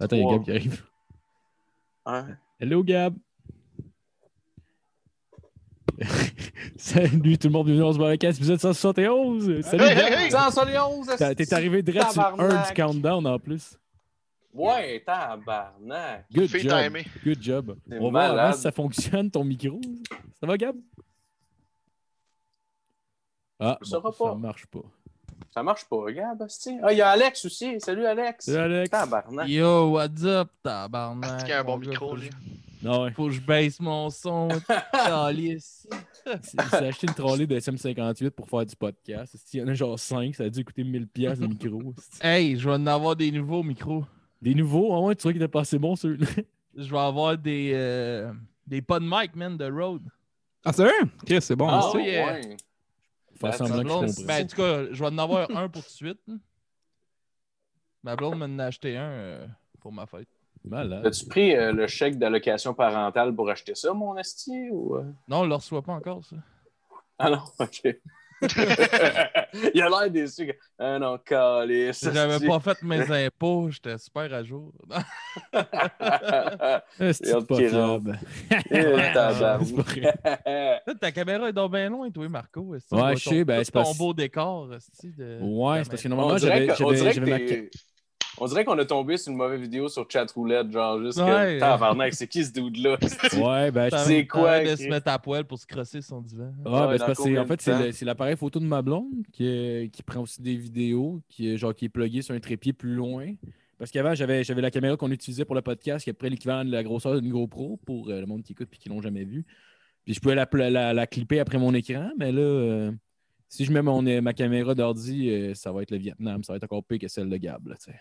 Attends, il y a Wow. Gab qui arrive. Hein? Hello Gab! Salut tout le monde, bienvenue dans ce podcast, épisode 171! Salut! Hey, Gab. hey, hey! 171, est-ce T'as- T'es arrivé direct sur Tabarnak. 1 du countdown en plus. Ouais, tabarnak. Good Fait job! timer. Good job! T'es On va voir malade. si ça fonctionne ton micro. Ça va Gab? Ah, Je le saurai ça pas. marche pas. Ça marche pas, regarde, hostie. Ah, il y a Alex aussi. Salut, Alex. Salut Alex! Tabarnak. Yo, what's up, Ah, tabarnak? c'est qu'il y a un mon bon gars, micro, faut que lui. je- Ah ouais. Faut que je baisse mon son, calice. C'est- J'ai acheté une trolley de SM58 pour faire du podcast. Il y en a genre 5, ça a dû coûter 1000$ le micro. Hey, je vais en avoir des nouveaux micros. Des nouveaux, ah ouais, tu crois qu'ils étaient pas assez bons ceux-là? Je vais avoir des, euh, des pas de mic, man, de road. Ah, sérieux? Chris, c'est bon. Ah, ça, il y a- ouais. Faire Ça semblant Ma que je blonde- comprends. ben, en tout cas, je vais en avoir un pour tout de suite. Ma blonde m'en a acheté un euh, pour ma fête. Malade. As-tu pris euh, le chèque d'allocation parentale pour acheter ça, mon esti? Ou... euh? Non, on ne le reçoit pas encore, ça. Ah non, OK. il a l'air déçu. Ah non, calice. J'avais pas fait mes impôts, j'étais super à jour. pas. Un petit Regarde pas qui fiable. hein. C'est pas tabarnak. vrai. Là, Ta caméra est donc bien loin, toi, Marco. est-ce que Ouais, tu vois je sais, ton- ben, tout c'est parce- Ton beau décor, est-ce de... Ouais, c'est parce que On normalement, j'avais dirait que- on j'avais- dirait que j'avais ma ca- t'es- on dirait qu'on a tombé sur une mauvaise vidéo sur chat roulette, genre juste que Ouais. tabarnak, c'est qui ce dude-là? Ouais, ben, je- T'as- C'est t'as quoi, l'air de ok. se mettre à poil pour se crosser son divan. Ah, ben, Ouais, c'est dans parce que c'est- combien en fait, de c'est temps? le- c'est l'appareil photo de ma blonde qui, euh, qui prend aussi des vidéos, qui, est- genre, qui est plugué sur un trépied plus loin. Parce qu'avant, j'avais j'avais la caméra qu'on utilisait pour le podcast, qui est à peu près l'équivalent de la grosseur d'une GoPro pour euh, le monde qui écoute et qui l'ont jamais vu. Puis je pouvais la, pla- la, la clipper après mon écran, mais là, euh, si je mets mon, euh, ma caméra d'ordi, euh, ça va être le Vietnam, ça va être encore pire que celle de Gab. Là, tu sais.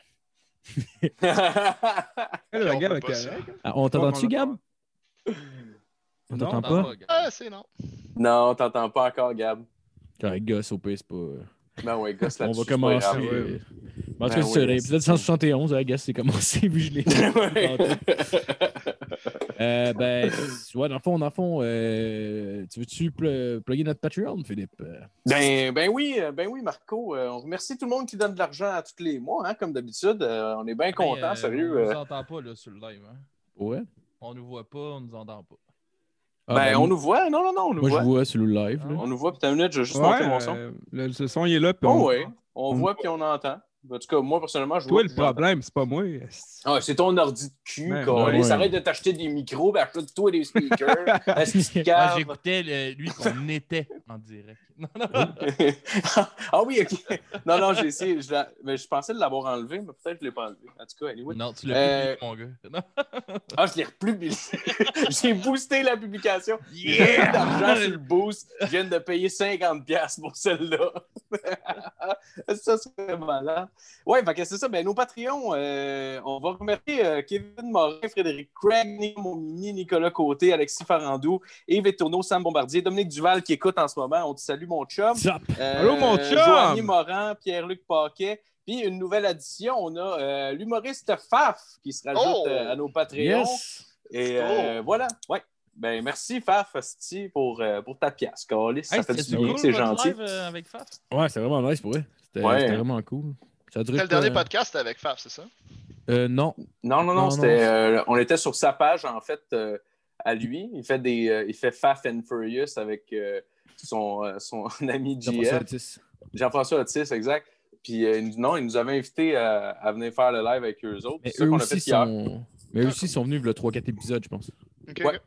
le on gars peut avec euh, pas ça. Ah, on t'entend-tu, on Gab? l'entend. On Non, t'entend on pas? Ah, c'est non. non, t'entends pas encore, Gab. Correct, gosse, au pire, c'est pas. Ben ouais, gosse On là-dessus. va c'est pas commencer. grave. euh, En tout cas, Ben c'est ça, oui, l'épisode c'est ça. 171, la gosse, hein, c'est commencé, vu que je l'ai. Euh, ben, tu vois, dans le fond, dans le fond, euh, tu veux-tu pl- plugger notre Patreon, Philippe? Euh, ben, ben oui, euh, ben oui, Marco. euh, on remercie tout le monde qui donne de l'argent à tous les mois, hein, comme d'habitude. Euh, on est Ah, ben, bien Hey, contents, euh, sérieux. On euh. nous entend pas là, sur le live. Hein. Ouais. On nous voit pas, on nous entend pas. Ah, ben, on moi, nous voit. Non, non, non, on nous Moi, voit. je vois sur le live. là. On nous voit, puis t'as une minute, je vais juste monter Ouais, mon son. euh, le, le son, il est là. Puis Oh on- ouais, on on- voit puis on entend. En tout cas, moi, personnellement, je vois. Toi, le puis j'entends. problème, c'est pas moi. esti. Ah, c'est ton ordi de cul, Ben, qu'on ben ouais. arrête de t'acheter des micros, ben achète-toi des speakers. Est-ce que tu Moi, caves? J'écoutais le- lui qu'on était en direct. Non, non. ah oui, ok. Non, non, j'ai essayé. Je, la- mais je pensais de l'avoir enlevé, mais peut-être que je ne l'ai pas enlevé. En tout cas, anyway. Non, tu l'as Euh, plus, mon gars. Non. Ah, je l'ai republié. j'ai boosté la publication. J'ai mis d'argent sur le boost. Je viens de payer 50$ pour celle-là. ça serait malade. Ouais, fait que c'est ça. Ben, nos Patreons, euh, on va remercier euh, Kevin Morin, Frédéric Craig, Nick Momini, Nicolas Côté, Alexis Farandou, Yves Tourneau, Sam Bombardier, Dominique Duval qui écoute en ce moment. On te salue, mon Ah, chum. Zap! Euh, Allô, mon chum! Joanny Morin, Pierre-Luc Paquet. Puis une nouvelle addition, on a euh, l'humoriste Faf qui se rajoute Oh! euh, à nos Patreons. Yes! Et euh, voilà, ouais. Ben, merci Faf Asti pour, euh, pour ta pièce, Carlis. Ça Hey, fait du c'était bien, cool, c'est votre gentil. live, euh, avec Faf. Ouais, c'est vraiment nice pour vrai. C'était Ouais. c'était vraiment cool. Ça a duré. C'était le quoi, dernier euh, podcast c'était avec Fab, c'est ça? euh, non. Non, non, non, Non, c'était, non. euh, on était sur sa page, en fait, euh, à lui. Il fait, des, euh, il fait Faf and Furious avec euh, son, euh, son ami Jean-François JF. Otis. Jean-François Otis, exact. Puis euh, il nous- non, il nous avait invités à, à venir faire le live avec eux autres. Mais C'est ça eux qu'on a fait aussi hier. sont. Mais eux aussi sont venus le 3-4 épisodes, je pense. Ok, Ouais. ok.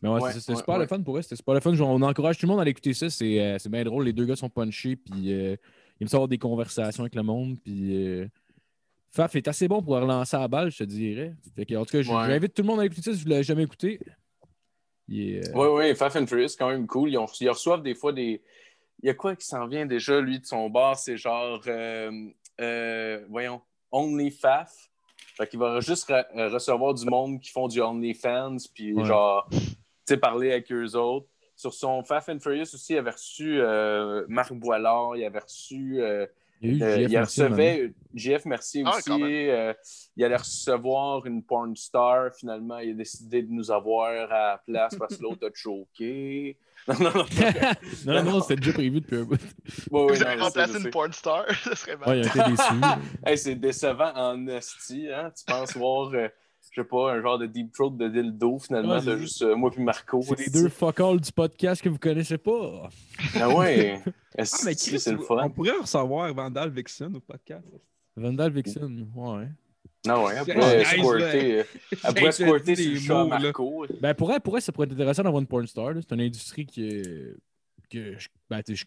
Mais ouais, Ouais, c'est- c'était ouais, super ouais. le fun pour eux. C'était super le fun. Je- On encourage tout le monde à l'écouter ça. C'est euh, c'est bien drôle. Les deux gars sont punchés. Puis euh, ils me sortent des conversations avec le monde. Puis euh, Faf est assez bon pour relancer la balle, je te dirais. Fait que, en tout cas, je- Ouais. j'invite tout le monde à écouter ça si vous ne l'avez jamais écouté. Il est, euh, Oui, oui, Fast and Furious, c'est quand même cool. Ils, ont- ils reçoivent des fois des. Il y a quoi qui s'en vient déjà, lui, de son bar? C'est genre, euh, euh, voyons, Only Faf. Fait qu'il va juste re- euh, recevoir du monde qui font du OnlyFans, puis Ouais. genre, tu sais, parler avec eux autres. Sur son Fast and Furious aussi, il avait reçu euh, Marc Boilard, il avait reçu. euh, il y a eu euh, JF il Mercier, maintenant. recevait JF Mercier Ah, aussi. quand euh, il allait recevoir une porn star. Finalement, il a décidé de nous avoir à la place parce que l'autre a choqué. Non, non, non. non, non, c'était déjà prévu depuis un bout. Ouais, ouais, Vous avez non, remplacé je sais, une je porn star, ce serait mal. Ouais, il a été déçu. sais. Hey, c'est décevant en esti, hein? Tu penses voir, euh, je sais pas, un genre de deep throat de dildo, finalement, Ouais, de c'est- juste euh, moi puis Marco. C'est les esti. deux fuck all du podcast que vous connaissez pas. Ah ouais! Ah, Esti, mais Chris, c'est le on fun. pourrait recevoir Vandal Vixen au podcast. Vandal Vixen, ouais. Non, ouais, C'est- après Ah, nice, squirter, euh, après J'ai squirter dit sur des le chat à mots, là. Marco. Ben, pour elle, pour elle, ça pourrait être intéressant d'avoir une porn star. là. C'est une industrie qui est. que je. Ben, tu sais, je.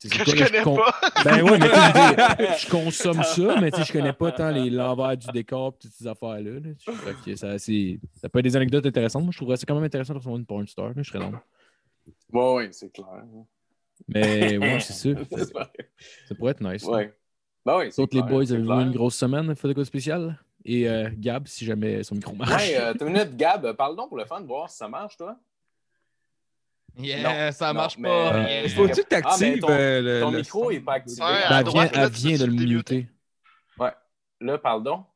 tu sais, c'est Que je quoi, là, connais con- pas. Ben ouais, mais tu sais, je veux dire, je consomme ça, mais tu sais, je connais pas tant les- l'envers du décor et toutes ces affaires-là. là. Je- fait que ça, c'est- ça peut être des anecdotes intéressantes. Moi, je trouverais ça quand même intéressant de recevoir une porn star. là. Je serais long. Ouais, ouais, c'est clair. Mais ouais, c'est sûr. C'est vrai. Ça pourrait être nice. Ouais. Ben oui, c'est Sauf les clair, boys, c'est avez-vous clair. une grosse semaine? Faites de quoi de spécial? Et euh, Gab, si jamais son micro marche. Ouais, euh, t'as une minute, Gab, euh, parle donc pour le fun, voir si ça marche, toi. Yeah, Non, ça non, marche mais- pas. Euh, Yeah. Faut-tu que Ah, mais t'actives ton- euh, le. Ton le micro son? n'est pas activé. Ouais, Ben, à elle, vient, droite, là, elle tu vient peux de le démuter. muter. Là, parle donc.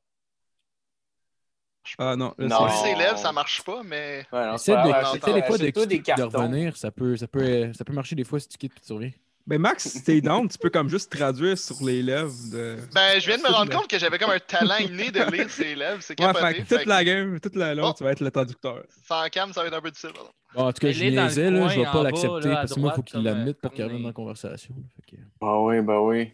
Ah non. là, Non. Celui qui s'élève, ça marche pas, mais. Ouais, non, c'est Essaye pas de- grave, j'entends. essaye des fois de, achète-toi des de cartons. revenir. Ça peut, ça, peut, euh, ça peut marcher des fois si tu quittes et tu reviens. Ben Max, si t'es down, tu peux comme juste traduire sur les lèvres de. Ben, je viens de me rendre compte que j'avais comme un talent inné de lire ses lèvres. C'est Ouais, capoté. fait que fait toute que la game, toute la longue, Oh. tu vas être le traducteur. Sans cam, ça va être un peu difficile. pardon. Bon, en tout cas, Elle je est dans le niaisais, là, je vais coin, pas en bas, l'accepter là, à parce que moi, il faut droite, qu'il la comme, mette pour euh, qu'elle comme revienne dans la les- conversation. là. Fait que- Ah oui, ben oui.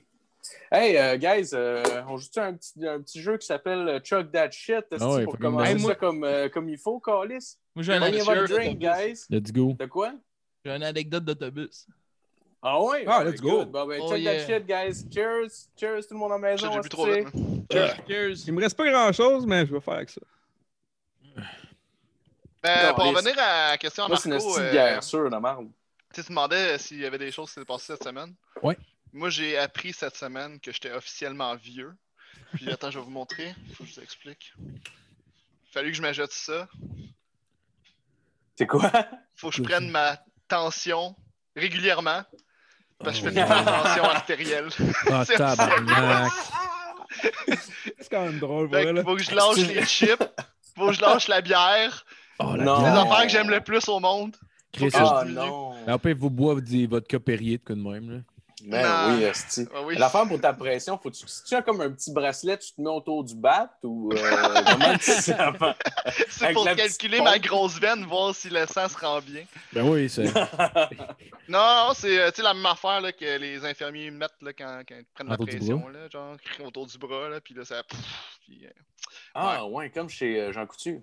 Hey, euh, guys, euh, on joue un petit, un petit jeu qui s'appelle euh, Chuck That Shit est-ce Ah ouais, pour faut qu'on commencer aille. ça comme, euh, comme il faut, Calis. Moi, j'ai un Prenez anecdote- votre sûr, drink, guys. Let's go. De quoi? j'ai une anecdote d'autobus. Ah oui? Ah, ben, let's go. good. Bon, ben, Oh, Chuck yeah. That Shit, guys. Cheers. Cheers, tout le monde en maison. J'ai on bu se trop tire. vite. hein. Il me reste pas grand chose, mais je vais faire avec ça. Ben, Non, pour les- en revenir à la question à Moi, c'est une Marco, hostie de euh, bière sûre, la merde. tu te demandais s'il y avait des choses qui s'étaient passées cette semaine. Ouais. Moi, j'ai appris cette semaine que j'étais officiellement vieux. Puis attends, je vais vous montrer. Faut que je vous explique. Fallu que je m'ajoute ça. C'est quoi? Faut que je prenne ma tension régulièrement. Parce que je fais une tension artérielle. Ah, C'est Ah. tabarnak. C'est quand même drôle, Fait voilà. que faut que je lâche les chips. Faut que je lâche la bière. Oh, la Non. C'est les bière. affaires que j'aime le plus au monde. Chris, Ah, euh, Ah je diminue. non. ben, après, vous boivez des vodka Perrier de quoi de même. Là. Ben Non. oui, Esti. Ah oui. L'affaire pour ta pression, faut tu, si tu as comme un petit bracelet, tu te mets autour du bat ou euh, comment tu sais avant? C'est Avec pour la petite calculer pompe. ma grosse veine, voir si le sang se rend bien. Ben oui, c'est. Non, non, c'est euh, tu sais, la même affaire là, que les infirmiers mettent là, quand, quand ils prennent la Autour du pression, là, genre autour du bras, là, puis là, ça. pff, puis, euh, Ah ouais, comme chez euh, Jean Coutu.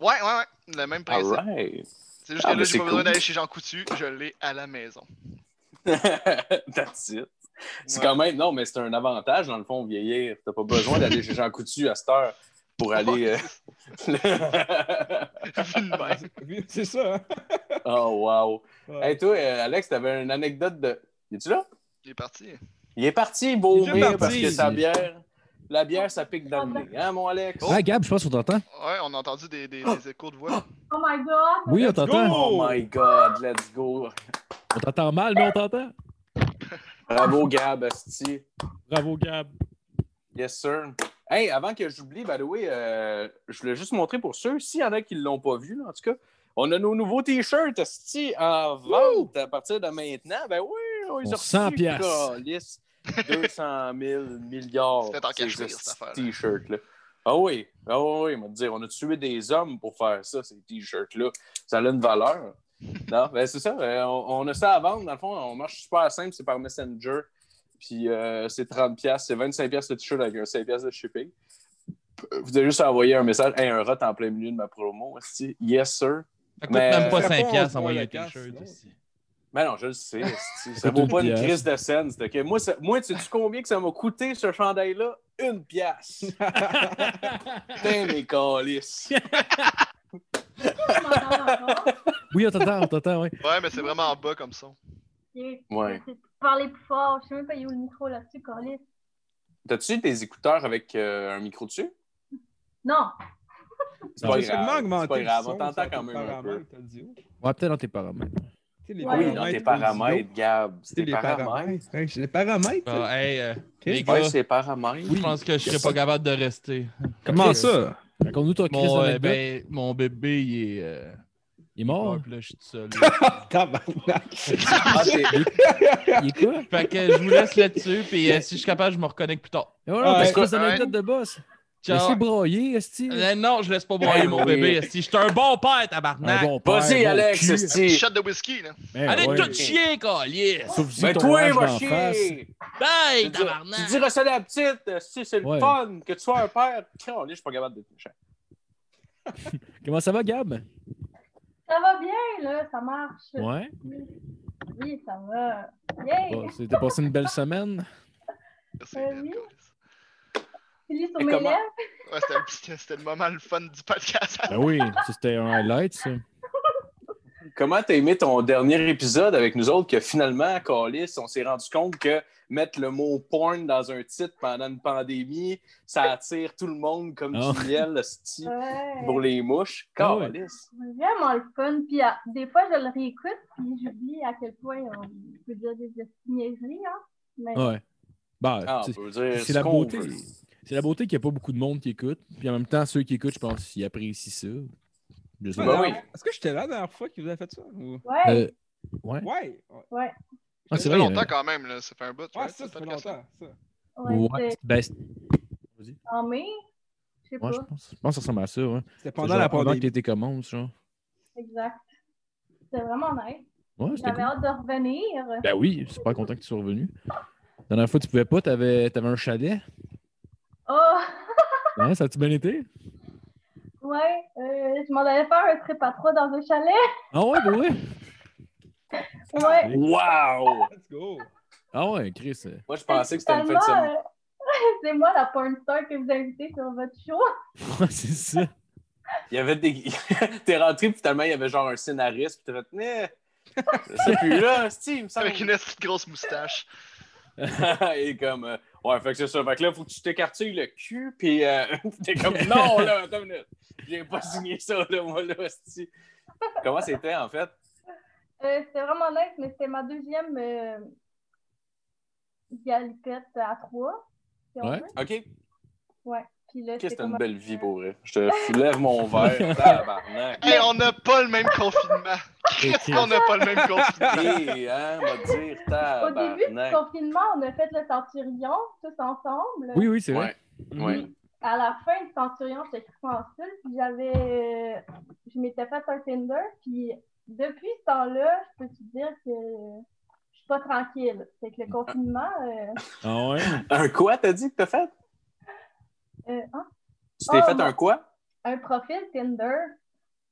Ouais, ouais, ouais, le même principe. Alright. C'est juste Ah, que là, mais j'ai c'est pas besoin cool. d'aller chez Jean Coutu, je l'ai à la maison. That's it. C'est Ouais. quand même, non, mais c'est un avantage dans le fond, vieillir. T'as pas besoin d'aller chez Jean Coutu à cette heure pour Ah, aller. euh, Vu de même. C'est ça, hein? oh wow. Ouais. Hey toi, euh, Alex, t'avais une anecdote de. Es-tu là? Il est parti. Il est parti, Il est vomir parti. parce que sa bière. La bière, ça pique dans le nez, hein, mon Alex? Ah, Gab, je pense qu'on t'entend. Ouais, on a entendu des, des, Ah! des échos de voix. Oh my god! Oui, on Let's t'entend. go. Oh my god, let's go. On t'entend mal, mais on t'entend. Bravo, Gab, Asti. Bravo, Gab. Yes, sir. Hey, avant que j'oublie, by the way, euh, je voulais juste montrer pour ceux, s'il y en a qui ne l'ont pas vu, en tout cas, on a nos nouveaux t-shirts Asti en vente à partir de maintenant. Ben oui, on les Pour a 100 reçus, piastres. câlisse. 200 000 milliards. C'était en ces cache-rire, cette esti de affaire-là. t-shirts-là. Ah oui, ah oui, on va te dire, on a tué des hommes pour faire ça, ces t-shirts-là. Ça a une valeur. Non, ben c'est ça. euh, on, on a ça à vendre. Dans le fond, on marche super simple, c'est par Messenger. Puis euh, c'est 30$, piastres, c'est 25$ piastres le t-shirt avec un 5$ piastres de shipping. Vous avez juste à envoyer un message, hey, un rot en plein milieu de ma promo. esti. Yes, sir. Ça coûte Mais- euh, même pas Ça fait 5 pas piastres un envoyer un point la t-shirt casse, ici. Mais non, je le sais. esti. ça coûte vaut une pas une pièce. crise de scène. c'est ok. Moi, ça- moi tu sais combien que ça m'a coûté ce chandail-là? Une pièce. Putain, mes calices. Tu m'entends encore? Oui, on t'entend, on t'entend, oui. Ouais, mais c'est vraiment en bas comme ça. Ok. Ouais. Tu parler plus fort. Je sais même pas où le micro là-dessus, Carlis. T'as-tu des écouteurs avec euh, un micro dessus? Non! C'est Non, pas j'ai grave. C'est pas le grave. son, On t'entend ça, quand tes même un peu. paramètres, t'as dit, oh. Tu Ouais, peut-être dans tes paramètres. sais, les Oui, Oui, dans tes audio. paramètres, Gab. Tu sais, C'est les les paramètres. paramètres. Hein, C'est les paramètres. Ah, hey, euh, les Chris, gars, Ouais, c'est les paramètres. je pense que je serais pas capable de rester. Comment Chris. ça? Raconte-nous ton Chris ben, Mon, euh, d'anecdote. ben, mon bébé, il est, euh, Il est mort. Ouais, puis là, je suis tout seul. Tabarnak. Ah, t'es- Il est quoi? fait que je vous laisse là-dessus, puis euh, si je suis capable, je me reconnecte plus tard. Et voilà, parce Ouais. que c'est une anecdote de boss. Laissez Ciao. broyer, esti. Euh, non, je laisse pas broyer mon Ah, oui. bébé. Si je suis un bon père, Un tabarnak. bon père, Vas-y, bon Alex, cul. esti. Shot de whisky, là. Ben Allez, ouais. tout chier, calice. Sauf si Mais ton Ben, toi, âge va d'en face. chier! Tu Hey, dis- Tu tabarnak. diras ça à la petite, euh, si c'est le Ouais. fun, que tu sois un père. Calé, je suis pas capable d'être méchant. Comment ça va, Gab? Ça va bien, là, ça marche. Ouais. Oui, ça va. Yay! Bon, c'est- T'as passé une belle semaine. C'est oui. cool. Fini sur Et mes comment- lèvres. Ouais, c'était le petit- c'était le moment le fun du podcast. Ben oui, ça, c'était un highlight, ça. Comment t'as aimé ton dernier épisode avec nous autres que finalement, Calis, on s'est rendu compte que mettre le mot porn dans un titre pendant une pandémie, ça attire tout le monde comme Ah. du miel, esti, Ouais. pour les mouches. Ah ouais. Calis. C'est vraiment le fun. Puis ah, des fois, je le réécoute, puis j'oublie à quel point on peut dire des des niaiseries. Hein. Mais Ouais. Ben, Ah, on c'est- peut dire c'est ce la qu'on beauté. veut. C'est la beauté qu'il n'y a pas beaucoup de monde qui écoute. Puis en même temps, ceux qui écoutent, je pense qu'ils apprécient ça. Je sais Ben Bah pas. oui. Est-ce que j'étais là la dernière fois qu'il vous a fait ça? ou- ouais, Euh, Ouais. Ouais, ah, Ça c'est fait vrai. il y en hein. longtemps a- quand même, là. Ça fait un bout. Ouais, ouais, ça, ça le fait podcast. longtemps. Ça. ouais, Ouais, c'est c'est- ben, c'est- ouais, en mai. Je sais pas, je pense. Je pense que ça ressemble à ça, ouais. C'était C'est pendant genre la avant que pandémie. l'été commence, genre. exact. C'était vraiment nice. Ouais, c'était J'avais cool. hâte de revenir. Ben oui, super content que tu sois revenu. La dernière fois, tu pouvais pas, t'avais avais un chalet. Oh, Hein, ça a-tu bien été? ouais, euh, je m'en allais faire un trip à trois dans un chalet. Ah ouais, bah ouais. Ouais. Wow! Let's go. Ah ouais, Chris. euh, Moi, je pensais que c'était une Finalement, fête de semaine. euh, C'est moi la porn star que vous invitez sur votre show. ouais, c'est ça. Il y avait des. T'es rentré, puis finalement, il y avait genre un scénariste, puis t'as fait. Mais. C'est plus là, Steve, il me semble. Avec une petite grosse moustache. Et comme. euh, ouais, fait que c'est ça. Fait que là, faut que tu t'écartilles le cul, puis euh, t'es comme. Non, là, attends une minute. J'ai pas signé ça, là, moi, là, Steve. Comment c'était, en fait? Euh, c'était vraiment nice, mais c'était ma deuxième euh, galipette à trois. si on Ouais. veut. OK? Puis là, Qu'est-ce que c'était t'as une comme- belle vie pour vrai? Je te lève mon verre. Tabarnak. Hey, on n'a pas le même confinement. Qu'est-ce qu'on n'a pas le même confinement? Et, hein, va dire Au début du tabarnak. confinement, on a fait le centurion tous ensemble. Oui, oui, c'est vrai. Ouais, ouais. À la fin du centurion, j'étais crissement en seule, puis j'avais. euh, Je m'étais fait un Tinder, puis depuis ce temps-là, je peux te dire que je suis pas tranquille. C'est que le confinement. euh, Ah ouais. Un quoi, t'as dit que t'as fait? euh, hein, Tu t'es Oh, fait mon- un quoi? un profil Tinder.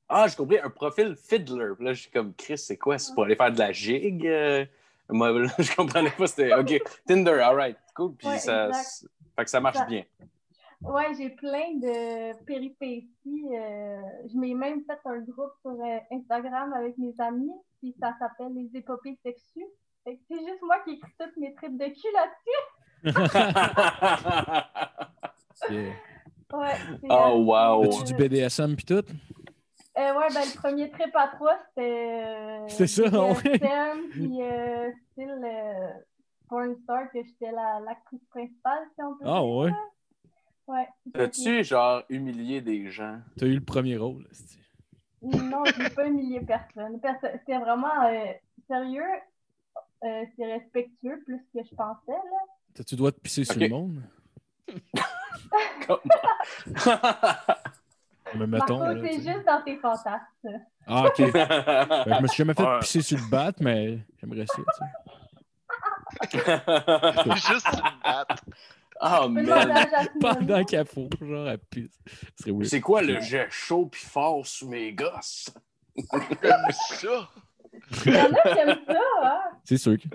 Ah, j'ai compris, un profil fiddler. Puis Là, je suis comme, Chris, c'est quoi? C'est pour aller faire de la gigue? Euh, moi, là, je comprenais pas. C'était, OK, Tinder, all right, cool. Puis Ouais, ça, exact. c'est- fait que ça marche Ça- bien. Ouais, j'ai plein de péripéties. euh, je m'ai même fait un groupe sur euh, Instagram avec mes amis, puis ça s'appelle Les Épopées sexues. Fait que c'est juste moi qui écris toutes mes tripes de cul là-dessus. C'est Ouais, c'est, oh, euh, wow. euh, As-tu du BDSM pis tout? euh, ouais, ben, le premier trip à trois, c'était. euh, C'est ça, c'était ouais. Sam, puis euh, style euh, pornstar, que j'étais la, l'actrice principale, si on peut Ah dire. ouais. Ouais. As-tu, genre, humilié des gens? T'as eu le premier rôle. c'est- Non, je n'ai pas humilié personne. Perso- C'était vraiment euh, sérieux. Euh, c'est respectueux plus que je pensais. Là. T'as-tu le droit de pisser sur Ok. le monde? Mais mettons. Marco, là, c'est tu sais. juste dans tes fantasmes. Ah, ok. Ben, je me suis jamais fait Ouais. pisser sur le bat, mais j'aimerais ça. tu sais. Juste une batte. oh, Je peux demander man. à Jasmine. Pendant qu'elle faut, genre, elle pisse. Ce serait weird. C'est quoi le jet chaud puis fort sous mes gosses? Comme ça. Il y en a qui aiment ça. Hein? C'est sûr que.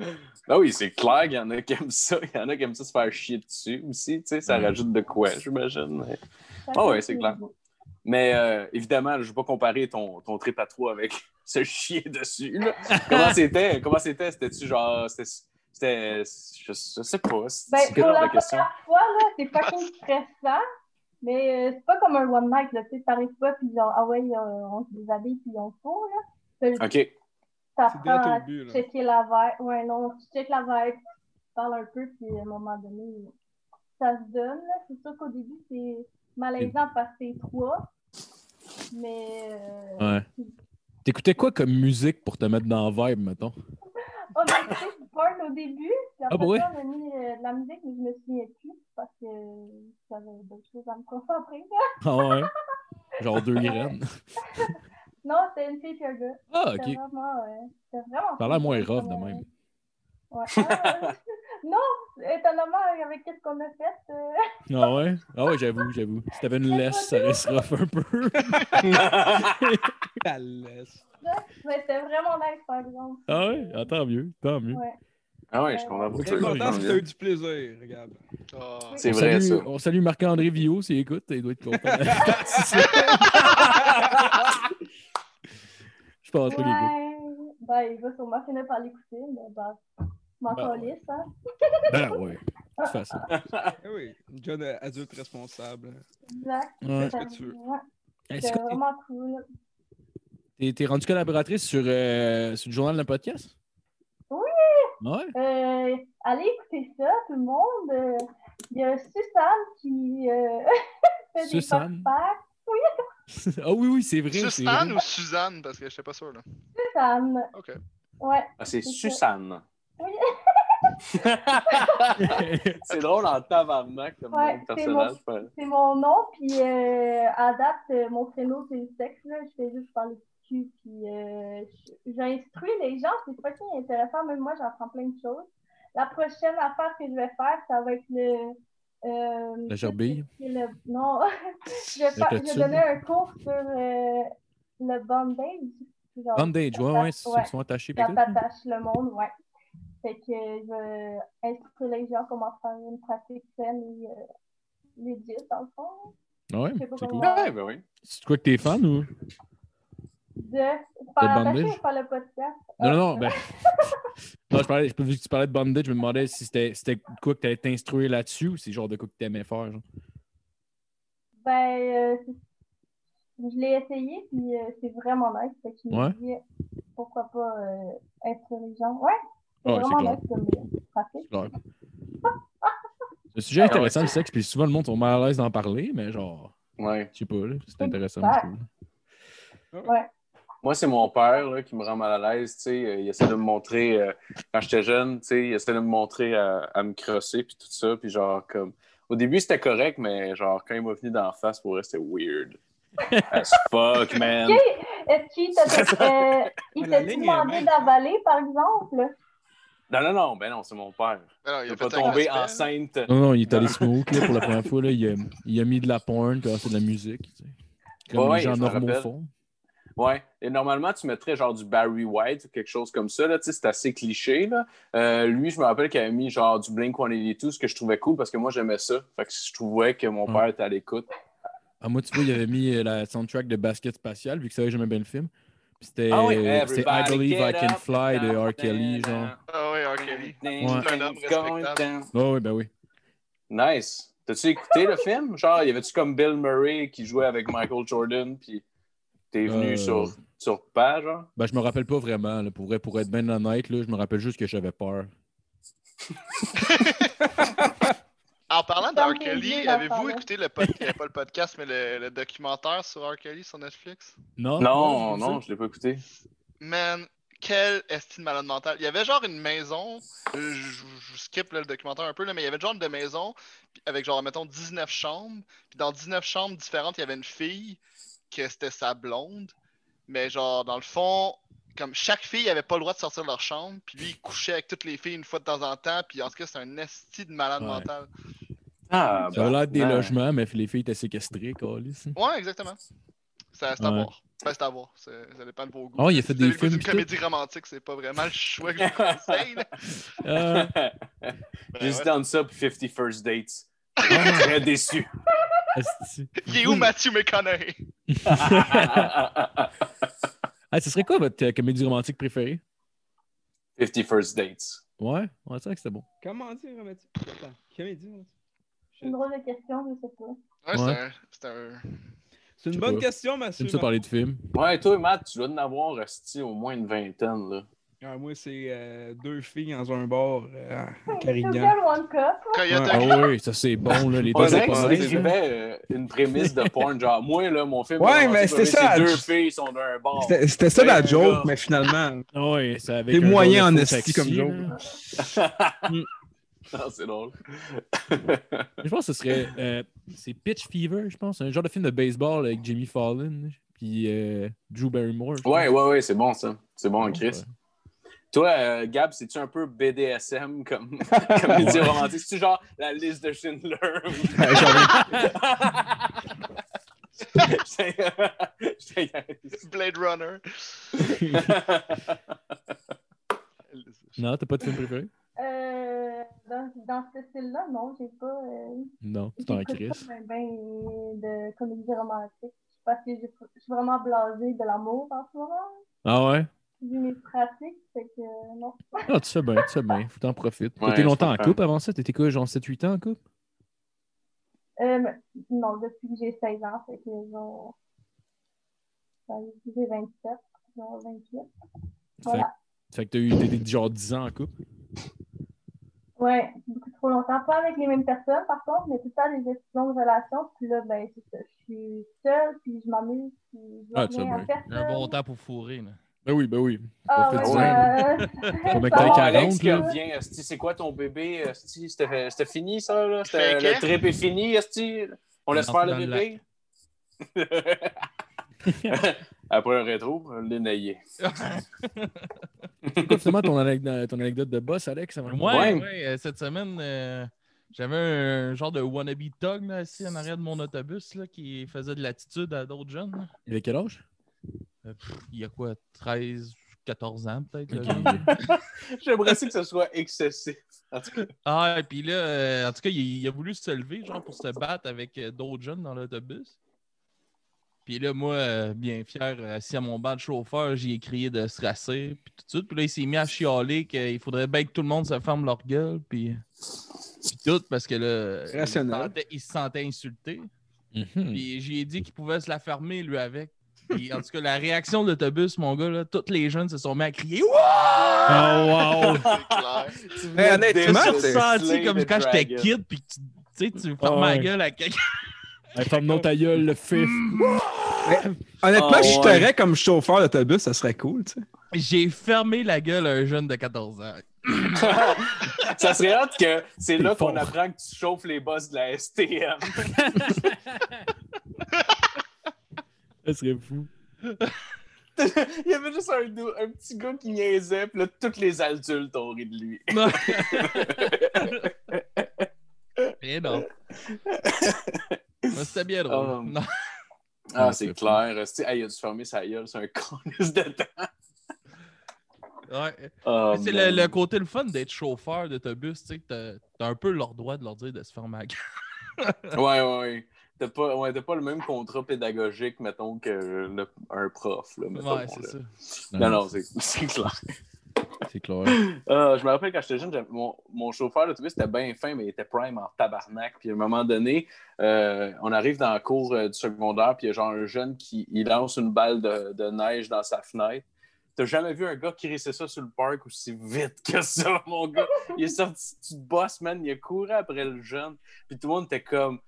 Ah oui, c'est clair qu'il y en a qui aiment ça. Il y en a qui aiment ça se faire chier dessus aussi. Tu sais, ça Ouais. rajoute de quoi, j'imagine. Ça Ah ouais, fait c'est plaisir. clair. Mais euh, évidemment, là, je ne vais pas comparer ton, ton trip à toi avec ce chier dessus. là. Comment c'était? Comment c'était? C'était-tu genre. C'était. c'était- Je, je sais pas. C'est Ben, c'est quel pour genre la de question? première fois, là, c'est fucking stressant. Mais euh, c'est pas comme un one night. Là. Tu sais, t'arrives pas, puis genre, ah ouais, euh, on se déshabille, puis on court. Là. OK. Ça C'est prend direct à au but, là. checker la vibe. Ouais, non, tu checkes la vibe, tu parles un peu, puis à un moment donné, ça se donne. là. C'est sûr qu'au début, c'est malaisant parce que c'est trois. Mais euh, Ouais. T'écoutais quoi comme musique pour te mettre dans le vibe, mettons? On a écouté du porn au début, Ah, puis après bah ouais. ça, on a mis euh, de la musique, mais je me souviens plus parce que j'avais d'autres choses à me concentrer. Ah ouais? Genre deux graines. Non, c'était une fille et un gars. Ah, C'était ok. vraiment. euh, c'était vraiment. Ça a l'air cool. moins rough de Euh, même. Ouais. Ah, non, étonnamment, avec qu'est-ce qu'on a fait. euh, Ah ouais? Ah ouais, j'avoue, j'avoue. Si t'avais une laisse, ça reste rough un peu. La laisse. mais c'était vraiment nice, par exemple. Ah ouais? Ah, tant mieux, tant mieux. Ouais. Ah ouais, je comprends pas. C'est important, c'est que t'as eu du plaisir, regarde. Ah, C'est On vrai, salue- ça. On salue Marc-André Villot s'il écoute, il doit être content. Je pense pas qu'il écoute. Ouais. Ben, il va sûrement finir par l'écouter, mais ben, je m'en Ben, ouais. calisse, hein. Ben ouais, c'est facile. Eh oui, John, euh, adulte responsable. Exact. Ouais. C'était que tu veux. vraiment- Hey, C'était Scott, vraiment cool. t'es- t'es rendue collaboratrice sur, euh, sur le journal de podcast? Oui! Ouais? Euh, allez écouter ça, tout le monde. Euh, Il y a Suzanne qui euh, fait des Suzanne? facts. Ah oui, oui, c'est vrai. c'est vrai. Suzanne ou Suzanne? Parce que je n'étais pas sûr. Là. Suzanne. OK. Ouais. Ah, c'est C'est ça. Susanne. Oui. c'est drôle en tabarnak comme nom Ouais, de c'est personnage. C'est mon nom, puis euh, à date, euh, mon prénom, c'est le sexe. Là. Je fais juste parler de cul, puis euh, je- j'instruis les gens. C'est fucking intéressant. Même moi, j'apprends plein de choses. La prochaine affaire que je vais faire, ça va être le... euh, La gerbille? c'est le- non, je vais, La faire- je vais tortue. donner un cours sur euh, le bondage. Genre, Bondage, ouais, ouais, Ouais. ils sont attachés. pis la tout. patache, le monde, ouais. Fait que je vais instruire les gens comment faire une pratique saine et euh, legit, dans le fond. Ouais, Je sais pas c'est cool. comment- Ouais, ben oui. C'est quoi que t'es fan ou? De faire la bondage? pêche ou faire le podcast? Non, non, non, Ah. ben. non, je parlais, je, vu que tu parlais de bondage, je me demandais si c'était c'était quoi que t'allais t'instruire là-dessus ou c'est genre de quoi que t'aimais faire. Genre. Ben, euh, c'est- je l'ai essayé, puis euh, c'est vraiment nice. Fait que je me Ouais. dis, pourquoi pas euh, instruire les gens? Ouais, c'est Ouais, c'est vraiment clair. nice comme euh, pratique. Genre. Le Ah, sujet est intéressant, le sexe, puis souvent le monde sont mal à l'aise d'en parler, mais genre, Ouais. je sais pas, là, Ah. c'est intéressant. Ouais. c'est cool. Moi, c'est mon père là, qui me rend mal à l'aise. tu sais, euh, Il essaie de me montrer, euh, quand j'étais jeune, tu sais, il essaie de me montrer à, à me crosser puis tout ça. Puis genre, comme... Au début, c'était correct, mais genre, quand il m'a venu d'en face, pour vrai, c'était weird. As fuck, man. Est-ce qu'il t'a euh, il Ouais, la t'a-tu ligne est demandé mince. d'avaler, par exemple? Non, non, non, ben non, c'est mon père. Mais non, il Il n'a a fait pas ça avec tombé respect, là. enceinte. Non, non, il est allé smoke là, pour la première fois. Là, il, a, il a mis de la porn, puis il a fait de la musique. tu sais. Comme Ouais, les gens je me normaux rappelle. font. Ouais. Et normalement, tu mettrais genre du Barry White ou quelque chose comme ça. Là. Tu sais, C'est assez cliché. Là. Euh, lui, je me rappelle qu'il avait mis genre du Blink 182, ce que je trouvais cool parce que moi, j'aimais ça. Fait que je trouvais que mon Ouais. père était à l'écoute. Ah, moi, tu vois, il avait mis euh, la soundtrack de Basket Spatial, vu que ça savait jamais bien le film. Puis c'était euh, Ah oui, c'était I everybody Believe I get Can up. Fly de R. Kelly, genre. Ah ouais, ok. oui. Ouais. C'est un homme respectable. Ah oui, ben oui. Nice. T'as-tu écouté le film? Genre, y avait-tu comme Bill Murray qui jouait avec Michael Jordan, puis t'es venu Euh. sur, sur page, genre? Ben, je me rappelle pas vraiment. là, pour, vrai- pour être bien honnête, là, je me rappelle juste que j'avais peur. En parlant de Comme R. les Kelly, vieux avez-vous d'enfant, écouté le podcast, pas le podcast, mais le, le documentaire sur R. Kelly sur Netflix? Ah, Non? Non, c'est ça? non, je l'ai pas écouté. Man, quel estime malade mental. Il y avait genre une maison, euh, je, je- je skip là, le documentaire un peu, là, mais il y avait genre une de maison puis avec genre, mettons, 19 chambres. Puis dans 19 chambres différentes, il y avait une fille que c'était sa blonde. Mais genre, dans le fond, comme chaque fille n'avait pas le droit de sortir de leur chambre, puis lui, il couchait avec toutes les filles une fois de temps en temps. Puis en tout cas, c'est un esti de malade Ouais. mental. Ah, Ça avait l'air des ben, logements, mais les filles étaient séquestrées, câlisse. Ouais, exactement. Ça- C'est à Ouais. voir. Enfin, c'est à voir. C'est- Ça dépend de vos goûts. Oh, il a fait Si des vous avez le goût films d'une pis tout. comédie romantique, c'est pas vraiment le choix que je vous conseille. là. Euh, Ben ouais. J'hésitais entre ça puis 50 First Dates. Très déçu. ah, asti. Il est où Matthew McConaughey? Fifty ah, ce serait quoi votre euh, comédie romantique préférée? First Dates. Ouais, on va dire que c'était bon. Comment dire, Mathieu? Attends, comédie, Mathieu? C'est une drôle de question, je sais pas. Ouais, Ouais. c'est un- c'est un, C'est Je une sais bonne pas. question, J'aime Mathieu. ça parler de films. Ouais, toi, Matt, tu dois en avoir resté au moins une vingtaine. Là. Ah, moi, c'est euh, deux filles dans un bar euh, à Two Carignan. girl, one cup. Quand il y a Ouais, ta- Ah oui, ça c'est bon, là, les On deux dirait que sont si pareils. j'écrivais euh, une prémisse de porn, genre, moi, là, mon film. Ouais, commence mais par c'était ces ça, Deux je- filles sont d'un bar. C'était- C'était ça la Ouais, joke, gars. mais finalement, Ah oui, c'est avec t'es un genre moyen de en faux taxi, esti comme joke. là. Non, c'est drôle. Je pense que ce serait. euh, c'est Pitch Fever, je pense. Un genre de film de baseball avec Jimmy Fallon. Puis euh, Drew Barrymore. je pense. Ouais, ouais, ouais, c'est bon, ça. C'est bon, Chris. Toi, euh, Gab, c'est-tu un peu BDSM comme, comme métier romantique? C'est-tu genre la liste de Schindler? C'est- c'est- Blade Runner. Non, t'as pas de film préféré? Euh, dans, dans ce style-là, non, j'ai pas. euh, Non, tu t'en j'écoute crisses. pas ben, ben de comédie romantique. Parce que j'ai- je suis vraiment blasée de l'amour en ce moment. Ah ouais? J'ai mes pratiques, fait que euh, non. Ah, tu fais bien, tu fais bien. Faut t'en profiter. Ouais, T'étais longtemps en je comprends. couple avant ça? T'étais quoi, genre 7-8 ans en couple? Euh, mais- non, depuis que j'ai 16 ans, fait que genre. ben, J'ai 27, genre 28. Voilà. Fait que t'as eu t'étais genre 10 ans en couple? Ouais, beaucoup trop longtemps. Pas avec les mêmes personnes, par contre, mais tout ça, des longues relations. Puis là, ben, c'est ça. Je suis seule, puis je m'amuse, puis je vois Ah, tu rien vas à bien. personne. Un bon temps pour fourrer. Là. Ben oui, ben oui. Ah, Pas fait ouais, du ouais. Faut mettre quelqu'un Bon, Ça va, à Alex, Ah, Alex quarante, qui là. revient, esti, c'est quoi ton bébé? esti? C'était c'était fini, ça? là? C'était- Fait Le que- trip est fini, esti? On laisse Non, faire c'est le dans bébé? le Après un rétro, l'énaillé. C'est quoi finalement ton, anecdote- ton anecdote de boss, Alex? avant- Ouais, Ouais. ouais. euh, cette semaine, euh, j'avais un genre de wannabe thug là, assis en arrière de mon autobus là, qui faisait de l'attitude à d'autres jeunes. là. Il avait quel âge? Euh, pff, il y a quoi, 13, 14 ans peut-être? le Ok. jeune? J'aimerais aussi que ce soit excessif. En tout cas, Ah, et puis là, euh, en tout cas, il, il a voulu se lever, genre, pour se battre avec euh, d'autres jeunes dans l'autobus. Puis là, moi, euh, bien fier, euh, assis à mon banc de chauffeur, j'y ai crié de se rasser, puis tout de suite. Puis là, il s'est mis à chialer qu'il faudrait bien que tout le monde se ferme leur gueule, puis, puis tout, parce que là, il se, Rationnel. sentait, il se sentait insulté. Mhm. Puis j'y ai dit qu'il pouvait se la fermer, lui, avec. Puis en tout cas, la réaction de l'autobus, mon gars, là, tous les jeunes se sont mis à crier « Wouah! Oh, wow! C'est clair. tu venais honnêtement, J'ai Comment m'as t'es- ressenti comme quand j'étais kid, puis que tu, tu sais, tu fermes Ah ouais. la gueule à quelqu'un. Hey, Ferme donc ta gueule, le fif! Honnêtement, Ah, si ouais. j'étais comme chauffeur d'autobus, ça serait cool, tu sais. J'ai fermé la gueule à un jeune de 14 ans. Ça serait hâte que c'est là fort. qu'on apprend que tu chauffes les boss de la STM. Ça serait fou. Il y avait juste un, dou- un petit gars qui niaisait, puis là, tous les adultes ont ri de lui. Mais Eh non. Mais C'était bien drôle. Um, Non. Ah, Ouais, c'est c'est clair. Esti, hey, il a dû fermer sa gueule, c'est un colis de temps. Ouais. Oh, Mais c'est man. le, le côté le fun d'être chauffeur d'autobus, tu sais, que t'as- t'as un peu leur droit de leur dire de se fermer la gueule. Ouais, ouais, ouais. T'as pas, ouais, t'as pas le même contrat pédagogique, mettons, que le- un prof. Là, mettons, Ouais, c'est là. ça. Non, non, c'est c'est clair. C'est clair. Ah, je me rappelle quand j'étais jeune, j'avais- mon, mon chauffeur d'autobus était bien fin, mais il était prime en tabarnak. Puis à un moment donné, euh, on arrive dans la cour euh, du secondaire, puis il y a genre un jeune qui il lance une balle de, de neige dans sa fenêtre. T'as jamais vu un gars crisser ça sur le parc aussi vite que ça, mon gars? Il est sorti du boss, man. Il a couru après le jeune. Puis tout le monde était comme,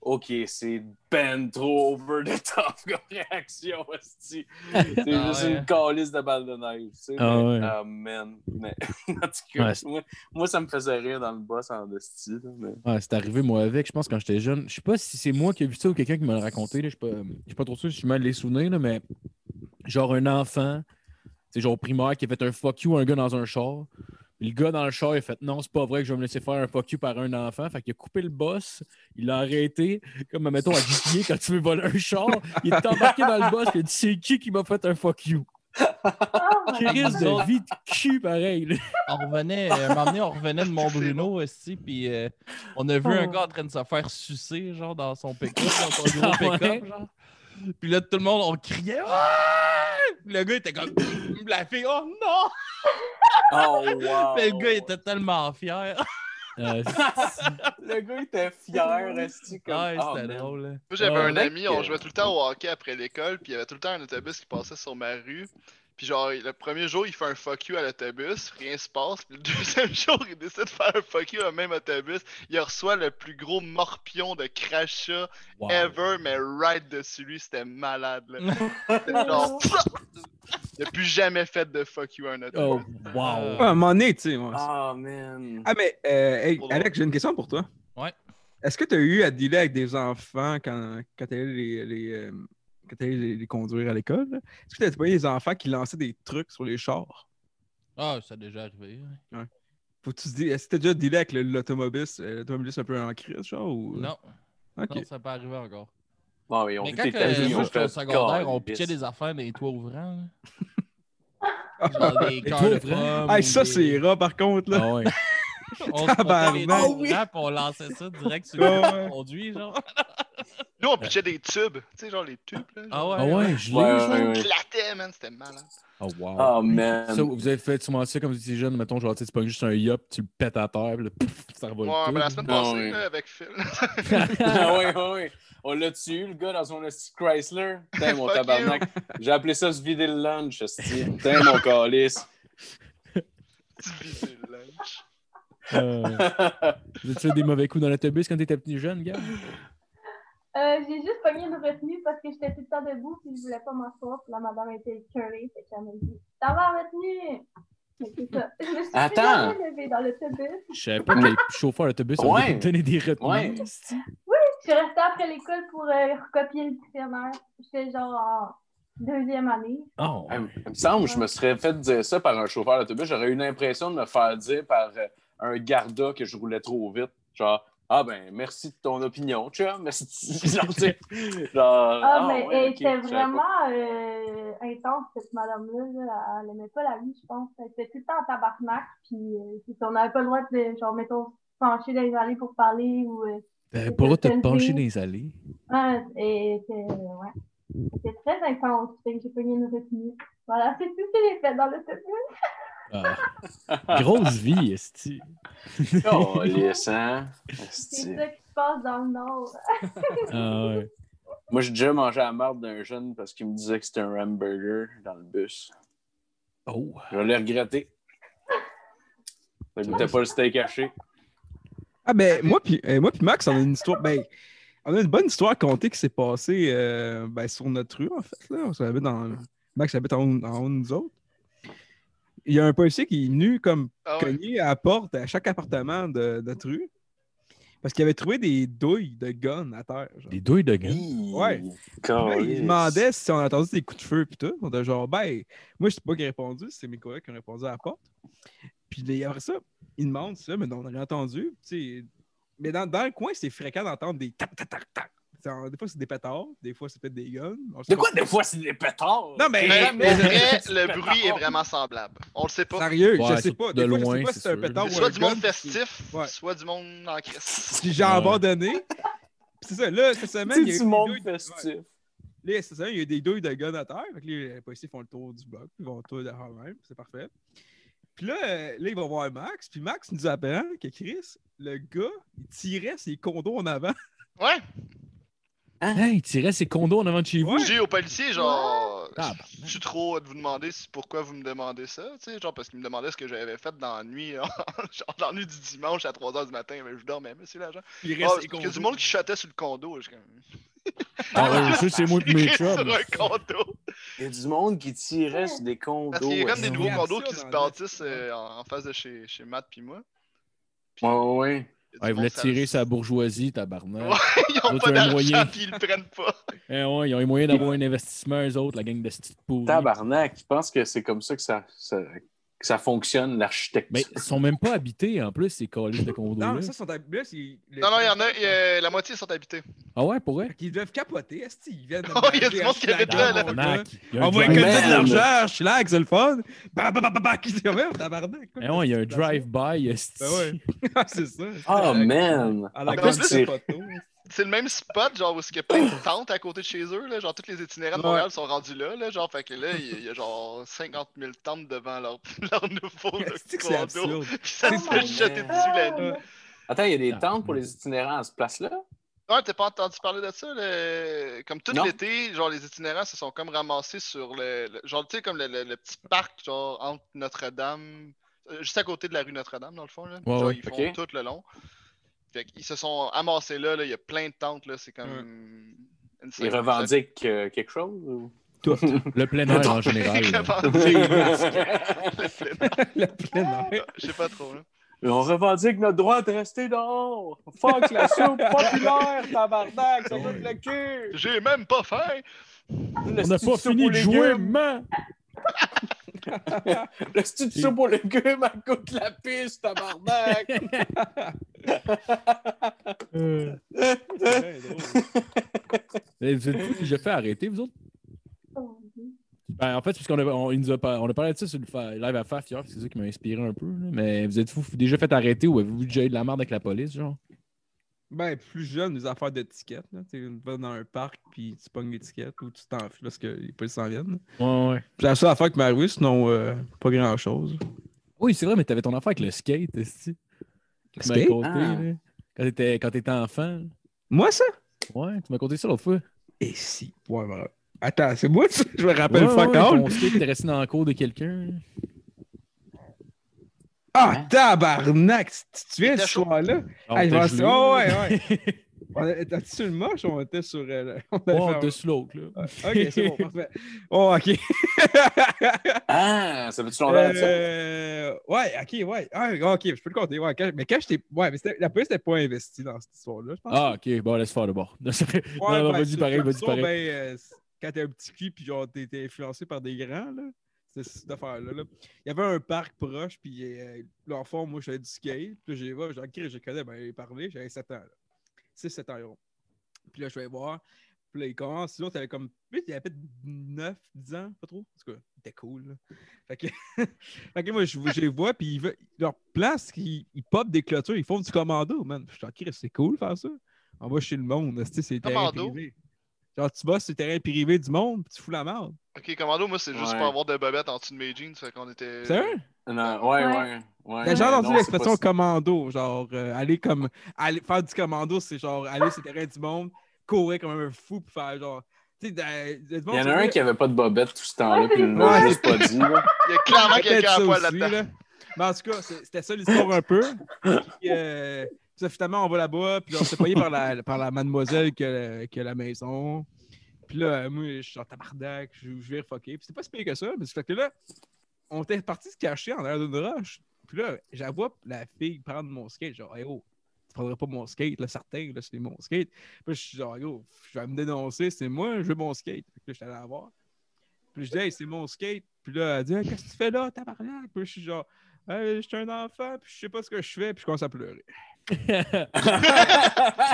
OK, c'est ben trop over the top comme réaction, hostie. C'est Ah juste ouais. une calice de balle de neige, tu sais. Ah mais- ouais. ah, man. Mais, en tout cas, Ouais, c'est- moi, moi, ça me faisait rire dans le boss en hostie. là, mais- Ouais, c'est arrivé, moi, avec. Je pense quand j'étais jeune. Je sais pas si c'est moi qui ai vu ça ou quelqu'un qui me l'a raconté. Là. Je suis pas, je suis pas trop sûr si je suis mal les souvenirs, là, mais genre un enfant, c'est genre au primaire, qui a fait un fuck you à un gars dans un char. Puis le gars dans le char, il a fait non, c'est pas vrai que je vais me laisser faire un fuck you par un enfant. Fait qu'il a coupé le boss, il l'a arrêté, comme mettons à GTA quand tu veux voler un char. Il est embarqué dans le boss, il a dit c'est qui qui m'a fait un fuck you. Ah, ouais. Chris de vie de cul pareil. là. on revenait, euh, un moment donné, on revenait de Mont-Bruno aussi, puis euh, on a vu un Oh. gars en train de se faire sucer, genre, dans son pick-up, dans son gros Ah ouais? pick-up, genre. Puis là, tout le monde, on criait « Ouais! Puis le gars était comme... La fille, oh non! Oh, wow! Mais le gars était tellement fier. Euh, Le gars était fier, hostie, comme... Ouais, Ah, c'était man. drôle. hein. là. Moi, j'avais Ah, un mec, ami, on euh, jouait tout le temps au hockey après l'école, puis il y avait tout le temps un autobus qui passait sur ma rue. Puis genre, le premier jour, il fait un fuck you à l'autobus, rien se passe. Puis le deuxième jour, il décide de faire un fuck you au même autobus. Il reçoit le plus gros morpion de crachat Wow. ever, mais right dessus lui, c'était malade. Là. C'était genre, il n'a plus jamais fait de fuck you à un autobus. Oh, wow. Ouais, à un moment donné, tu sais. ouais. Ah, man. Ah, mais euh, hey, Hold on. Alex, j'ai une question pour toi. Ouais. Est-ce que tu as eu à dealer avec des enfants quand, quand tu les, les, euh, quand t'allais les, les conduire à l'école? là? Est-ce que tu as pas eu des enfants qui lançaient des trucs sur les chars? Ah, ça a déjà arrivé. hein. Faut que tu te dis, est-ce que tu déjà dealé avec le- l'automobiliste, euh, l'automobiliste un peu en crise, genre? Ou... euh? Non, Ok. non, ça peut arriver encore. Bon, mais on Mais vit quand tes que, cases, moi, on j'étais au fait secondaire, on calice. pitchait des affaires dans les toits ouvrants. là. Genre des cœurs toits de ouvrants? pommes Hey, ou ça, des- c'est rare par contre, là. Ah ouais. On se prenait les Tabarnak. toits ouvrants, puis on lançait ça direct sur Ah le ouais. conduit, genre. Nous, on pitchait des tubes. Tu sais, genre les tubes. Là, genre. Ah ouais. Ah ouais, je l'ai. Ouais, ça. ouais, ouais. Clatait, man, c'était malade. Ah wow. Oh, man. Ça, vous avez fait sûrement ça comme vous étiez jeune, mettons, genre, tu sais, tu pognes juste un yop, tu le pètes à terre, puis là, pff, ça Ouais, revole. mais la semaine Non, passée, oui. là, avec Phil. Ah ouais, ouais, ouais. On l'a tué, le gars, dans son esti Chrysler. Putain, mon Fuck tabarnak. J'ai appelé ça se vider le lunch, esti. Putain, mon calice. Tu vis des lunchs. Euh, vous avez des mauvais coups dans l'autobus quand t'étais petit jeune, gars? Euh, j'ai juste pogné une retenue parce que j'étais tout le temps debout puis je voulais pas m'asseoir. Puis la madame était curée, fait qu'elle m'a dit Ça va, retenue Mais c'est ça. Je me suis Attends. jamais levée dans l'autobus. Je savais pas que les chauffeurs d'autobus avaient Ouais. donné des retenues. Ouais. Je suis restée après l'école pour euh, recopier le dictionnaire. J'étais genre en deuxième année. Oh, Hey, Il me semble que je me serais fait dire ça par un chauffeur d'autobus. J'aurais eu l'impression de me faire dire par euh, un garda que je roulais trop vite. Genre, ah ben, merci de ton opinion, chum. Merci. Genre, tu sais, genre, Ah, ah, mais ouais, elle ok, je était savais pas. vraiment euh, intense, cette madame-là. là. Elle n'aimait pas la vie, je pense. Elle était tout le temps en tabarnak. Puis euh, c'est ça, on n'avait pas le droit de, genre, mettons, se pencher dans les allées pour parler ou. euh, t'avais pas le droit de te pencher dans les allées. Ouais, Ah, et était, ouais. C'était très intense, fait que j'ai pogné une retenue. Voilà, c'est tout ce que j'ai fait dans le film. Ah. Grosse vie, esti. Oh, laissant. C'est ça qui se passe dans le Nord. Ah ouais. Moi, j'ai déjà mangé la marde d'un jeune parce qu'il me disait que c'était un hamburger dans le bus. Oh. Je l'ai regretté. Ça goûtait pas le steak haché. Ah, ben, moi puis euh, moi puis Max, on a une histoire. Ben, on a une bonne histoire à compter qui s'est passée euh, ben, sur notre rue, en fait. Là. On habite dans- Max habite en haut, en haut de nous autres. Il y a un policier qui est venu comme Ah ouais. cogner à la porte à chaque appartement de notre rue parce qu'il avait trouvé des douilles de gun à terre. genre. Des douilles de gars. Hi, Ouais. Là, calice. Ben, il demandait si on a entendu des coups de feu puis tout. On était genre ben, moi je sais pas qui a répondu, c'est mes collègues qui ont répondu à la porte. Puis là, après ça, il demande ça, mais non, on a entendu. tu sais. Mais dans, dans le coin, c'est fréquent d'entendre des tac tac tac tac. C'est- en- Des fois c'est des pétards, des fois c'est peut-être des guns. On sait De pas. quoi, des fois, c'est des pétards? Non, mais- Mais Jamais. pour vrai, C'est le pétard. bruit est vraiment semblable. On le sait pas. Sérieux, Ouais, je sais surtout pas. de Des fois, je loin, sais pas si c'est c'est un sûr. pétard C'est ou soit un du monde gun. festif, Ouais. soit du monde en crise. Puis j'ai abandonné. Ouais. Puis c'est ça, là, cette semaine, il y a eu C'est du des monde douilles- ouais. festif. Là, c'est ça, il y a eu des douilles de gun à terre. Fait que là, les policiers font le tour du bloc, ils vont autour de eux-mêmes, c'est parfait. Puis là, euh, là, ils vont voir Max, puis Max nous apprend que Chris, le gars, il tirait ses condos en avant. Ouais, Hein? Hey, il tirait ses condos en avant de chez vous. Ouais. j'ai au policier, genre, euh, Ah, je suis trop de vous demander si- pourquoi vous me demandez ça, tu sais, genre, parce qu'il me demandait ce que j'avais fait dans la nuit, genre, dans la nuit du dimanche à 3h du matin, mais je dormais, monsieur l'agent. Puis il Ah, reste ses il y a condos. du monde qui shotait sur le condo, je suis comme, Ah ouais, ça, c'est moi de mes Chris, sur chums. un condo. Il y a du monde qui tirait sur des condos. Parce qu'il y a comme des ouais. nouveaux Ouais, condos ça, qui se dans le- bâtissent euh, en en face de chez, chez Matt puis moi. Puis, Ouais, ouais. il y a du Ah, il voulait monde, ça- tirer sa bourgeoisie, tabarnak. Ouais. Ils ont D'autres, pas un moyen. d'argent puis ils le prennent pas. Eh ouais, ils ont les moyens d'avoir un investissement, eux autres, la gang de petites pourries. Tabarnak, je pense que c'est comme ça que ça, ça- que ça fonctionne, l'architecture. Mais ils sont même pas habités, en plus, ces colis de condos-là. Non, ça, sont hab- là, c'est- le- Non, non, il y en a, il y a- la moitié sont habités. Ah ouais, pour vrai? Fait qu'ils doivent capoter, est-ce qu'ils viennent de Oh, il y a du manger à monde qui Chicago, habite là, là. mon gars. Tabarnak, il y a un On va drive- économiser de Man. l'argent, je suis là, c'est le fun. Bah, bah, bah, bah, bah, qui dit, merde, tabarnak. quoi, Eh ouais, il y a un c'est ça? drive-by, euh, esti. Ben ouais. Ah, c'est ça. Ah, man! À la En grande plus, c'est- photo. C'est le même spot, genre, où il y a plein de tentes à côté de chez eux, là. Genre, tous les itinérants de Ouais. Montréal sont rendus là, là. Genre, fait que là, il y a- il y, a genre 50 000 tentes devant leur, leur nouveau Est-ce que C'est condo. absurde. Oh Puis ça C'est se fait absurde. jeter dessus la nuit. Ah, Attends, il y a des Ah. tentes pour les itinérants à ce place-là? Ouais, t'as pas entendu parler de ça? le- Comme tout Non. l'été, genre les itinérants se sont comme ramassés sur le. le- Genre, tu sais, comme le, le- le petit parc, genre, entre Notre-Dame. euh, Juste à côté de la rue Notre-Dame, dans le fond, là. Ouais, Genre, ouais. ils font Ok. tout le long. Fait qu'ils se sont amassés là, là, il y a plein de tentes, là, c'est comme. une- Ils revendiquent euh, quelque chose? Ou... Le plein air en général. Ils là. revendiquent C'est le plein air. Le plein air. Je sais pas trop, là. On revendique notre droit de rester dehors. Fuck la soupe populaire, tabarnak, ça goûte le cul. J'ai même pas faim! On n'a pas fini de jouer, man! Le stu de soupe aux légumes, elle goûte la piste, tabarnak. C'est bien drôle. Et vous êtes- Je fais arrêter, vous autres? Ben, en fait, puisqu'on a, on, il nous a, par- on a parlé de ça sur le fa- live à Faf hier, c'est ça qui m'a inspiré un peu. là. Mais vous êtes-vous déjà fait arrêter ou avez-vous déjà eu de la merde avec la police, genre? Ben, plus jeune, les affaires d'étiquette. là. Tu vas dans un parc, puis tu pognes l'étiquette ou tu t'enfuis parce que les policiers s'en viennent. Ouais, ouais. C'est la seule affaire qui m'est arrivée, sinon, euh, pas grand-chose. Oui, c'est vrai, mais t'avais ton affaire avec le skate, aussi. Tu m'as skate? conté, Ah. là, quand t'étais quand t'étais enfant. Moi, ça? Ouais, tu m'as conté ça l'autre fois. Et si. Ouais, voilà. Attends, c'est moi, ça? Je me rappelle ouais, fuck ouais, all. Ton skate était resté dans le cours de quelqu'un. Ah, tabarnak! Tu tu te souviens de était ce chaud. soir-là? On Ah, je t'a m'en gelé, souviens. Oh, ouais, là. On était sur le moche ou on était sur. euh, le- on avait Ouais, on fait un- était sous l'autre, là. Ok, c'est bon, parfait. Oh, ok. Ah, ça veut-tu qu'on regarde ça? Euh, ouais, ok, ouais. Ah, ok, je peux le compter. Ouais, quand- mais quand j'étais. Ouais, mais c'était- la police n'était pas investie dans cette histoire-là, je pense. Ah, ok, bon, laisse faire le bord. Non, c'est- non, non, ben, vas-y sur pareil, le vas-y perso, pareil. ben, euh, c- quand t'es un petit cul puis genre t'es t'es influencé par des grands, là, c'est cette affaire-là. là. Il y avait un parc proche, puis euh, l'enfant, moi, j'avais du skate. Puis j'ai vu, genre, Chris, je le connais, ben, il parlait, j'avais 7 ans, là. 6-7 ans, environ. Puis là, je vais voir. Puis là, il commence. Sinon, t'avais comme. Il avait peut-être 9, 10 ans, pas trop. En tout cas, il était cool, là. Fait que, fait que moi, je, je les vois, puis ils veulent- leur place, ils, ils popent des clôtures, ils font du commando, man. Je suis genre, Chris, c'est cool faire ça. On va chez le monde, esti, c'est les terrains Commando? privés. Genre, tu vas sur le terrain privé du monde, puis tu fous la merde. Ok, commando, moi, c'est juste Ouais. pour avoir de bobettes en dessous de mes jeans, fait qu'on était. Sérieux? Non, Euh, ouais, Ouais. ouais. ouais J'ai déjà non, entendu c'est l'expression pas- commando. Genre, euh, aller comme. Aller, faire du commando, c'est genre aller sur le terrain du monde, courir comme un fou, puis faire genre. Tu sais, dans- du Il monde, y en a tu un vois, qui avait pas de bobette tout ce temps-là, puis il Ouais. l'a juste pas dit. là. Il y a clairement peut-être quelqu'un à ça poil aussi, là-dedans. là. Mais en tout cas, c'est- c'était ça l'histoire un peu. Puis, euh, puis ça, finalement, on va là-bas, puis on s'est payé par la, par la mademoiselle que, que la maison. Puis là, euh, moi, je suis en tabarnak, je, je vais refoquer. Puis c'est pas si pire que ça, mais c'est fait que là, on était parti se cacher en arrière d'une roche. Puis là, je la vois la fille prendre mon skate, genre, hey, oh, tu prendrais pas mon skate, là, certain, là, c'est mon skate. Puis je suis genre, yo, je vais me dénoncer, c'est moi, je veux mon skate. Puis là, je suis allé la voir. Puis je dis, hey, c'est mon skate. Puis là, elle dit, Hey, qu'est-ce que tu fais là, tabarnak? Puis je suis genre, Hey, je suis un enfant, puis je sais pas ce que je fais, puis je commence à pleurer. ben.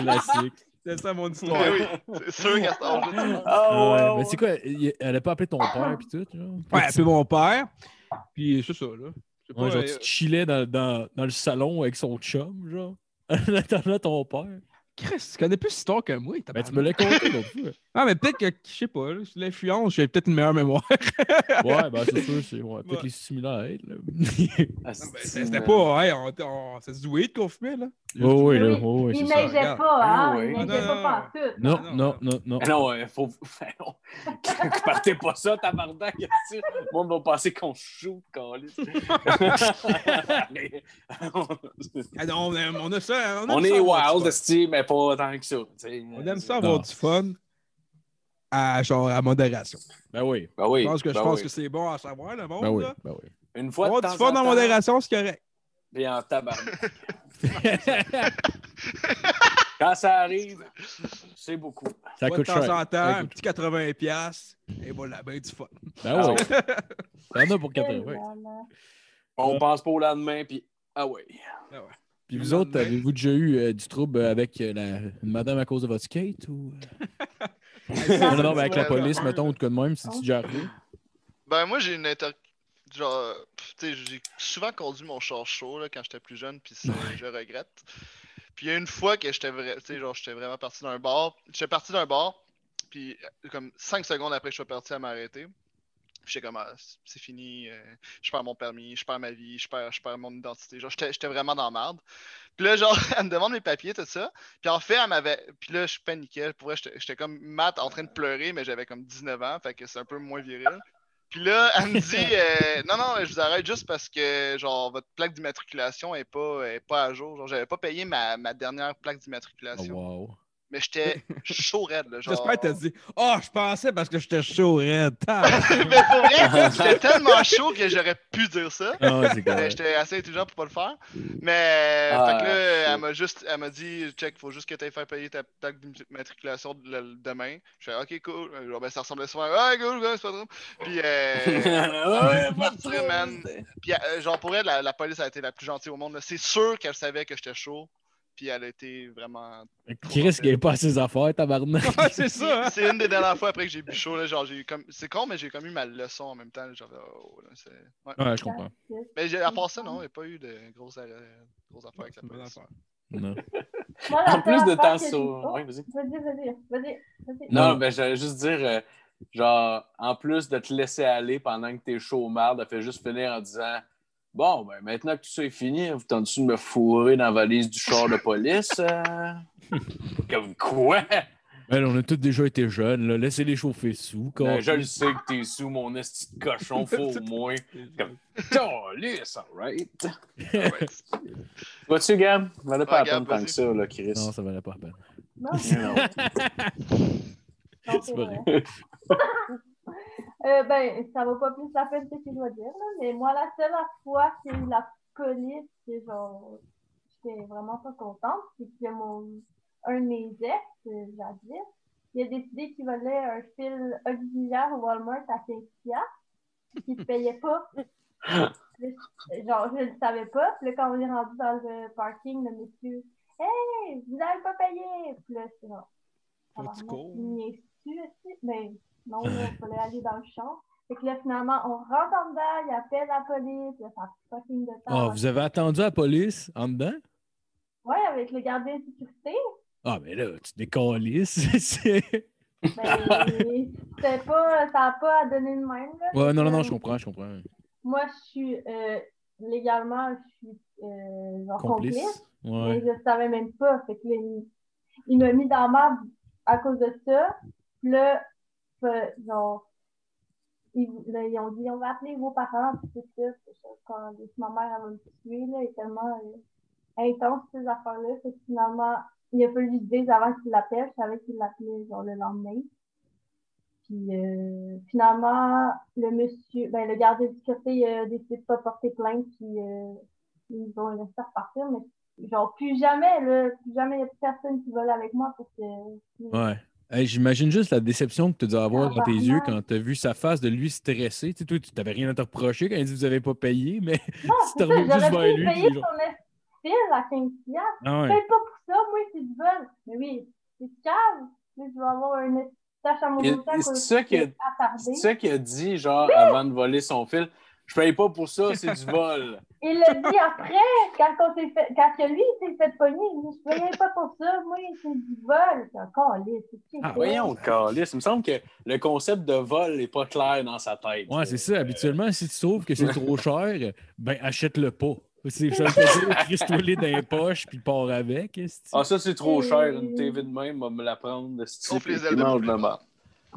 Classique. C'est ça mon histoire. Mais oui, c'est sûr qu'à cet âge-là, Oh, Ah, Ouais, ouais, mais c'est ouais. quoi, il- elle a pas appelé ton père pis tout, genre? Ah. Ouais, puis mon père, puis c'est ça, là. Je sais pas, Ouais, genre, euh, tu te chillais dans, dans, dans le salon avec son chum, genre. En attendant ton père. Chris, tu connais plus cette histoire que moi. Ben, tabarnak. tu me l'as conté l'autre fois. Ah, mais peut-être que, je sais pas, là, c'est l'influence, j'ai peut-être une meilleure mémoire. Ouais, ben, c'est sûr, c'est ouais, peut-être Ouais. les similaires. Là. Ah, Non, ben, c'est- C'était pas, ouais, on, on, c'est doué de confinement, là. Oh oui, là, oui, Il c'est ça, neigeait regarde. pas, hein? Ah ouais. Il neigeait Ah, non, pas partout. Non, Ah, non, non, non, non. Mais non, euh, faut. Ben non. Partez pas ça, tabarnak. esti. Le monde va penser qu'on shoot, câlisse. Mais- Ah non, on, aime- on a ça, hein, on aime on ça est avoir du wild, fun. esti, mais pas tant que ça. tu sais. On aime ça avoir Non. du fun. À, genre, à modération. Ben oui, Ben oui. Je pense que, je ben pense oui. que c'est bon à savoir, le monde. ben oui, là. ben oui. Une fois Avoir de du temps fun en en temps, modération, c'est correct. Puis en tabarnak. Quand ça arrive, c'est beaucoup. Ça Moi, de coûte cher. temps en temps, Ça un coûte petit 80$, piastres, et voilà, ben du fun. cher. Ben oui, Ah ouais. t'en as pour Quel 80. talent. On pense pas au lendemain, puis ah ouais. Puis Le vous autres, lendemain. avez-vous déjà eu euh, du trouble avec euh, la une madame à cause de votre skate ou. euh? Ça, Non, non, mais avec la Ouais, police, ouais. mettons, ou de quoi de même, si tu déjà arrivé. Oh, Ben, moi, j'ai une inter. Genre, pff, tu sais, j'ai souvent conduit mon char chaud là, quand j'étais plus jeune, puis ça, je regrette. Puis il y a une fois que j'étais vra- tu sais, genre, j'étais vraiment parti d'un bar, j'étais parti d'un bar, puis euh, comme 5 secondes après, je suis parti à m'arrêter. Puis j'étais comme, ah, c'est- c'est fini, euh, je perds mon permis, je perds ma vie, je perds, je perds mon identité. Genre, j'étais j'étais vraiment dans la merde. Puis là, genre, elle me demande mes papiers, tout ça. Puis en fait, elle m'avait. Puis là, je paniquais. Pour vrai, j'étais j'étais comme mat en train de pleurer, mais j'avais comme 19 ans, fait que c'est un peu moins viril. Puis là, elle me dit euh, Non, non, je vous arrête juste parce que, genre, votre plaque d'immatriculation est pas, euh, est pas à jour. Genre, j'avais pas payé ma, ma dernière plaque Oh, d'immatriculation. wow. Mais j'étais chaud raide, là. Genre... Ah J'espère que t'as dit Oh, je pensais parce que j'étais chaud, raide. tabarnak. Mais pour vrai, j'étais tellement chaud que j'aurais pu dire ça. Ah, ouais, c'est Mais correct. J'étais assez intelligent pour pas le faire. Mais euh, Ah, fait que là, cool. elle m'a juste elle m'a dit check, faut juste que tu ailles faire payer ta plaque d'immatriculation de- le- demain. Je fais OK cool. Euh, Genre, ben, ça ressemblait souvent. Ah cool, cool, c'est pas drôle. Puis euh, Ah Ouais, pas de Très trouble, man. c'était- puis euh, genre pour elle, la, la police a été la plus gentille au monde. là. C'est sûr qu'elle savait que j'étais chaud. Puis elle a été vraiment. Chris qui est pas à ses affaires, tabarnak. Ouais, c'est ça, hein? C'est une des dernières fois après que j'ai bu chaud. Là, genre j'ai eu comme. C'est con, mais j'ai comme eu ma leçon en même temps. là, Genre, oh, là, c'est- ouais. Ouais, je comprends. Mais j'ai- à part ça, non, il n'y a pas eu de grosses, euh, grosses affaires avec la C'est une bonne police. affaire. Non. Moi, la En plus de première temps fois que sur. j'ai- Ouais, vas-y. Oh, Vas-y, vas-y, vas-y, vas-y. Non, ben j'allais juste dire, euh, genre, en plus de te laisser aller pendant que t'es chaud marde, elle fait juste finir en disant Bon, ben maintenant que tout ça est fini, hein, vous tentez de me fourrer dans la valise du char de police? euh? Comme quoi? Ben, on a tous déjà été jeunes, là. Laissez-les chauffer sous. Ben, quoi. je le sais que t'es sous mon esti de cochon, faut au moins. Comme Calisse, alright. Ah Ouais. Vas-tu, Gab? Valait pas Ouais, la Gab, peine tant vas-y. que ça, là, Chris. Non, ça valait pas la peine. Non, Mais non. non, C'est pas vrai. Euh, ben, ça vaut pas plus la peine que ce que je dois dire, là, mais moi, la seule fois qu'il y a eu la police, c'est genre, j'étais vraiment pas contente, c'est que mon, un de mes ex, euh, jadis, il a décidé qu'il volait un fil auxiliaire au Walmart à 15 piastres, puis qu'il ne payait pas. Puis, genre, je le savais pas, puis là, quand on est rendu dans le parking, le monsieur, hey, vous n'avez pas payé! Puis là, c'est genre, Faut que tu tabarnak, cours. niaises-tu, est-ce que- Ben, non, il fallait aller dans le champ. Fait que là, finalement, on rentre en dedans, il appelle la police, là, ça a fucking de temps. Ah, vous avez attendu la police en dedans? Ouais, avec le gardien de sécurité, Ah, mais là, tu décalisses. c'est- ben, c'était pas, ça n'a pas à donner de même, là. ouais, non, non, non, je comprends, je comprends. Moi, je suis, euh, légalement, je suis, euh, genre complice, Complice. mais Ouais. je savais même pas. Fait que là, il- il m'a mis dans la merde à cause de ça. Puis là, euh, genre, ils, là, ils ont dit, on va appeler vos parents, puis tout ça. Puis je- Quand ma mère, elle va me tuer, là, elle est tellement euh, intense, ces affaires-là. Fait que finalement, il a fallu lui dire avant qu'il l'appelle. Je savais qu'il l'appelait, genre, le lendemain. Puis, euh, finalement, le monsieur, ben, le gardien de sécurité, il a décidé de pas porter plainte, puis euh, ils ont laissé repartir, mais genre, plus jamais, là, plus jamais, il n'y a personne qui vole avec moi, parce que... Ouais. Hey, J'imagine juste la déception que tu dois avoir dans tes Tabarnak. yeux quand tu as vu sa face de lui stressé. Tu sais, toi, tu n'avais rien à te reprocher quand il dit que vous n'avez pas payé, mais Non, Si t'as c'est ça, revenu j'aurais devant pu lui, payer puis genre- son fil à 15 piastres. ah ouais. Paye pas pour ça, moi, c'est du vol. Mais oui, c'est du cave. Là, je vais avoir une tâche à mon Et- dos et c'est ça qui est- attardé. Ah, C'est ça qu'il a dit, genre, avant de voler son fil. Je paye pas pour ça, c'est du vol. Il l'a dit après, quand, on s'est fait, quand que lui, il s'est fait pogner, il dit, je payais pas pour ça, moi, c'est du vol. C'est encore lisse. c'est qui Ah, ça? Voyons, Carlis, il me semble que le concept de vol n'est pas clair dans sa tête. Ouais, c'est ça. Habituellement, si tu trouves que c'est trop cher, ben achète-le pas. C'est ça le plaisir, Christolé dans les poches, puis part avec. esti. Ah, ça, c'est trop cher, une TV de même, va me la prendre de style. Sauf les ailes de mange poulet. le mort.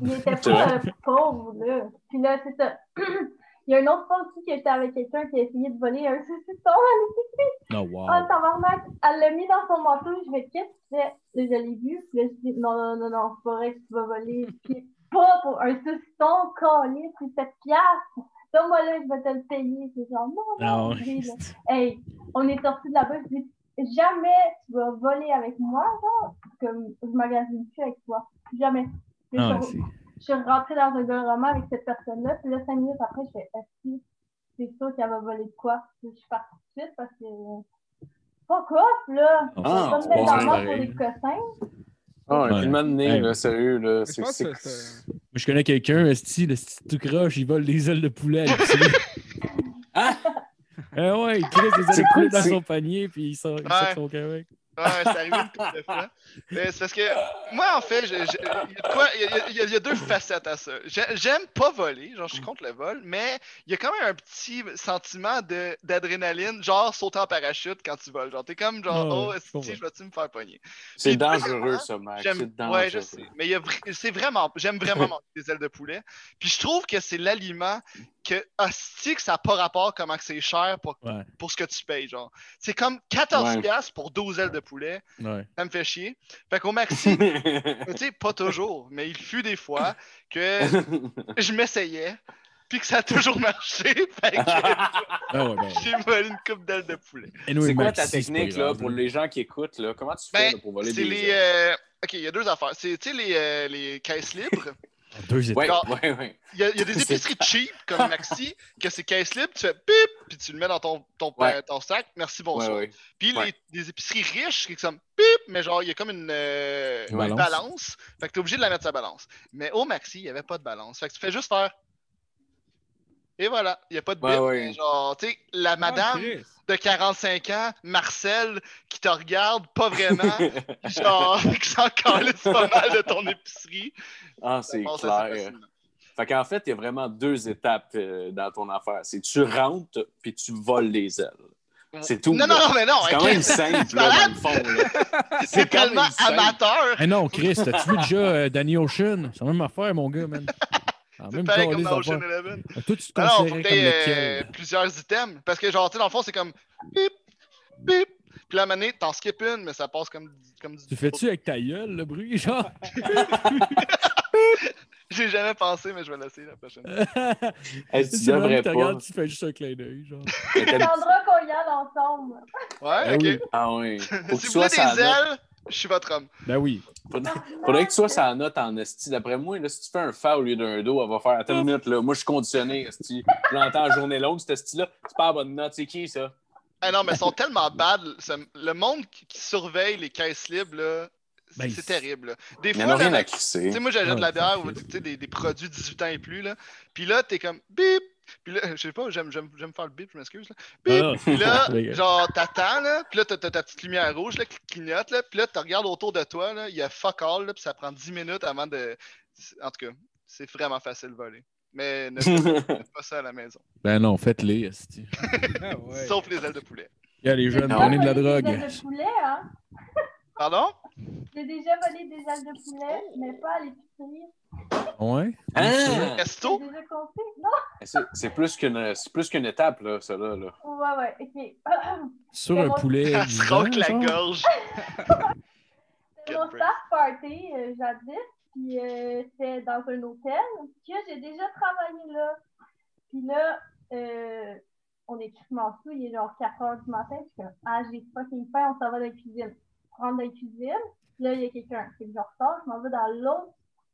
Il était C'est pas euh, pauvre, là. Puis là, c'est ça. Il y a une autre fois aussi que j'étais avec quelqu'un qui a essayé de voler un saucisson Non, wow. Ah, tabarnak, elle l'a mis dans son manteau, je vais qu'est-ce que tu fais? Là, je l'ai vu, puis là, je dis, non, non, non, non, c'est pas vrai que tu vas voler. Puis pas pour un saucisson, collé, puis cette piastres. Donc, moi, là, je vais te le payer. C'est genre, non, non, Ah ouais. oui, là. Hey, on est sortis de là-bas, je dis, jamais tu vas voler avec moi, genre, comme je magasine plus avec toi. Jamais. Puis Ah, je- c'est- je suis rentrée dans un gars roman avec cette personne-là, puis là, cinq minutes après, je fais Esti, c'est sûr qu'elle va voler de quoi? Puis je suis partie tout de suite parce que. Fuck off, là! Ah, Je vais pas me mettre ouais, dans le monde pour pareil. des cossins. Ah, Ouais. un film de nez, Ouais. là, sérieux, là. Je C'est pense que c'est- c'est- Je connais quelqu'un, esti, le esti tout croche, il vole des ailes de poulet. à l'épicerie. Ah! Eh ouais, il crée des ailes de poulet dans C'est- son panier, puis il sort, il sort Ouais. son Québec. ah Ouais, c'est arrivé une couple de fois. Mais c'est parce que moi, en fait, j'ai- j'ai- il y a de quoi- il y a- il y a- il y a deux facettes à ça. J'ai- J'aime pas voler, genre, je Mm. suis contre le vol, mais il y a quand même un petit sentiment de- d'adrénaline, genre sauter en parachute quand tu voles. Genre, t'es comme, genre, Ah ouais, oh, je comprends. si, je vais-tu me faire pogner? C'est Puis, dangereux, ça, Max. J'aime- C'est dangereux. Ouais, je sais. Mais il y a vra- c'est vraiment, j'aime vraiment manger des ailes de poulet. Puis je trouve que c'est l'aliment que, hostie, que ça n'a pas rapport comment que c'est cher pour, Ouais. pour ce que tu payes, genre. C'est comme 14 Ouais. piastres pour 12 ailes de poulet Ouais. ça me fait chier. Fait qu'au maxi, tu sais, pas toujours, mais il fut des fois que je m'essayais, puis que ça a toujours marché. Fait que Ah ouais, ben. j'ai volé une coupe d'ailes de poulet. anyway, c'est quoi Maxi, ta c'est pas technique là, grave, pour là. les gens qui écoutent? Là? Comment tu fais Ben, là, pour voler C'est des les. ailes? euh, Ok, il y a deux affaires. C'est, tu sais, les, euh, les caisses libres. Deux Ouais, étapes. genre- ouais, ouais. Il y a, il y a des C'est épiceries cheap comme Maxi, que c'est caisse libre, tu fais pip, puis tu le mets dans ton, ton, Ouais. euh, ton sac. Merci, ouais, bonsoir. ouais. Puis Ouais. les, les épiceries riches, c'est comme pip, mais genre, il y a comme une, euh, Une une balance. balance. Fait que t'es obligé de la mettre sa balance. Mais au maxi, il n'y avait pas de balance. Fait que tu fais juste faire. Et voilà, il n'y a pas de Ouais, bip. ouais. mais Genre, tu sais, la Ah, madame Chris. de 45 ans, Marcel, qui te regarde pas vraiment, puis genre, qui s'en calisse pas mal de ton épicerie. Ah, ça c'est passe assez clair. facilement. Fait qu'en fait, il y a vraiment deux étapes euh, dans ton affaire. C'est tu rentres puis tu voles les ailes. C'est tout. Non, non, là. non, mais non. C'est quand ok. même simple, là, dans le fond. là. C'est quand même tellement simple. amateur. Eh non, Chris, t'as-tu vu déjà euh, Danny Ocean? C'est la même affaire, mon gars, man. C'est la C'est même pareil calisse comme dans Ocean d'affaire. Eleven. Ah, Toi, tu te Alors, considérais faut comme que t'aies euh, lequel? plusieurs items. Parce que, genre, tu sais, dans le fond, c'est comme bip, bip. Puis la manette, t'en skip une, mais ça passe comme, comme du. Tu fais-tu avec ta gueule, le bruit, genre? J'ai jamais pensé, mais je vais l'essayer la prochaine fois. Hey, C'est tu vraiment devrais que tu pas. regardes, tu fais juste un clin d'œil, genre. T'attendras qu'on y aille ensemble. Ouais, Ben Ah, oui. ok. Ah oui. Faut que si tu vous sois voulez des sans note. ailes, je suis votre homme. Ben oui. Faudrait, faudrait que tu sois sans note en esti. D'après moi, là, si tu fais un fa au lieu d'un do, elle va faire Attends une minute, là. Moi, je suis conditionné, esti. Je l'entends en journée longue, cet esti-là. C'est pas la bonne note. C'est qui, ça? Ah non, mais ils sont tellement bad. ce- Le monde qui qui surveille les caisses libres, là, c'est Ben, c'est ils- terrible. là. Des Mais fois, non, rien là, à Tu crisser. sais, moi, j'achète de Ouais, la bière ça ou fait. tu sais, des, des produits 18 ans et plus, là. Puis là, t'es comme bip. Puis là, je sais pas, j'aime, j'aime, j'aime faire le bip, je m'excuse. Là. Bip. Ah. Puis là, Ok. genre, t'attends, là. Puis là, t'as, t'as ta petite lumière rouge, là, qui clignote, là. Puis là, tu regardes autour de toi, là. Il y a fuck all, là. Puis ça prend 10 minutes avant de. En tout cas, c'est vraiment facile de voler. Mais ne faites pas ça à la maison. Ben non, faites-les, esti. Ah, ouais. Sauf les ailes de poulet. Y'a les jeunes, Non. prenez de la J'ai déjà volé Ah, des drogue. ailes de poulet, hein. Pardon? J'ai déjà volé des ailes de poulet, mais pas à l'épicerie. Ouais? Ah! J'ai Resto? déjà compté. C'est c'est plus qu'une c'est plus qu'une étape, là, ça, là. là. Non? Ouais, ouais, ok. Ah, Sur un Elle poulet. Elle se vivant, ronque la genre? gorge. C'était mon Get staff party euh, jadis, puis euh, c'était dans un hôtel que j'ai déjà travaillé là. Puis là, euh, on est crûment sous, il est genre 4 heures du matin, puis je suis comme, ah, j'ai fucking faim, on s'en va dans la cuisine. On rentre dans la cuisine, puis là, il y a quelqu'un, c'est que je ressors, je m'en vais dans l'autre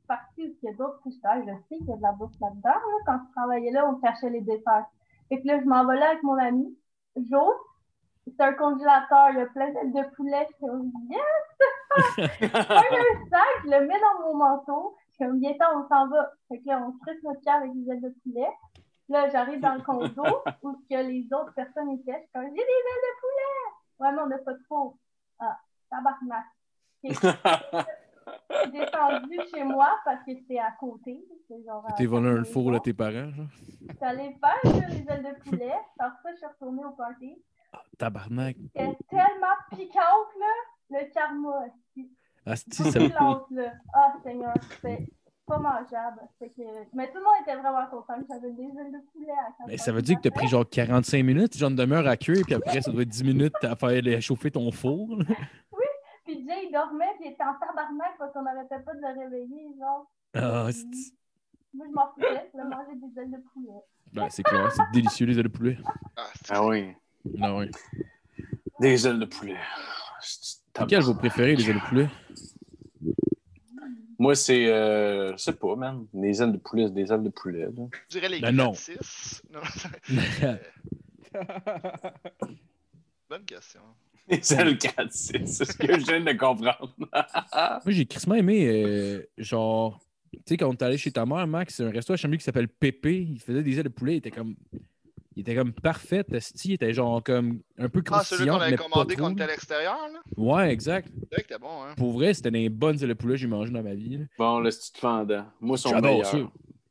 partie où il y a d'autres couches d'air. Je sais qu'il y a de la bouffe là-dedans, là. quand je travaillais là, on cachait les desserts. Fait que là, je m'en vais là avec mon ami, Joe, c'est un congélateur, il y a plein d'ailes de poulet, je suis comme, yes! prends un sac, je le mets dans mon manteau. Je suis comme, viens on s'en va. Fait que là, on crisse notre cœur avec des ailes de poulet. Là, j'arrive dans le condo où que les autres personnes étaient. Je suis comme, j'ai des ailes de poulet! Ouais, mais on n'a pas de peau. Ah, tabarnak. Fait que Ah Je suis descendue chez moi parce que c'était à côté. C'était genre euh, à- T'es volé un à four la à tes parents, genre? maison. J'allais faire sur les ailes de poulet. Par ça, je suis retournée au party. Tabarnak. C'était tellement piquante, là. Le karma, Asti, ça... Silence, là. Ah, Seigneur, c'est pas mangeable. Fait que- Mais tout le monde était vraiment content que j'avais des ailes de poulet à quatre Mais ça heures veut du dire que t'as matin. pris genre 45 minutes, genre une demi-heure à cuire, puis après, ça doit être 10 minutes à faire les- chauffer ton four. là. Puis Jay, il dormait, puis il était en tabarnak parce qu'on n'arrêtait pas de le réveiller, genre. Ah, asti. Moi, je m'en foutais, je mangeais des ailes de poulet. Ben, c'est clair, c'est délicieux, les ailes de poulet. Ah, c'est- Ah oui. Non, ouais. Des ailes de poulet. C'est Quel vous préférez, les ailes de poulet? Moi, c'est. euh, je sais pas, man. Des ailes de poulet, c'est des ailes de poulet. là. Je dirais les Ben non. 6. Non, bonne question. Des ailes 4-6. C'est ce que je viens de comprendre. Moi, j'ai crissement aimé, euh, genre, tu sais, quand on est allé chez ta mère, Max, c'est un resto à Chambly qui s'appelle Pépé. Il faisait des ailes de poulet, il était comme. Il était comme parfait, Esti. Il était genre comme un peu Ah, celui croustillant, qu'on avait mais pas commandé trop. quand on était à l'extérieur, là. Ouais, exact. C'est vrai que t'es bon, hein. Pour vrai, c'était des bonnes ailes de poulet que j'ai mangé dans ma vie. là. Bon, le petit fendant. Moi, ils sont J'adore meilleurs. ça.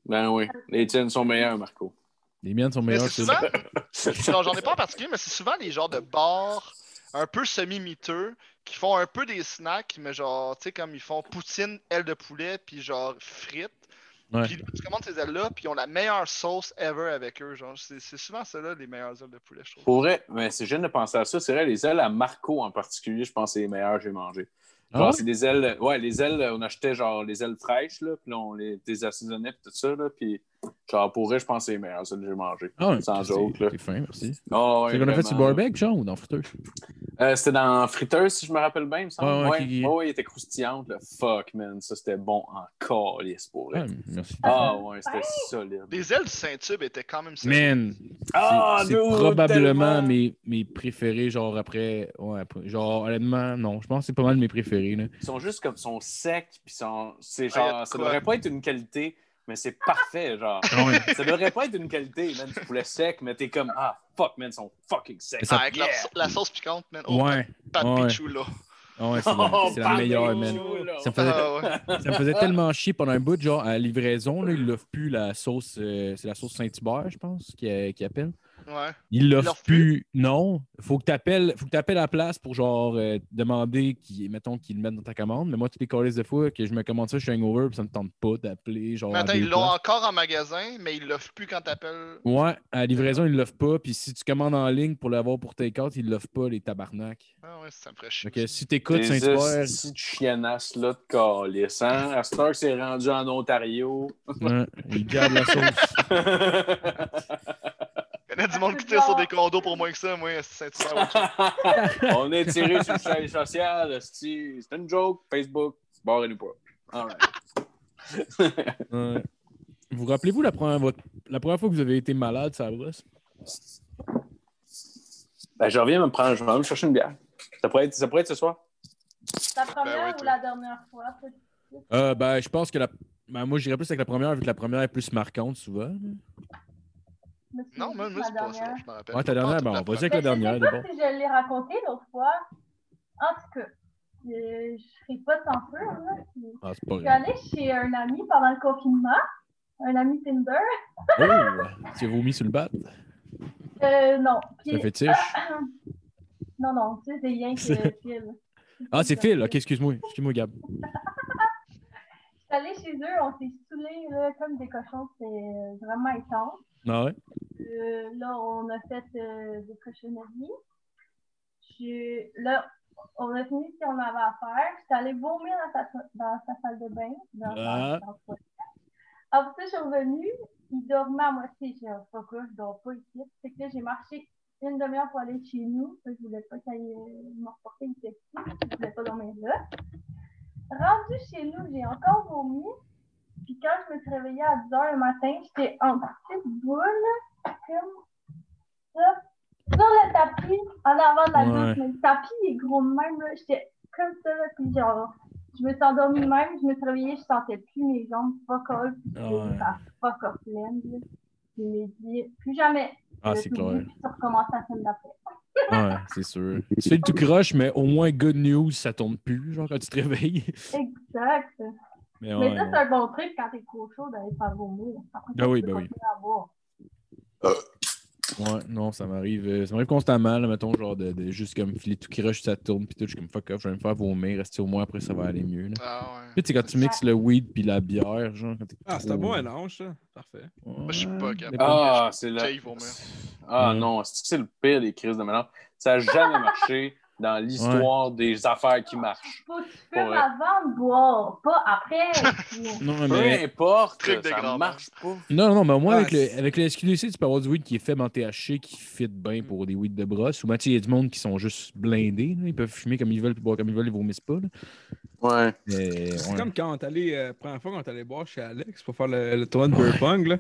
Ben oui. Les tiennes sont meilleurs, Marco. Les miennes sont Mais meilleures. c'est que souvent, genre, j'en ai pas en particulier, mais c'est souvent les genres de bars un peu semi-miteux qui font un peu des snacks, mais genre, tu sais, comme ils font poutine, ailes de poulet, puis genre frites. Ouais. Puis tu commandes ces ailes-là, puis ils ont la meilleure sauce ever avec eux. Genre, c'est c'est souvent ceux-là, les meilleures ailes de poulet, je trouve. Pour vrai, mais c'est jeune de penser à ça. C'est vrai, les ailes à Marco en particulier, je pense que c'est les meilleures que j'ai mangées. Ah Genre, ouais? c'est des ailes. Ouais, les ailes, on achetait genre les ailes fraîches, là, puis là, on les désassaisonnait, puis tout ça, là. Puis, genre, pour vrai, je pense que c'est les meilleures, celles que j'ai mangées. Ah ouais, Sans c'est- joke, là. C'est fin, merci. Oh, ouais, c'est qu'on a fait vraiment. sur barbecue, genre, ou dans friteuse? Euh, c'était dans Friteuse, si je me rappelle bien, il me semble. Ouais, Ouais, ouais, ouais, qui- ouais, il était croustillante, là. Fuck, man. Ça, c'était bon en calice pour vrai. Ouais, merci. Ah, ouais, c'était solide. Les ailes du Saint-Tube étaient quand même solides. Man, Ah, c'est c'est dude, probablement tellement. mes, mes préférés, genre après, ouais, après- Genre, honnêtement, non, je pense que c'est pas mal mes préférés. Là. Ils sont juste comme, ils sont secs, puis ils sont. C'est Ah, y a genre, de ça quoi. devrait pas être une qualité, mais c'est parfait, genre. ça devrait pas être une qualité, man, du poulet sec, mais t'es comme, ah, fuck, man, ils sont fucking secs. Mais ça- Ah, avec la- Yeah. la, sauce piquante, man. Oh, Ouais, Pat ouais. Pichula. ah ouais, c'est la, c'est la Oh, meilleure, man. barbecue, là. Ça me, faisait, Ah, ouais. ça me faisait tellement chier pendant un bout, genre à livraison, là, ils l'offrent plus la sauce, euh, c'est la sauce Saint-Hubert, je pense, qui, qui appelle. ouais. Ils l'offrent l'offrent plus, non. Faut que t'appelles, faut que t'appelles à la place pour genre euh, demander qu'ils, mettons, qu'ils le mettent dans ta commande. Mais moi, toutes les calices de fois que je me commande ça, je suis hangover, puis ça me tente pas d'appeler, genre. Mais à attends, deux ils l'ont places. encore en magasin, mais ils l'offrent plus quand t'appelles. Ouais, à la livraison, ils ne l'offrent pas. Puis si tu commandes en ligne pour l'avoir pour take-out, ils ne l'offrent pas, les tabarnak. Ah ouais, ça me ferait Fait chier. que aussi. si t'écoutes Saint-Hubert. petits chienasses là de calice, hein? À cette heure que c'est rendu en Ontario. ouais, ils gardent la sauce. Il y en a du monde qui tire sur des condos pour moins que ça, moi, c'est Saint-Hubert. ouais. On est tiré sur le chaîne social, c'est c'est une joke, Facebook, barrez-nous pas. All right. Ouais. Vous rappelez-vous la première, votre- la première fois que vous avez été malade, ça brosse? Ben, je reviens me prendre, je vais me chercher une bière. Ça pourrait être, ça pourrait être ce soir? La première oui, ou toi. la dernière fois? peut- Euh, ben, je pense que la. ben, moi, j'irais plus avec la première, vu que la première est plus marquante souvent. je me souviens Non, moi, plus moi, de c'est la pas ça, dernière. je me rappelle. Ouais, ta dernière, ben, Pas bon, toute la vas-y avec première. la dernière, Mais je sais d'abord. pas si je l'ai raconté l'autre fois. En tout cas, euh, je ne pas tant peu. Là. Ah, c'est pas Je suis grave. allée chez un ami pendant le confinement, un ami Tinder. Oh! Tu as vomi sur le bat? Euh, non. C'est un Puis- fétiche? Non, non, tu sais, c'est rien que Phil. Ah, c'est Phil. Ok, excuse-moi. Excuse-moi, Gab. Je suis allée chez eux, on s'est saoulés là, comme des cochons, c'est euh, vraiment intense. Ah ouais? Euh, là, on a fait euh, des cochonneries. Je- Là, on a fini ce qu'on avait à faire. J'étais allée vomir dans sa, dans sa salle de bain. Dans Ah. sa, dans sa- Après ça, je suis revenue. Il dormait à moitié. J'ai dit, Ah, pourquoi je dors pas ici? Fait que là, j'ai marché une demi-heure pour aller chez nous. Fait que je voulais pas qu'il aille euh, me reporter une taxi. Je voulais pas dormir là. Rendue chez nous, j'ai encore vomi. Puis quand je me suis réveillée à 10 h le matin, j'étais en petite boule, comme ça, sur le tapis, en avant de la Ouais. douche. Mais le tapis est gros de même, là. J'étais comme ça, là, puis genre, je me suis endormie de même, je me suis réveillée, je sentais plus mes jambes, fuck all, puis Ah j'ai ouais. eu la fuck off pleine, là. Je m'ai dit, plus jamais. Ah, Je c'est t'oublie, clair. puis Tu recommences la semaine d'après. Ouais, c'est sûr. Tu fais le tout croche, mais au moins good news, ça tourne plus, genre quand tu te réveilles. Exact. Mais Mais Ah ouais, ça, non. c'est un bon truc quand t'es trop chaud d'aller faire vomir. Après, Ah oui, tu peux ben oui. continuer à boire. Ouais, non, ça m'arrive. euh, Ça m'arrive constamment, là, mettons, genre de, de juste comme filer tout croche, ça tourne, puis tout, je suis comme fuck off, je vais me faire vomir, rester au moins après, ça va aller mieux. Là. Ah ouais. Puis tu sais, quand tu mixes le weed puis la bière, genre, quand t'es Ah, c'est un bon mélange, ça. Parfait. Moi, je suis pas capable. Ah, c'est là. Jay vomir. Ah Ouais. non, c'est c'est le pire des crises de mélange. Ça n'a jamais marché dans l'histoire des affaires qui marchent. Faut que tu Pour fumes vrai. avant de boire, pas après. Non, Peu mais. importe, Truc de ça grand-mère. marche pas. Non, non, mais moi, Ah, avec, le, c'est- avec le SQDC, tu peux avoir du weed qui est faible en THC, qui fit bien pour des weed de brosse. Ou Mathieu, il y a du monde qui sont juste blindés. là. Ils peuvent fumer comme ils veulent, puis boire comme ils veulent, ils vomissent pas. là. Ouais. Mais, C'est ouais. comme quand on allait, euh, première fois qu'on allait boire chez Alex pour faire le, le tournoi de beer pong, là.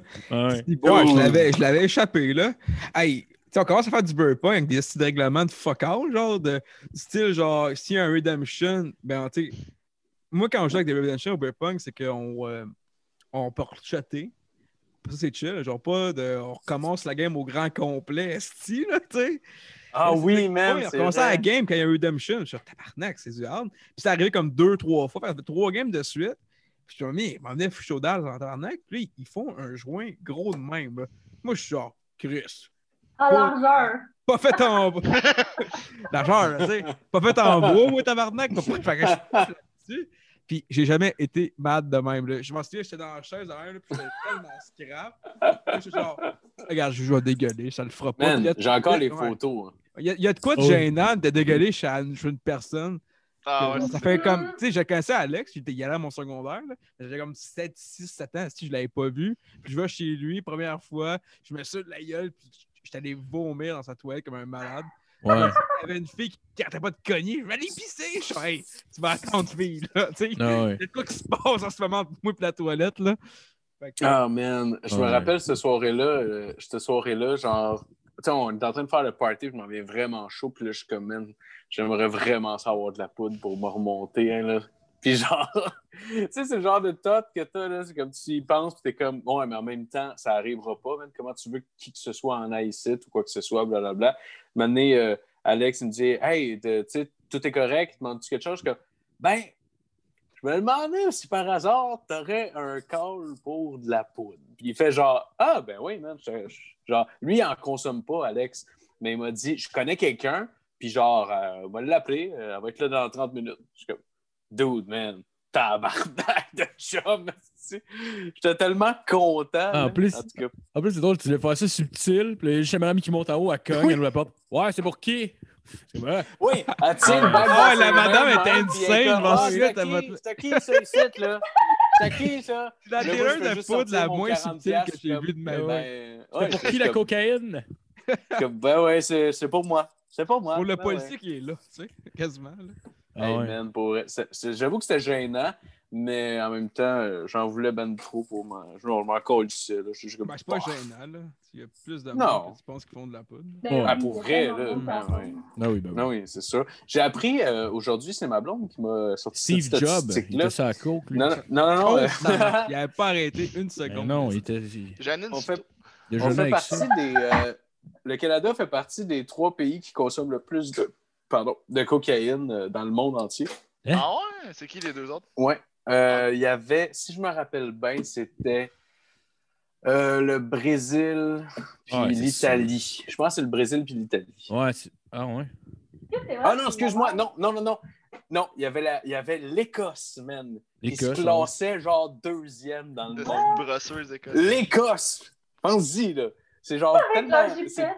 Ouais. Puis bon, Oh. je l'avais, je l'avais échappé, là. Hey, tu sais, on commence à faire du beer pong avec des styles de règlements de fuck all, genre, de, du style, genre, s'il y a un Redemption, ben, tu sais, moi, quand je joue avec des Redemption au beer pong, c'est qu'on euh, on peut rechatter, Ça, c'est chill. Genre, pas de. On recommence la game au grand complet, esti, là, tu sais. Ah C'est- oui, man. Ouais, on c'est commençait vrai. la game quand il y a eu Redemption. Je suis genre, tabarnak, c'est du hard. Puis c'est arrivé comme deux, trois fois. Fait que trois games de suite. Puis je suis mis, il m'en venait foucher au dalle dans le tabarnak. Puis là, ils font un joint gros de même. là. Moi, je suis genre, Chris, En Ouais. largeur. pas fait en bois. L'argent, là, tu sais, pas fait en bois, moi, tabarnak. Pas fait fait que je pousse là-dessus. Puis j'ai jamais été mad de même. Là. Je m'en souviens, j'étais dans la chaise de même, là, puis j'étais tellement scrap. Puis je suis genre, regarde, je vais dégueuler, ça le fera pas. Puis il y Man, a- j'ai encore les Ouais. photos. hein. Il y, a, il y a de quoi de Oh. gênant de dégueuler chez une, chez une personne. Ah euh, ouais, Genre, c'est- ça fait comme, tu sais, je connaissais Alex, il était il allait à mon secondaire, là. j'avais comme 7, 6, 7 ans, si je l'avais pas vu. Puis je vais chez lui, première fois, je me saute la gueule, puis j'étais allé vomir dans sa toilette comme un malade. Ouais. Il y avait une fille qui n'arrêtait pas de cogner, je vais aller pisser, je suis Hey, tu vas attendre, fille, là, tu sais. Il Ah ouais. y a de quoi qui se passe en ce moment entre moi et la toilette, là. Fait que, Ah, man. Je me Ouais. rappelle ce soirée-là, euh, cette soirée-là, genre, tu sais, on est en train de faire le party, puis je m'en viens vraiment chaud, puis là, je suis comme, man, j'aimerais vraiment ça avoir de la poudre pour me remonter, hein, là. Puis genre, tu sais, c'est le genre de tot que t'as, là, c'est comme tu y penses, puis t'es comme, ouais, mais en même temps, ça arrivera pas, man. Comment tu veux que qui que ce soit en aïcite ou quoi que ce soit, blablabla. Maintenant, euh, Alex, il me dit, hey, t'es- tu sais, tout est correct, demandes-tu quelque chose? Je suis comme, ben, je me demandais si par hasard, t'aurais un call pour de la poudre. Puis il fait genre, ah, ben oui, man. je- je- genre, lui, il en consomme pas, Alex. Mais il m'a dit, je connais quelqu'un, puis genre, euh, on va l'appeler, euh, elle va être là dans 30 minutes. Je suis comme, dude, man, tabarnak de chum. esti. J'étais tellement content. En là. plus- En tout cas, En plus, c'est drôle, tu l'as fait assez subtil. Puis là, chez madame qui monte en haut, elle cogne, elle ouvre la porte. Ouais, c'est pour qui? C'est vrai. oui, elle tient le Ah, ballon, ouais, la c'est madame vraiment, était puis elle est insane, comme, mais Ah, ensuite, c'est à elle m'a- qui- C'est à qui, ça, ici, là? C'est à qui, ça? la Là, moi, terreur je fais Ah, de juste poudre la sortir mon moins 40 subtile que piastres, j'ai comme, vue de ma eh vie. ben, C'est ouais, pour je- qui la comme- cocaïne? comme, ben ouais, c'est c'est pour moi. C'est pour moi. Pour le Ben policier ouais. qui est là, tu sais, quasiment. là. Ah Hey, ouais. man, pour vrai, c'est- c'est- J'avoue que c'était gênant, mais en même temps, euh, j'en voulais ben trop pour m'en. Je m'en colle du là. Je suis juste comme. Ben, c'est pas bah. gênant, là. Il y a plus de Non. monde que tu penses qu'ils font de la poudre. Ben Ah, oui, pour c'est vrai, tellement là. bon, ça. Ben ouais. Ah oui, ben oui. Non, oui, c'est sûr. J'ai appris euh, aujourd'hui, c'est ma blonde qui m'a sorti Steve cette Jobs, il statistique-là. était ça à coke, lui. Non, non, non, non, Oh, euh, ça marche. il n'avait pas arrêté une Ben seconde. non, il était. il- Janine, on fait, Il on déjeunait fait avec partie ça. des. euh, le Canada fait partie des trois pays qui consomment le plus de, pardon, de cocaïne euh, dans le monde entier. Hein? Ah ouais? C'est qui les deux autres? Ouais. Euh, Il y avait, si je me rappelle bien, c'était euh, le Brésil puis Ouais, c'est l'Italie. Je pense que c'est le Brésil puis l'Italie. Ouais, c'est- ah ouais. Est-ce que c'est vrai Ah que non, c'est excuse-moi. normal? Non, non, non, non. Non, il y avait la- il y avait l'Écosse, man. qui se L'Écosse, ouais. classait genre deuxième dans De le monde. cette brosseuse école. L'Écosse! Pense-y, là. C'est genre Avec tellement, leur c'est jupette.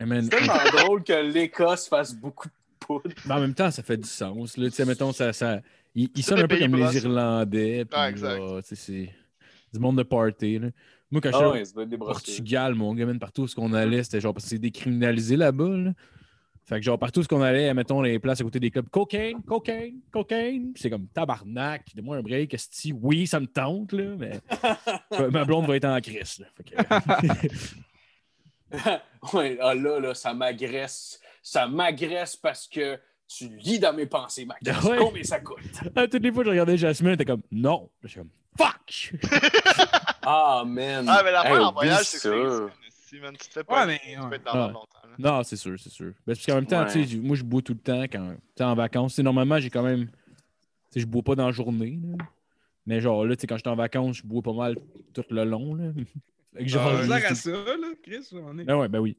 Eh, man, tellement drôle que l'Écosse fasse beaucoup de poudre. Mais Ben, en même temps, ça fait du sens. Là. Tu sais, mettons, ça, ça... Ils, ils C'est sonnent des un peu pays comme brosses. les Irlandais. Puis, Ah, exact. euh, tu sais, c'est du monde de party. Là. Moi, quand Ah j'étais ouais, ça doit être des au brosseurs. Portugal, mon gars, man, partout où ce qu'on allait, c'était genre parce que c'est décriminalisé là-bas. Là. Fait que genre partout où ce qu'on allait, mettons les places à côté des clubs, cocaine, cocaine, cocaine. Puis C'est comme tabarnak. Donne-moi un break. Si oui, ça me tente, là, mais ma blonde va être en crise. là. Fait que- ouais, ah là, là, ça m'agresse. Ça m'agresse parce que tu lis dans mes pensées, Max. Ouais. Combien ça coûte? À Ah, toutes les fois que je regardais Jasmine, elle était comme non. Je suis comme fuck. Ah, man. Ah, mais la Hey, fin en oublie voyage, c'est que ça. c'est existe, si, man, tu te fais pas. Ouais, mais- Tu peux être dans ouais. le longtemps. là. Non, c'est sûr, c'est sûr. Ben, Parce qu'en même temps, Ouais. tu sais, moi, je bois tout le temps quand tu sais, en vacances. Tu sais, normalement, j'ai quand même. Tu sais, je bois pas dans la journée. là. Mais genre, là, tu sais, quand j'étais en vacances, je bois pas mal tout le long. Là. Fait que genre, Euh, Genre, je- l'air Ah, à ça, là, Chris, on est. Ben ouais, ben oui.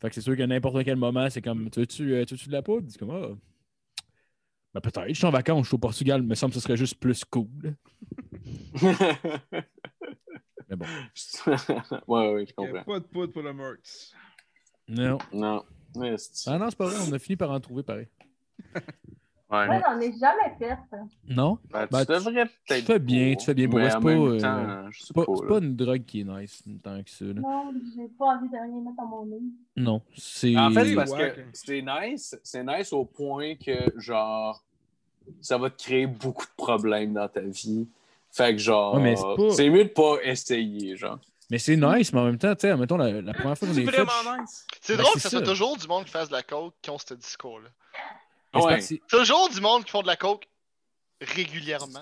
Fait que c'est sûr que n'importe quel moment, c'est comme Tu veux-tu euh, tu veux-tu de la poudre? C'est comme Ah. Ben peut-être, je suis en vacances, je suis au Portugal, mais ça me semble que ce serait juste plus cool. Mais bon. ouais, ouais, je Il n'y a comprends. pas de poudre pour le Mertz. Non. Non. Ouais, c'est- Ah non, c'est pas vrai, on a fini par en trouver pareil. Ouais. Moi, j'en ai jamais fait. ça. Non? Ben, Ben, tu devrais peut-être. fais bien, pas, tu fais bien pour mais vrai, en c'est pas, même temps, euh, je sais C'est pas, pas. c'est là. pas une drogue qui est nice tant que ça. là. Non, j'ai pas envie de rien mettre dans mon lit. Non. C'est. En fait, Et- c'est parce Ouais, que ok. c'est nice, c'est nice au point que, genre, ça va te créer beaucoup de problèmes dans ta vie. Fait que, genre, Ouais, mais c'est pas- c'est mieux de pas essayer, genre. Mais c'est nice, mais en même temps, tu sais, mettons la, la première fois qu'on est fait. nice. C'est Ben, drôle c'est que ce soit ça. toujours du monde qui fasse de la coke qui ont ce discours-là. je- Ouais. c'est- Toujours du monde qui font de la coke régulièrement.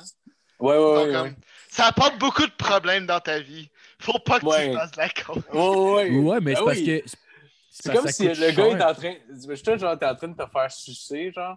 Ouais, ouais, Donc, ouais. comme, ça apporte beaucoup de problèmes dans ta vie. Faut pas que Ouais. tu fasses de la coke. Ouais, ouais, ouais. Ouais, mais Ben c'est parce oui. que. C'est parce comme que ça si le coûte gars cher. est en train. Imagine-toi, genre, t'es en train de te faire sucer, genre.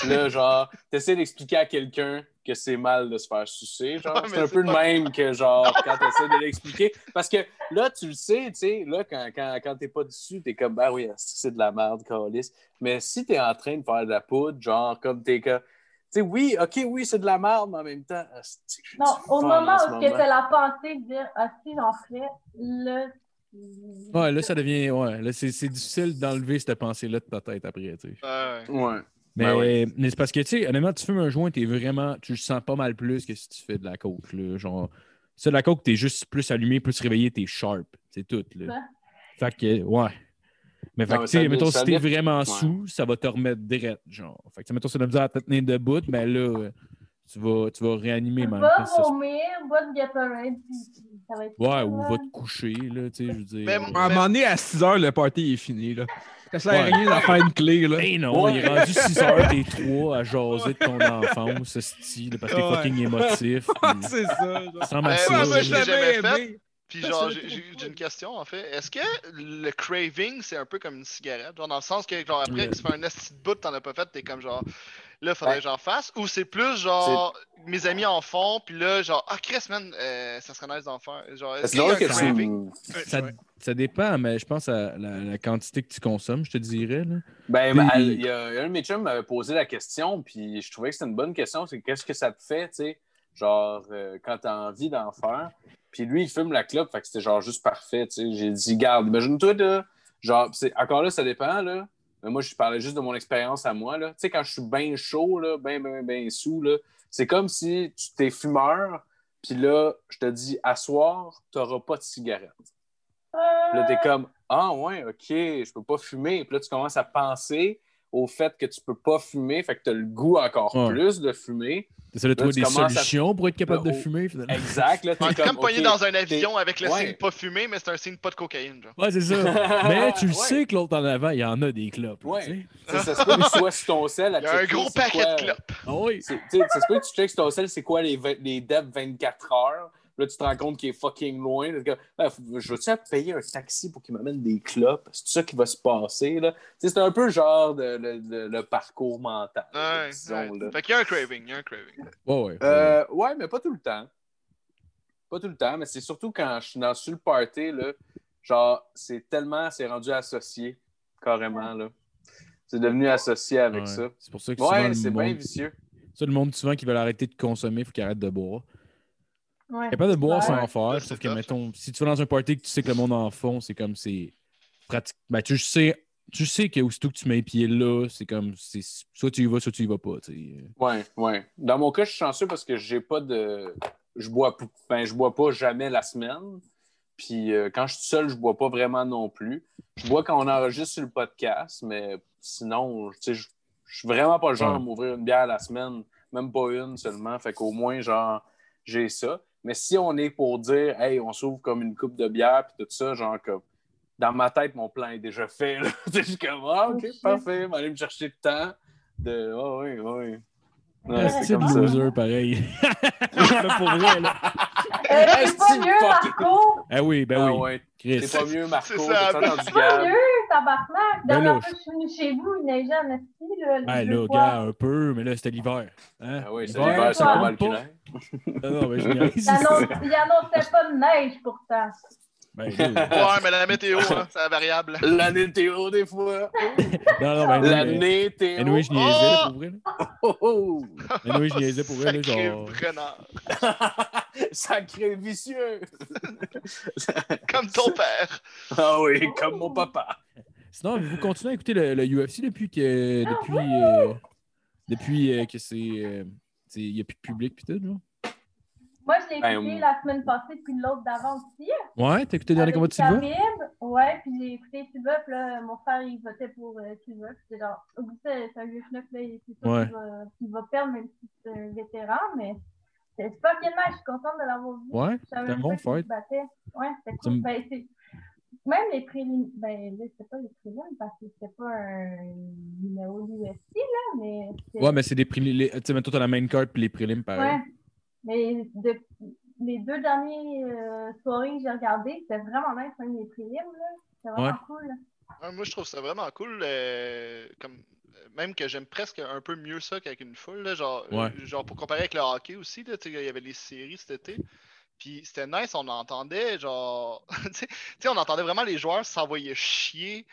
Puis là, genre, t'essaies d'expliquer à quelqu'un que c'est mal de se faire sucer, genre. Ouais, mais c'est un c'est peu le pas- même que, genre, quand t'essaies de l'expliquer. Parce que là, tu le sais, tu sais, là, quand, quand, quand t'es pas dessus, t'es comme, ben oui, asti, c'est de la merde, calice. Mais si t'es en train de faire de la poudre, genre, comme t'es que. Tu sais, oui, ok, oui, c'est de la merde, mais en même temps. asti, que je suis Non, du au fun moment en ce où tu as la pensée de dire Ah, si j'en ferais, là. tu- Ouais, là, ça devient. Ouais, là, c'est c'est difficile d'enlever cette pensée-là de ta tête après, tu sais. Ouais. Ouais. Mais, Ben mais c'est parce que, tu sais, honnêtement, tu fumes un joint, t'es vraiment. Tu le sens pas mal plus que si tu fais de la coke, là. Genre. Ça, de la coke, t'es juste plus allumé, plus réveillé, t'es sharp. C'est tout, là. Fait que, ouais. Mais fait Non, que, tu mais sais, ça- mettons, ça si t'es met- vraiment ouais. sous, ça va te remettre direct, genre. Fait que, tu sais, mettons, si t'as de la misère à te tenir debout, mais là, euh, tu vas, tu vas réanimer, même. Va parce que ça- vomir, bois du Gatorade, puis- puis ça va être. Ouais, ou va Ouais. te coucher, là, tu sais, je veux dire. Ben, Mais- À un moment donné, à 6 h, le party est fini. Là. Ça sert à Ouais. rien d'en faire une clé. Là. Ben non, il est rendu 6 heures, t'es trois à jaser de ton enfance, ce style, parce que t'es Ouais. fucking émotif. Ah, puis- c'est ça. genre. Ça ressemble à Eh, ça, ouais, moi, là. je l'ai jamais aimé. Puis Ça, genre, c'est j'ai- j'ai trop j'ai une question en fait. Est-ce que le craving, c'est un peu comme une cigarette? Genre dans le sens que genre après Le- tu fais un esti de bout, t'en as pas fait, t'es comme genre là faudrait Ben- que j'en fasse. Ou c'est plus genre mes amis en font, puis là genre Ah Chris man, euh, ça serait nice d'en faire. Genre est-ce C'est qu'il y a drôle un que craving? tu. ça, Ah, ça dépend, mais je pense à la, la quantité que tu consommes, je te dirais. Là. Ben, Puis- à- il y a un de mes chums m'avait posé la question, puis je trouvais que c'était une bonne question. C'est qu'est-ce que ça te fait, tu sais, genre, euh, quand t'as envie d'en faire. Puis lui, il fume la clope, fait que c'était genre juste parfait, tu sais. J'ai dit, garde, imagine-toi, là, genre, pis c'est- encore là, ça dépend, là. Mais moi, je parlais juste de mon expérience à moi, là. Tu sais, quand je suis bien chaud, là, bien, bien, bien sous, là, c'est comme si tu t'es fumeur, puis là, je te dis, à soir, t'auras pas de cigarette. Puis là, t'es comme Ah ouais, ok, je peux pas fumer. Puis là, tu commences à penser au fait que tu peux pas fumer, fait que t'as le goût encore Ouais. plus de fumer. T'essaies de Là, trouver tu des commences à- solutions pour être capable Là, de au- fumer, finalement. Exact. Là, t'es Ouais, C'est comme comme pogné OK. dans un avion avec le Ouais. signe pas fumé, mais c'est un signe pas de cocaïne. Genre. Ouais, c'est ça. Mais tu le Ouais. sais que l'autre en avant, il y en a des clopes. là, Ouais. tu sais. Tu sais, Ça se peut que tu sois sur ton sel à Il y a un checker gros Ah, c'est paquet quoi- de clopes. Ah oui. c'est- tu sais, Ça se peut que tu checkes sur ton sel, c'est quoi les, vingt- les dettes 24 heures. Puis Là, tu te rends compte qu'il est fucking loin. Là, tu te dis, Ah, faut- je veux-tu payer un taxi pour qu'il m'amène des clopes? C'est ça qui va se passer. Là? Tu sais, C'est un peu genre de- le- le- le parcours mental. Ouais, disons, là. ouais. Fait qu'il y a un craving, il y a un craving. Ouais, ouais. Euh, ouais, mais pas tout le temps. Pas tout le temps, mais c'est surtout quand je suis dans sur le party, là, genre, c'est tellement, c'est rendu associé, carrément, là. C'est devenu associé avec Ouais. ça. C'est pour ça que souvent, Ouais, le c'est bien monde... vicieux. ça, le monde souvent qui veut arrêter de consommer, il faut qu'il arrête de boire. Ouais. Capable de boire Ouais. sans en faire, Ouais, sauf c'est que, tough. mettons, si tu vas dans un party que tu sais que le monde en fond, c'est comme c'est pratique. Ben, tu sais, tu sais que aussitôt que tu mets les pieds là, c'est comme c'est soit tu y vas, soit tu y vas pas. tu sais. Ouais, ouais. Dans mon cas, je suis chanceux parce que j'ai pas de. Je bois, pou- ben, je bois pas jamais la semaine. Puis euh, quand je suis seul, je bois pas vraiment non plus. Je bois quand on enregistre sur le podcast, mais sinon, tu sais, je je suis vraiment pas le genre à Ouais. m'ouvrir une bière la semaine, même pas une seulement. Fait qu'au moins, genre, j'ai ça. Mais si on est pour dire, hey, on s'ouvre comme une coupe de bière, puis tout ça, genre, comme. Dans ma tête, mon plan est déjà fait. là. Tu sais, je suis comme, ah, ok, parfait, on va aller me chercher de temps. De, ah oui, oui. Ouais, Ah, c'est c'est comme de ça. loser, pareil. Mais pour vrai, là. Euh, Hey, c'est pas c'est mieux, fucking- Marco! Ah oui, ben Ah oui. ouais, Chris. c'est pas mieux, Marco. C'est C'est ça, ça, dans du C'est pas gaz. mieux, tabarnak! Ben Dernière là, fois que je suis venue chez vous, il neigeait en esti, là. les Ben deux là, fois. gars, un peu, mais là, c'était l'hiver. Hein? Ah oui, c'est L'hiver, l'hiver, c'est ça pas compte mal hein. compte culin. pas. Non, non, mais je niaise. Il annonce- il annonçait pas de neige, pourtant. Ben, là, Ah, Ouais, mais la météo, hein, c'est la variable. L'année Théo, des fois. Non, non, ben, non, mais- L'année Théo. Anyway, je niaisais, là, Oh! pour vrai. là. Oh, oh. Anyway, je niaisais, pour vrai, là, Sacré genre... euh, renard. Sacré vicieux. Comme ton père. Ah oui, comme mon papa. Sinon, vous continuez à écouter le, le UFC depuis que. Depuis, euh, depuis euh, que c'est. euh, c'est- Il n'y a plus de public, pis tout, genre. Moi, je l'ai Ben, écouté on- la semaine passée, puis l'autre d'avant aussi. Ouais, t'as écouté le dernier Avec combat de Silva? Khabib. Ouais, puis j'ai écouté Silva, puis là, mon frère, il votait pour euh, Silva. Puis j'étais genre, au bout, c'est c'est un vieux schnock, là, il- c'est sûr Ouais. qu'il va- euh, qu'il va perdre, même si c'est un vétéran, mais c'est c'est pas quel match, je suis contente de l'avoir vu. Ouais, Je savais c'était un même bon pas qu'il fight. se battait. Ouais, c'était Tu cool. me- Ben, c'est- même les préliminaires, ben là, c'était pas les préliminaires parce que c'était pas un numéro UFC, là, mais c'était- Ah Ouais, mais c'est des prélims. Tu sais, maintenant, t'as la main card puis les prélims, pareil. Ouais. Mais de, les deux dernières euh, soirées que j'ai regardées, c'était vraiment nice, même les prélims, là. C'était vraiment Ouais. cool. Ouais, moi, je trouve ça vraiment cool. euh, comme, même que j'aime presque un peu mieux ça qu'avec une foule. là, genre, Ouais. euh, genre, pour comparer avec le hockey aussi, là, tu sais, il y avait les séries cet été. Puis c'était nice, on entendait, genre. tu sais- tu sais, on entendait vraiment les joueurs s'envoyer chier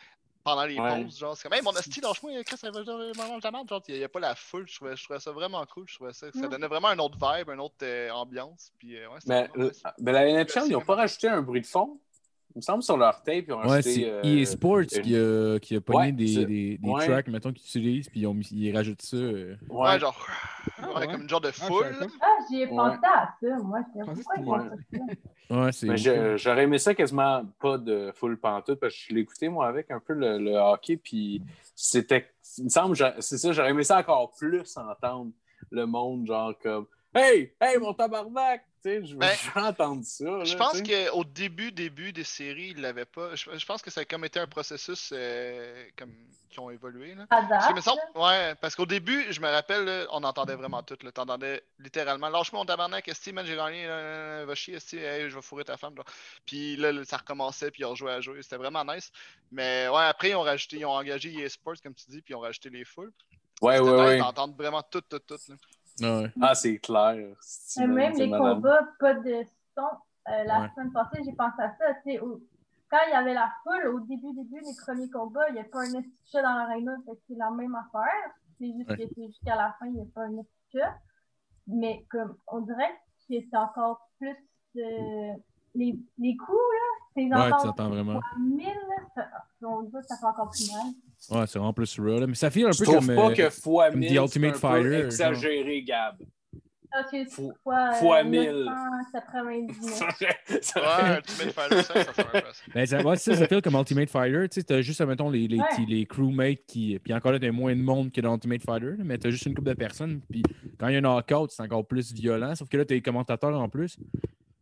pendant les Ouais. pauses. Genre, c'est comme, hey, mon hostie, lâche-moi, Chris, elle va elle mange la merde. Genre, il n'y a pas la foule. Je trouvais, je trouvais ça vraiment cool. Je trouvais ça, ça Ouais. donnait vraiment un autre vibe, une autre euh, ambiance. Puis, euh, ouais, c'était Mais, vraiment nice. mais Ben, la NHL, ils n'ont pas rajouté un bruit de fond. Il me semble sur leur tape, ils ont Ouais, rajouté. c'est E euh, EA Sports qui a, qui a pogné Ouais, des, c'est- des, des ouais. tracks, mettons, qu'ils utilisent, puis ils, ont mis- ils rajoutent ça. euh. Ouais, Ouais, genre. Ah, ouais, ouais. comme une genre de Ah, je savais foule. pas. Ah, j'y ai Ouais. pensé à ça, moi. Je Je pensais pourquoi que ils font ça? Ouais, c'est. mais je- j'aurais aimé ça quasiment pas de full pantoute parce que je l'écoutais moi avec un peu le, le hockey, puis c'était. Il me semble, j'a- c'est ça, j'aurais aimé ça encore plus entendre le monde, genre comme Hey, hey, mon tabarnak! Tu sais, je veux Ben, je veux entendre ça. là, Je pense tu sais. qu'au début, début des séries, ils l'avaient pas. Je, je pense que ça a comme été un processus euh, comme, qui ont évolué. Là. À Parce que, date, me semble- ouais, parce qu'au début, je me rappelle, là, on entendait vraiment tout. là. T'entendais littéralement Lâche-moi mon tabarnak, Esti, man, j'ai gagné, là, là, là, va chier, Esti, hey, je vais fourrer ta femme. genre. Puis là, là, ça recommençait, puis ils ont joué à jouer. C'était vraiment nice. Mais ouais, après, ils ont rajouté, ils ont engagé EA Sports, comme tu dis, puis ils ont rajouté les foules. Ouais, C'était ouais, nice ouais. d'entendre vraiment tout, tout, tout. là. Ouais. Ah, c'est clair. C'est- Mais Euh, même c'est les malade. combats, pas de son. Euh, la Ouais. semaine passée, j'ai pensé à ça. tu sais, au- Quand il y avait la foule, au début, début, les premiers combats, il n'y a pas un esti de chat dans l'aréna, fait que c'est la même affaire. C'est juste Ouais. que c'est jusqu'à la fin, il n'y a pas un esti de chat. Mais comme on dirait que c'est encore plus euh, les, les coups, là, c'est Ouais, tu encore t'entends vraiment. mille, là, ça, on dirait que ça fait encore plus mal. Ouais, c'est vraiment plus raw. là. Mais ça fait un Je peu trouve comme. pas euh, que fois comme 1000 The Ultimate c'est un peu Fighter, genre. exagéré, Gab. Parce que Fou- fois, euh, fois mille. 999. Ouais, tu mets le Final Fantasy, ça fait un peu ça. Ben, ça, ouais, c'est ça, ça fait comme Ultimate Fighter. Tu sais, t'as juste, mettons, les, les, Ouais. petits- les crewmates qui. Puis encore là, t'as moins de monde que dans Ultimate Fighter, là, mais t'as juste une couple de personnes. Puis quand il y a un knockout, c'est encore plus violent. Sauf que là, t'as les commentateurs en plus.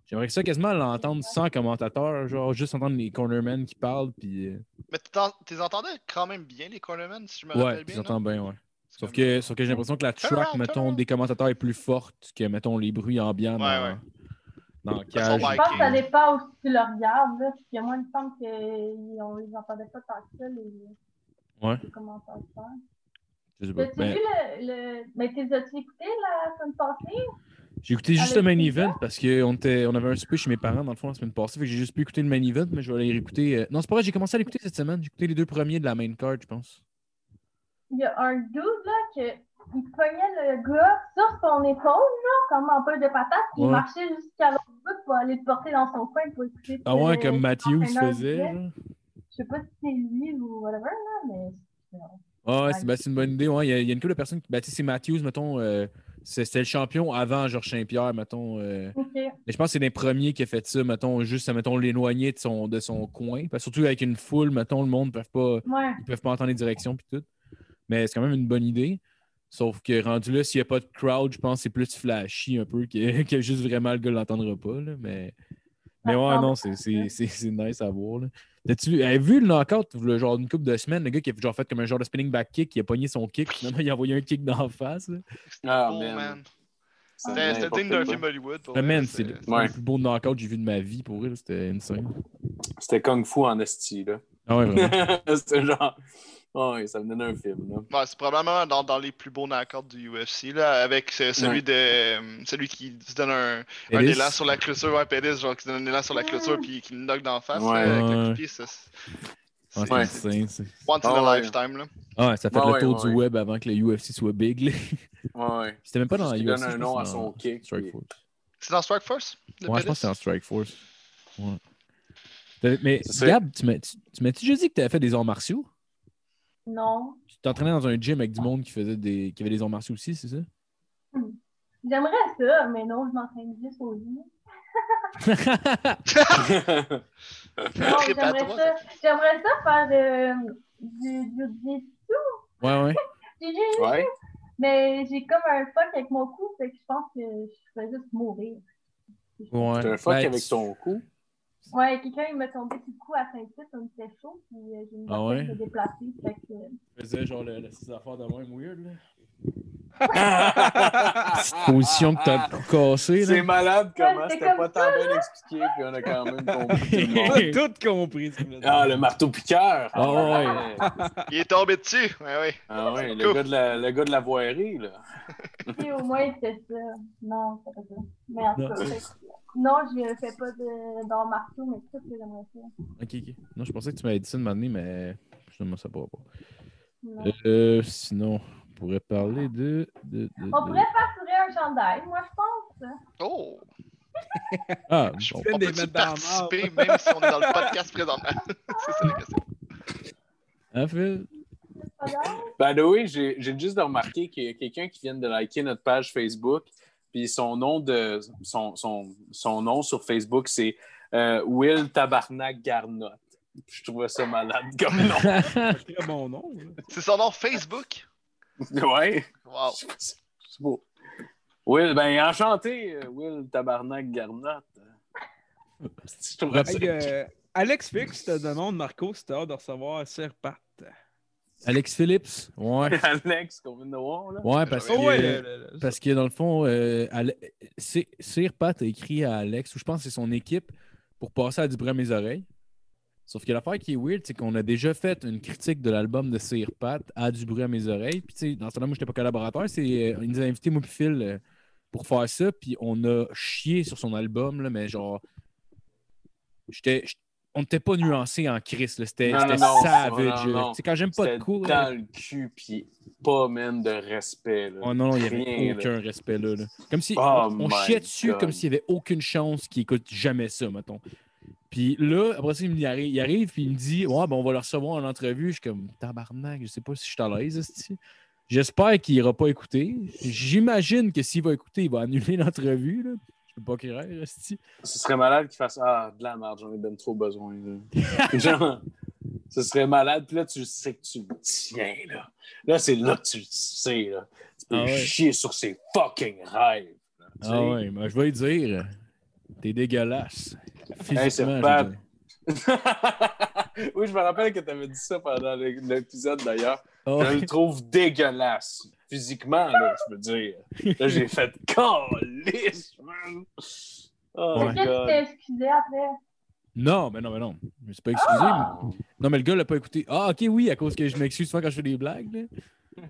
J'aimerais ça quasiment l'entendre sans commentateur, genre juste entendre les cornermen qui parlent. Puis. euh, Mais tu t'en- tu les entendais quand même bien, les Cornermen, si je me Ouais, rappelle tu bien. t'entends bien, ouais. C'est Sauf comme- que, sauf que j'ai l'impression que la Turn around, track, turn mettons, around. des commentateurs est plus forte que, mettons, les bruits ambiants Ouais, dans, ouais. dans la Parce qu'on cage. Je pense que ça dépend où tu le regardes, là, parce que moi, il me semble qu'on les entendait pas tant que ça, les, Ouais. les commentateurs. Je sais pas. T'as-tu Ben, vu le, le... Mais t'es as-tu écouté la semaine passée? J'ai écouté juste Avec le main plaisir. event parce qu'on on avait un souper chez mes parents dans le fond la semaine passée. Fait que j'ai juste pu écouter le main event, mais je vais aller réécouter. euh, Non, c'est pas vrai, j'ai commencé à l'écouter cette semaine. J'ai écouté les deux premiers de la main card, je pense. Il y a un dude, là, que... il pognait le gars sur son épaule, genre, comme un peu de patate, puis Ouais. il marchait jusqu'à l'autre bout pour aller le porter dans son coin pour écouter. Ah ouais, ce que comme Matthews l'entraîneur faisait. disait. genre. Je sais pas si c'est lui ou whatever, là, mais. Ah ouais, Ouais. c'est ben, c'est une bonne idée. ouais. Il y, a- il y a une couple de personnes qui. Ben, tu sais, c'est Matthews, mettons. euh, c'est- C'était le champion avant Georges Saint-Pierre, mettons. euh, Ok. Mais je pense que c'est l'un des premiers qui a fait ça, mettons, juste à mettons, l'éloigner de son, de son coin. Parce que surtout avec une foule, mettons, le monde ne peut pas. Ouais. ils peuvent pas entendre les directions puis tout. Mais c'est quand même une bonne idée. Sauf que rendu là, s'il n'y a pas de crowd, je pense que c'est plus flashy un peu que, que juste vraiment le gars ne l'entendra pas. là. Mais, mais ouais, non, c'est- c'est c'est- c'est nice à voir. là. T'as-tu avez vu le knockout, le genre une couple de semaines, le gars qui a genre fait comme un genre de spinning back kick, il a pogné son kick, finalement il a envoyé un kick d'en face. là. Ah, Oh, man. man. C'est C'était c'était n'importe digne d'un quoi. film Hollywood. pour Ah, vrai, man, c'est le, Ouais. le plus beau knockout que j'ai vu de ma vie pour elle, c'était insane. C'était Kung Fu en esti, là. Ah ouais, vraiment. C'était genre. Ouais, ça venait d'un film, là. Ouais, c'est probablement dans, dans les plus beaux knockouts du UFC, là, avec ce- celui Ouais. de euh, celui qui se donne un, un Ellis, élan sur la clôture, ouais, Pélis, genre qui se donne un élan sur la clôture puis qui le knock d'en face Ouais. là, avec le coup Ouais. de pied, ça, c'est- ah, c'est- c'est insane, c'est- Once in Ah a ouais. lifetime là. Ah, ça a fait Ah le ouais, tour ouais, du ouais. web avant que le UFC soit big. là. Ouais, ouais. C'était même pas dans la Juste UFC. qu'il donne un je nom pense à que c'est son dans kick, Strike puis- Force. C'est dans Strike Force? de Ouais, je pense que Pettis? c'est en Strike Force. Ouais. T'avais- Mais Ça serait- Gab, tu m'as- tu tu m'as-tu déjà dit que tu avais fait des arts martiaux? Non. Tu t'entraînais dans un gym avec du monde qui faisait des. qui avait des arts martiaux aussi, c'est ça? J'aimerais ça, mais non, je m'entraîne juste au lit. Non, Trip à Ah, J'aimerais trois, ça, j'aimerais ça faire euh, du, du jiu-jitsu. ouais, ouais. ouais. Mais j'ai comme un fuck avec mon cou, fait que je pense que je vais juste mourir. ouais. T'as un fuck Ben, avec tu- ton cou. Ouais, quelqu'un il m'a tombé sur le cou à Saint-Tite, on était chaud, puis euh, j'ai une Ah ah ouais? déplacée. Fait que, euh, Tu faisais genre le, le affaires de même weird, là. Ah, Position que t'as cassée, ah, C'est là. malade comment Ouais, c'est c'était comme pas tant bien expliqué, puis on a quand même compris tout le On monde. a tout compris. ce que vous voulez dire. Ah, le marteau-piqueur! Ah ouais. Il est tombé dessus. Ouais, ouais. Ah ouais, le, gars de la, le gars de la voirie, là. Si, au moins, c'est ça. Non, c'est pas ça. Mais en tout cas, fait que- non, je fais pas de dans marteau, mais c'est ça que j'aimerais faire. Ok, ok. Non, je pensais que tu m'avais dit ça de m'amener, mais finalement, ça va pas. Non. Euh, sinon, on pourrait parler de. de, de- On de- pourrait facturer un chandail, moi, je pense. Oh! Ah, Je bon. viens on de les peut-tu mettre dans la mort. participer même si on est dans le podcast présentement? c'est ça la question. Hein, Phil? Pas grave. By the way, j'ai j'ai juste remarqué qu'il y a quelqu'un qui vient de liker notre page Facebook, puis son nom, de, son, son, son nom sur Facebook, c'est euh, Will Tabarnak Garnot. Je trouvais ça malade comme nom. C'est un bon nom. là. C'est son nom Facebook? Ouais. Wow. C'est beau. Oh. Will, ben enchanté, euh, Will Tabarnak Garnot. Je trouvais ça- Hey, euh, Alex Fix, je te demande, Marco, si t'as hâte de recevoir Serpat. Alex Phillips? Ouais. Alex qu'on vient de voir, là. Ouais, parce que. Oh, ouais, le- Parce que dans le fond, euh, Ale- Sir Sir Pat a écrit à Alex, ou je pense que c'est son équipe, pour passer à du bruit à mes oreilles. Sauf que l'affaire qui est weird, c'est qu'on a déjà fait une critique de l'album de Sir Pat à du bruit à mes oreilles. Puis, tu sais, dans ce temps-là, moi, j'étais pas collaborateur. C'est, euh, il nous a invités, moi, puis Phil, euh, pour faire ça. Puis, on a chié sur son album, là, mais genre, j'étais, j'- on n'était pas nuancé en crise. là. C'était, Non, non, c'était non, savage. non, non. Tu sais, quand j'aime pas C'était de cours. hein. dans le cul, puis pas même de respect. Là. Oh non, non, il n'y avait Euh, Rien, là. aucun respect là. là. Comme si Oh on, on my chiait dessus God. comme s'il n'y avait aucune chance qu'ils écoutent jamais ça, mettons. Puis là, après ça, il, me- il arrive, il arrive puis il me dit Ouais, ben on va le recevoir en entrevue. Je suis comme tabarnak, je sais pas si je suis à l'aise. esti. J'espère qu'il n'ira pas écouter. J'imagine que s'il va écouter, il va annuler l'entrevue. Là. Je ne pas qu'il rêve, esti. Ce serait malade qu'il fasse Ah, de la merde, j'en ai bien trop besoin. Là. Genre, ce serait malade. Puis là, tu sais que tu le tiens. Là, là c'est là que tu le sais. Là. Tu peux Ah ouais. chier sur ses fucking rêves. là, tu sais. Ah ouais, ben, je vais lui dire T'es dégueulasse. Physiquement, je Hey, c'est veux pas- dire. oui, je me rappelle que tu avais dit ça pendant l'é- l'épisode d'ailleurs. Ah Je ouais. le trouve dégueulasse. Physiquement, là, je veux dire. Là, j'ai fait Calice, man. Oh, Ouais. Qu'est-ce que tu God. t'es excusé après? Non, mais non, mais non. Je me suis pas excusé. Non, mais le gars l'a pas écouté. Ah, ok, oui, à cause que je m'excuse souvent quand je fais des blagues. là.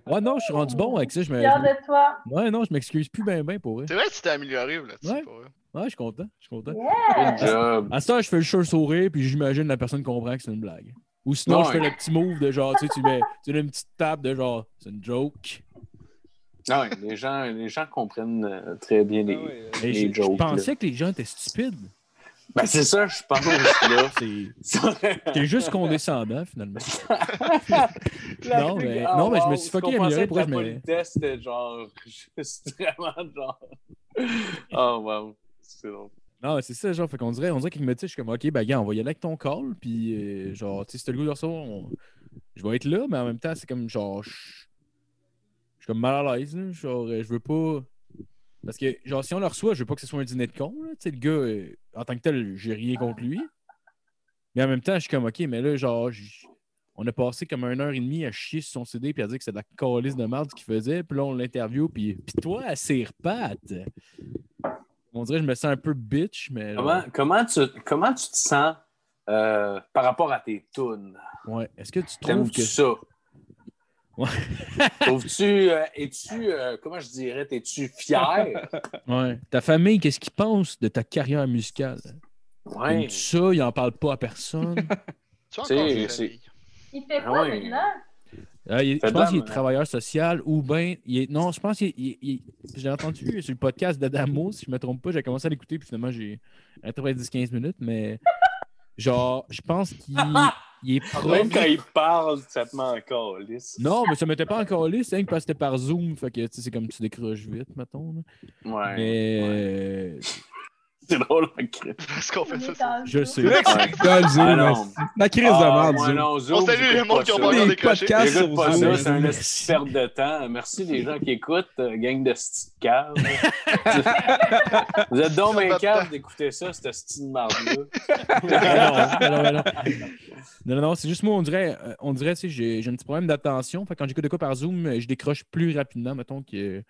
Ouais, non, je suis rendu bon avec ça. Je me... Fier de toi. Ouais, non, je m'excuse plus ben ben pour vrai. C'est vrai que tu t'es amélioré là-dessus. Ouais. pour vrai. Ouais, je suis content, je suis content. Good Yeah! job. À ce temps, je fais le show sourire, puis j'imagine la personne comprend que c'est une blague. Ou sinon, Ouais. je fais le petit move de genre, tu sais, tu mets, tu mets une petite tape de genre, c'est une joke. Non, Ah les gens, les gens comprennent euh, très bien les. Ah ouais, Et je, Les je jokes, pensais que les gens étaient stupides. Ben, c'est ça, je pense, là. C'est C'est- t'es juste condescendant, finalement. La Non, plus mais- grande- non, mais je me wow, suis ce qu'on fucking pensait amélioré, être pourquoi la je me- politesse, c'était genre. Juste vraiment genre. Oh, wow. C'est drôle. Non, mais c'est ça, genre, fait qu'on dirait, on dirait qu'il me dit, je suis comme, ok, bah, gars, on va y aller avec ton call, puis euh, genre, tu sais, si t'as le goût de recevoir, on- je vais être là, mais en même temps, c'est comme, genre, je je suis comme mal à l'aise, là, genre, euh, je veux pas. Parce que, genre, si on le reçoit, je veux pas que ce soit un dîner de con, là, tu sais, le gars, euh, en tant que tel, j'ai rien contre lui. Mais en même temps, je suis comme, ok, mais là, genre, j- on a passé comme une heure et demie à chier sur son CD, puis à dire que c'est de la calice de merde qu'il faisait, puis là, on l'interview, puis, puis toi, à ses repattes. On dirait que je me sens un peu bitch, mais. genre, Comment, comment, tu, comment tu te sens euh, par rapport à tes tunes? Ouais. Est-ce que tu trouves T'aimes-tu que. ça? Ouais. Trouves-tu. euh, Es-tu. euh, comment je dirais? Es-tu fier? Ouais. Ta famille, qu'est-ce qu'ils pensent de ta carrière musicale? Ouais. Aimes-tu ça, ils n'en parlent pas à personne. Tu as C'est- encore une c'est- famille. Il fait Ah quoi ouais. maintenant? Ah, il- Ça je pense donne, qu'il est hein. travailleur social ou bien. Non, je pense qu'il. il- il- J'ai entendu sur le podcast d'Adamo, si je ne me trompe pas, j'ai commencé à l'écouter, puis finalement, j'ai arrêté après 10-15 minutes, mais. Genre, je pense qu'il il est prof. Même quand il parle, ça te met encore lisse. Non, mais ça ne m'était pas encore lisse, c'est rien que parce que c'était par Zoom. Fait que, tu sais, c'est comme tu décroches vite, mettons. là. Ouais. Mais. euh, C'est drôle, en crise. Parce qu'on fait ça. c'est- Je sais. vrai que c'est dans le Zoom, Ah non. esti. La crise Ah, de moi, merde, non, Zoom, On salue j'écoute les mondes pas qui ont ça. pas encore Les décroché. podcasts. J'écoute sur pas Zoom. ça, c'est un Merci. esti de perte de temps. Merci les gens qui écoutent, euh, gang de sti de caves. Vous êtes donc bien caves d'écouter ça, cette sti de marde-là. Ah non, hein. non, non, non. Non, non, non, c'est juste moi, on dirait, euh, on dirait, tu sais, j'ai j'ai un petit problème d'attention. Fait que quand j'écoute de quoi par Zoom, euh, je décroche plus rapidement, mettons, que-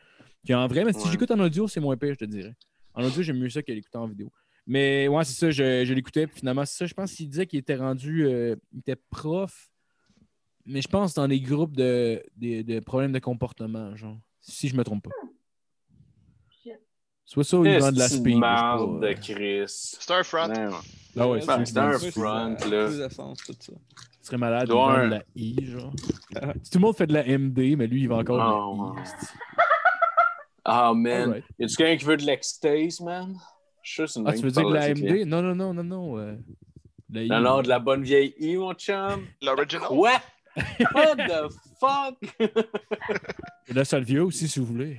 qu'en vrai. Mais si Ouais. j'écoute en audio, c'est moins pire, je te dirais. En audio, j'aime mieux ça que l'écouter en vidéo. Mais ouais, c'est ça, je, je l'écoutais. Puis finalement, c'est ça, je pense qu'il disait qu'il était rendu, euh, il était prof. Mais je pense dans les groupes de, des- de problèmes de comportement, genre, si je me trompe pas. Shit. Soit ça ou il vend de la Esti de speed. je sais pas. marde de Chris. C'est un front. Ouais, ouais. Ah ouais, Ben, c'est un Moi, front, ça- là. plus de sens, tout ça. Tu serais malade, il Ouais. vend de la I, genre. Si tout le monde fait de la MD, mais lui, il va encore Oh, de la I. ouais. esti. Ah, man. Alright. Y a-tu quelqu'un qui veut de l'extase, man? Je suis sûr que c'est une Ah, bonne tu veux dire de parole, la Ben, c'est clair. MD? Non, non, non, non, non. euh, la I. Non, non, de la bonne vieille I, mon chum. L'original. Quoi? What the fuck? La Salvia aussi, si vous voulez.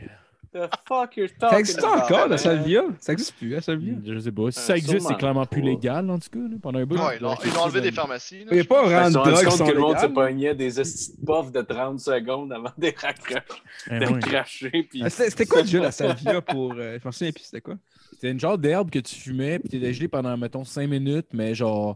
The fuck you're Ça talking existe about, encore, la man? salvia? Ça existe plus, la salvia? Je sais pas. Si ça existe, c'est Euh, sûrement. clairement plus Ouais. légal, en tout cas, là, pendant un bout. Ouais, ils l'ont- ils l'ont enlevé des pharmacies. là, Il n'y je a pas Ils Ben, se sont rendre rendus drogue compte sont que le monde se légales. pognait des esti de puffs de 30 secondes avant de les raccrocher, Eh, de ouais. les cracher. Puis... Ah, C'était c'était quoi déjà la salvia pour. euh, je m'en souviens plus, c'était quoi? C'était une genre d'herbe que tu fumais, puis t'étais gelé pendant, mettons, 5 minutes, mais genre.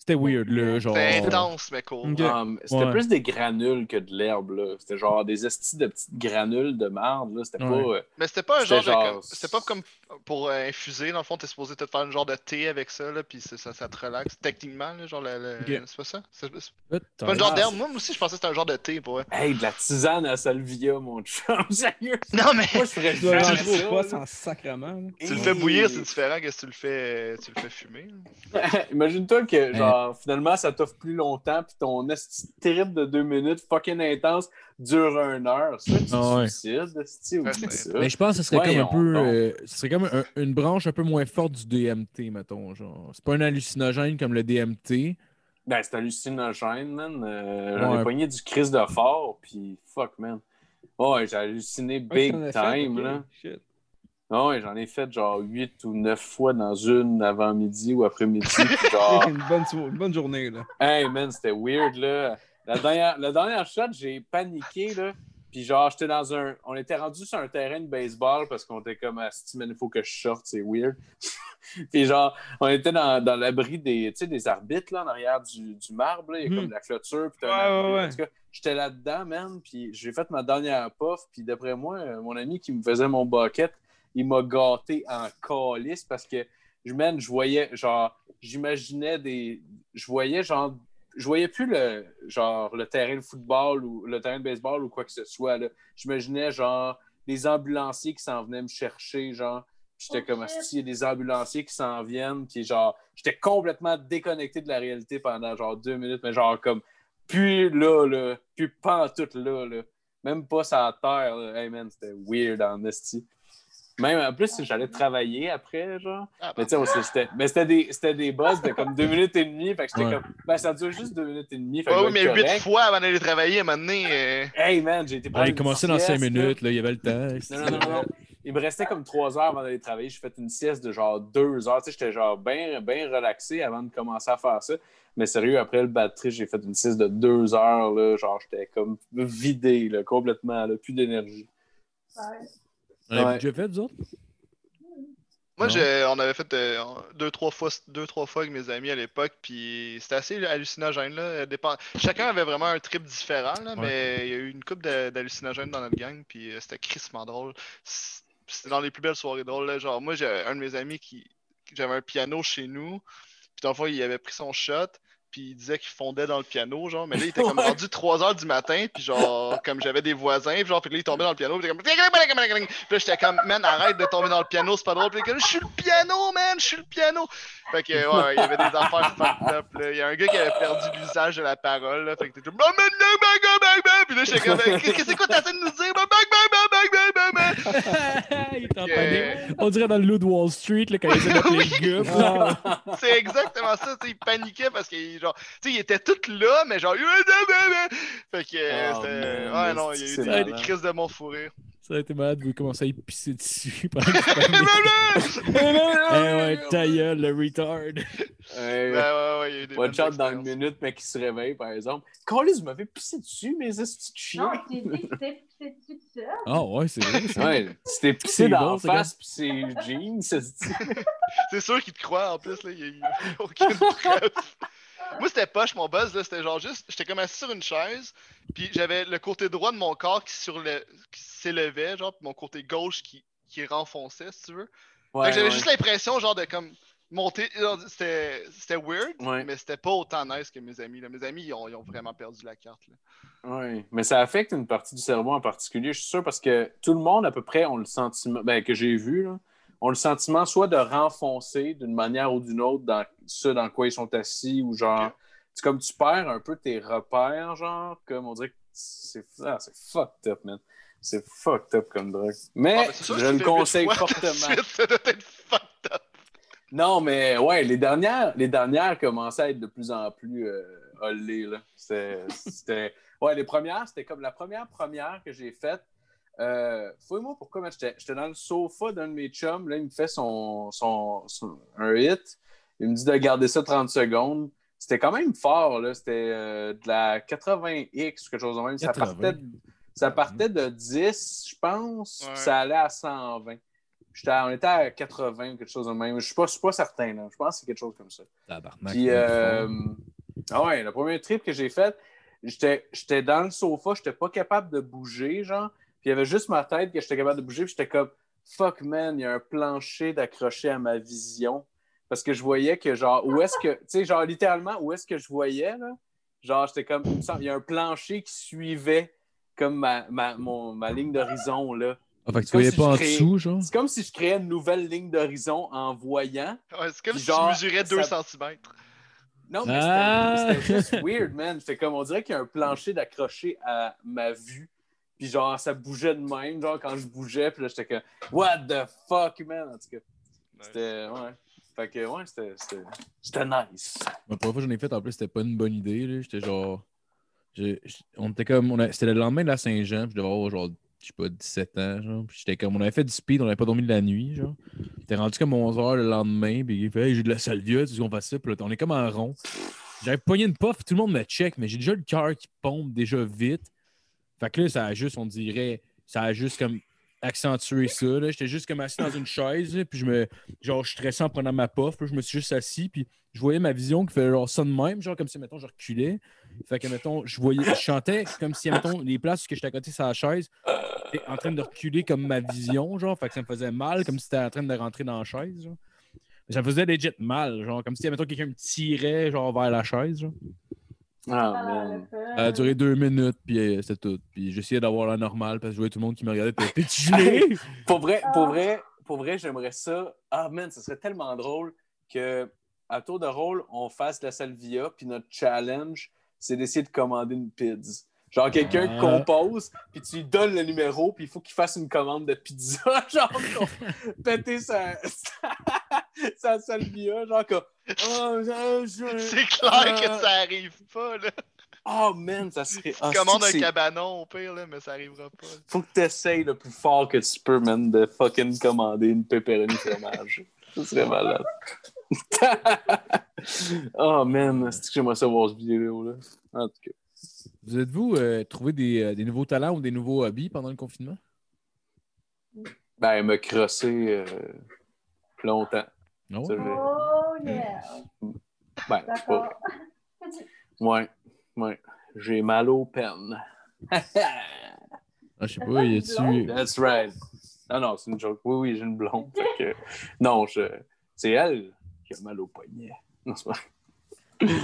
C'était weird, là. Genre. euh, C'est intense, mais cool. Ok. Um, c'était Ouais. plus des granules que de l'herbe, là. C'était genre des estis de petites granules de marde, là. C'était Ouais. pas... euh, Mais c'était pas un C'était genre, genre- de. comme- C'était pas comme pour euh, infuser, dans le fond, t'es supposé te faire un genre de thé avec ça, là, puis c'est- ça, ça te relaxe techniquement, là, genre le. le- Ok. C'est pas ça? C'est c'est Putain. pas un genre d'herbe. Moi aussi, je pensais que c'était un genre de thé, pour vrai. euh, Hey, de la tisane à salvia, mon chum. Sérieux? Non, mais. Moi, je ferais Tu dois le jamais rentrer Ah, ça, au poste là. en sacrement. là. Tu le fais bouillir, c'est différent que si tu le fais, tu le fais fumer. là. Imagine-toi que, genre, finalement, ça t'offre plus longtemps, puis ton esti de trip de deux minutes fucking intense dure une heure. Ça, tu te Ah ouais. suicides, esti, Ouais, oublie c'est- ça. Mais je pense que ce serait comme Voyons un peu. donc. euh, ce serait comme un- une branche un peu moins forte du DMT, mettons. Genre. C'est pas un hallucinogène comme le DMT. Ben, c'est hallucinogène, man. Euh, J'en ai Ouais. pogné du Chris de fort, puis fuck, man. Ouais, j'ai halluciné Ouais, big c'est un effet, time, ok. là. Shit. Ouais, j'en ai fait genre 8 ou 9 fois dans une avant-midi ou après-midi. puis genre, Une bonne so- une bonne journée, là. hey man, c'était weird là. La dernière, la dernière shot, j'ai paniqué là. Puis genre, j'étais dans un. On était rendu sur un terrain de baseball parce qu'on était comme à il faut que je sorte, c'est weird. puis genre, on était dans, dans l'abri des, tu sais, des arbitres là, en arrière du, du marbre. Là. Il y a Hmm. comme la clôture. Puis t'as Ouais, un abri. ouais, ouais. En tout cas, j'étais là-dedans, man. Puis j'ai fait ma dernière puff. Puis d'après moi, euh, mon ami qui me faisait mon bucket, il m'a gâté en calice parce que, je- man, je voyais, genre, j'imaginais des. Je voyais, genre, je voyais plus le, genre, le terrain de football ou le terrain de baseball ou quoi que ce soit. là. J'imaginais, genre, des ambulanciers qui s'en venaient me chercher, genre. J'étais Oh, comme, shit. si il y a des ambulanciers qui s'en viennent, puis genre, j'étais complètement déconnecté de la réalité pendant genre deux minutes, mais genre comme, puis là, là, puis pas en tout là, là. Même pas sur la terre, là. Hey man, c'était weird en esti. Même en plus, j'allais travailler après, genre. Ah, Mais tu sais, on s'est- c'était- mais c'était des, c'était des buzz de comme deux minutes et demie. Fait que j'étais Ouais. comme, ben ça dure juste deux minutes et demie. Fait que Ouais, je vais oui, mais être huit correct. fois avant d'aller travailler, à un moment donné. euh, Hey man, j'ai été On prendre a une commencé Ah, dans 5 sieste, là. minutes, là, il y avait le temps. Non, non, non, non. Il me restait comme trois heures avant d'aller travailler. J'ai fait une sieste de genre deux heures. Tu sais, j'étais genre bien bien relaxé avant de commencer à faire ça. Mais sérieux, après le batterie, j'ai fait une sieste de deux heures. Là, genre, j'étais comme vidé là, complètement, là, plus d'énergie. On l'avait Ouais. déjà fait, vous autres? Moi, Non. je- on avait fait euh, deux, trois fois, deux, trois fois avec mes amis à l'époque, puis c'était assez hallucinogène. Là. euh, dépend- Chacun avait vraiment un trip différent, là, mais il y a eu une coupe d'hallucinogènes dans notre gang, puis euh, c'était crissement drôle. C- C'était dans les plus belles soirées drôles. Là. Genre, moi, j'ai un de mes amis qui. J'avais un piano chez nous, puis dans le fond, il avait pris son shot. Puis il disait qu'il fondait dans le piano, genre, mais là, il était comme Ouais. rendu 3 heures du matin, puis genre, comme j'avais des voisins, puis genre, puis là, il tombait dans le piano, puis j'étais comme. Puis là, j'étais comme, man, arrête de tomber dans le piano, c'est pas drôle. Puis là, je suis le piano, man, je suis le piano. Fait que, ouais, ouais, il y avait des affaires fucked up, là. Il y a un gars qui avait perdu l'usage de la parole, là. Fait que t'es comme, bang, bang, bang, bang, bang, bang. Puis là, j'étais comme, qu'est-ce que c'est quoi t'as de nous dire? Bang, bang, bang, bang, bang, bang, bang. il est en Euh, Fait que, panique. On dirait dans le loup de Wall Street, là, quand ils essaient d'appeler le gars. C'est exactement ça, tu sais, il paniquait parce qu'il genre, tu sais, il était tout là, mais genre, fait que, euh, Oh, c'était- man, ouais, non, il c'est y a eu des, malin. des crises de mon fou rire. Ça a été malade, vous commencez à y pisser dessus. pendant que tu parlais. Eh ouais, ta gueule, le retard. Ouais, Ouais. ouais, ouais, il y a eu des Pas de belles chat dans une expériences. minute, mais qui se réveille, par exemple. Calais, vous m'avez pissé dessus, mes estis de Non, chiens. j'ai dit que c'est c'est tout ça. Ah ouais, c'est vrai. ça. Ouais, tu t'es C'est pissé dans bon, la c'est face, pis c'est jeans, ça se dit. C'est sûr qu'il te croit en plus, là. Il n'y a aucune preuve. Moi, c'était poche, mon buzz, là. C'était genre juste. J'étais comme assis sur une chaise, puis j'avais le côté droit de mon corps qui sur le- qui s'élevait, genre, puis mon côté gauche qui, qui renfonçait, si tu veux. Fait que Ouais, j'avais ouais. juste l'impression, genre, de comme monter. genre, C'était c'était weird, Ouais. mais c'était pas autant nice que mes amis. Là. Mes amis, ils ont, ils ont vraiment perdu la carte, là. Oui, mais ça affecte une partie du cerveau en particulier, je suis sûr, parce que tout le monde, à peu près, on le sentiment, ben, que j'ai vu, là, ont le sentiment soit de renfoncer d'une manière ou d'une autre dans ce dans quoi ils sont assis, ou genre, Ok. c'est comme tu perds un peu tes repères, genre, comme on dirait que c'est ah, c'est fucked up, man. C'est fucked up comme drogue. Mais Ah, ben, c'est sûr je que tu le fais conseille huit fois de fortement. suite, Ça doit être fucked up. Non, mais ouais, les dernières, les dernières commençaient à être de plus en plus euh, hollées, là. C'était- C'était. Ouais, les premières, c'était comme la première première que j'ai faite. Euh, Fouille-moi pourquoi, mais j'étais j'étais dans le sofa d'un de mes chums. Là, il me fait son, son, son- un hit. Il me dit de garder ça 30 secondes. C'était quand même fort, là. C'était euh, de la 80X ou quelque chose de même. Ça 80. partait, de- ça partait de 10, je pense, Ouais. puis ça allait à 120. J'étais à- on était à 80 ou quelque chose de même. Je suis pas, je suis pas certain. Là. Je pense que c'est quelque chose comme ça. Tabarnak. Puis, euh, ah ouais, le premier trip que j'ai fait, j'étais j'étais dans le sofa, j'étais pas capable de bouger, genre. Puis il y avait juste ma tête que j'étais capable de bouger. Puis j'étais comme, fuck man, il y a un plancher d'accroché à ma vision. Parce que je voyais que, genre, où est-ce que, tu sais, genre, littéralement, où est-ce que je voyais, là? Genre, j'étais comme, il me semble, il y a un plancher qui suivait comme ma, ma, mon- ma ligne d'horizon, là. Ah, fait que tu c'est comme voyais si pas en je crée- dessous, genre? C'est comme si je créais une nouvelle ligne d'horizon en voyant. Ouais, c'est comme si Genre, tu mesurais 2 ça- cm. Non, mais c'était- Ah! c'était juste weird, man. C'était comme, on dirait qu'il y a un plancher d'accroché à ma vue. Puis genre, ça bougeait de même, genre, quand je bougeais. Puis là, j'étais comme, what the fuck, man? En tout cas, c'était, ouais. Fait que, ouais, c'était- c'était c'était nice. La première fois que j'en ai fait, en plus, c'était pas une bonne idée. là. J'étais genre. je- je- on était comme. on a- C'était le lendemain de la Saint-Jean, puis je devais avoir genre, je sais pas, 17 ans, genre. Puis j'étais comme. On avait fait du speed, on avait pas dormi de la nuit, genre. T'es rendu comme 11h le lendemain, puis il fait, hey, j'ai de la salvia, tu sais qu'on fasse ça, puis là, on est comme en rond. J'avais pogné une puff, tout le monde me check, mais j'ai déjà le cœur qui pompe déjà vite. Fait que là, ça a juste, on dirait, ça a juste comme accentué ça. là. J'étais juste comme assis dans une chaise, là, puis je me. Genre, je stressais en prenant ma puff, puis je me suis juste assis, puis je voyais ma vision qui faisait genre ça de même, genre comme si, mettons, je reculais. Fait que, mettons, je voyais, je chantais comme si, mettons, les places où que j'étais à côté sur la chaise, j'étais en train de reculer comme ma vision, genre, fait que ça me faisait mal, comme si c'était en train de rentrer dans la chaise, genre. Mais Ça me faisait legit mal, genre, comme si, mettons, quelqu'un me tirait, genre, vers la chaise, genre. Ah, Ah, le man. fun. Ça a duré deux minutes, puis euh, c'était tout. Puis j'essayais d'avoir la normale, parce que je voyais tout le monde qui me regardait, puis t'es gelé! Pour vrai, pour vrai, pour vrai, j'aimerais ça. Ah, man, ce serait tellement drôle que, à tour de rôle, on fasse la salvia, puis notre challenge, c'est d'essayer de commander une pizza. Genre, Ah. quelqu'un compose, puis tu lui donnes le numéro, puis il faut qu'il fasse une commande de pizza, genre, qu'on- péter sa, sa, sa salvia, genre, comme, oh, je- je- C'est clair Euh, que ça arrive pas, là. oh, man, ça serait. ah, Commande c'est- un c'est- cabanon au pire, là, mais ça arrivera pas. Faut que tu essayes le plus fort que tu peux, man, de fucking commander une pepperoni fromage. Ça serait malade. oh man, c'est que j'aimerais ça voir cette vidéo-là. En tout cas. Vous êtes-vous euh, trouvé des, euh, des nouveaux talents ou des nouveaux hobbies pendant le confinement? Ben, elle m'a crossé euh, longtemps. Non? Ça, je- Oh, yeah. Ben, c'est pas D'accord. vrai. Ouais, ouais. J'ai mal aux peines. Ah, je sais pas, y a-tu. That's right. Ah Non, non, c'est une joke. Oui, oui, j'ai une blonde. Fait que- Non, je... c'est elle qui a mal au poignet. Non, c'est pas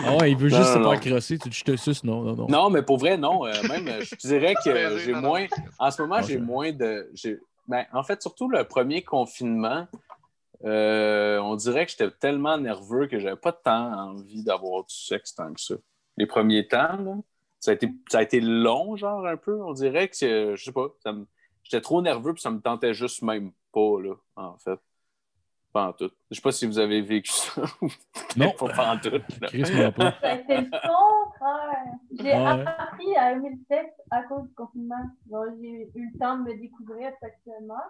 Ah ouais, il veut Non, juste se non, faire non. crosser, tu je te suce, non, non, non. Non, mais pour vrai, non. Euh, même, euh, je dirais que euh, j'ai Non, non, moins. En ce moment, Ah, j'ai je- moins de. j'ai- Ben, en fait, surtout le premier confinement, euh, on dirait que j'étais tellement nerveux que j'avais pas tant envie d'avoir du sexe tant que ça. Les premiers temps, là, ça, a été, ça a été long, genre un peu. On dirait que, euh, je sais pas, ça me- j'étais trop nerveux puis ça me tentait juste même pas, là, en fait. Pas en tout. Je sais pas si vous avez vécu ça. Non. Pas, pas en tout. là. Chris, moi pas. Ça a été le contraire. J'ai Ouais. appris à aimer le sexe à cause du confinement. Genre, j'ai eu le temps de me découvrir sexuellement.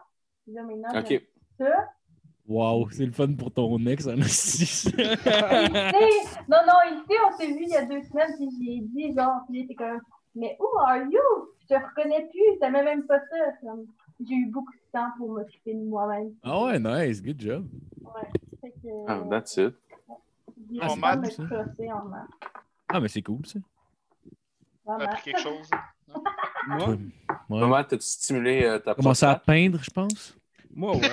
Puis là, maintenant, j'aime OK. ça. Wow, c'est le fun pour ton ex, en esti. Ici, non, non, ici, on s'est vu il y a deux semaines, puis j'ai dit, genre, puis j'étais comme, mais who are you? Je te reconnais plus, t'aimais même pas ça. Comme, J'ai eu beaucoup de temps pour m'occuper de moi-même. Ah ouais, nice, good job. Fait que, Ah, that's it. j'ai Ah, eu c'est le temps de cool, me ça. crosser en main. Ah, mais c'est cool, ça. T'as Vraiment. appris quelque chose. Moi, Ouais. Comment t'as-tu stimulé euh, ta Commencer à prostate? peindre, je pense. moi, ouais.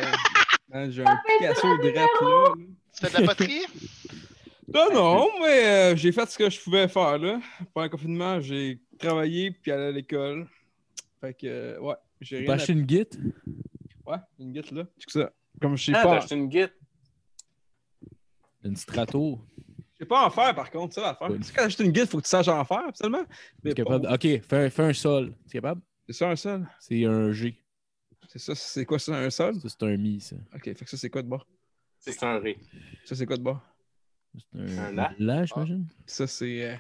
Hein, J'ai un fait Picasso de rap là. là. Tu fais de la poterie? Non, non, mais euh, j'ai fait ce que je pouvais faire là. Pendant le confinement, j'ai travaillé puis allé à l'école. Fait que, euh, ouais, j'ai T'as rien. acheté une guite? À... Ouais, une guette là. Tu sais que ça. Comme je sais Ah, t'as pas. acheté une guite. Une strato. Je sais pas en faire par contre, ça l'affaire. Ouais. Tu sais, quand j'achète une guide, faut que tu saches en faire seulement. Mais T'es capable? bon, Ok, fais un, fais un sol. T'es capable? C'est ça un sol. C'est un G. C'est ça, c'est quoi ça, un sol? Ça, c'est un mi, ça. Ok, fait que ça c'est quoi de bord? C'est un ré. Ça c'est quoi de bord? C'est un, Un la. la, j'imagine. Ça c'est euh,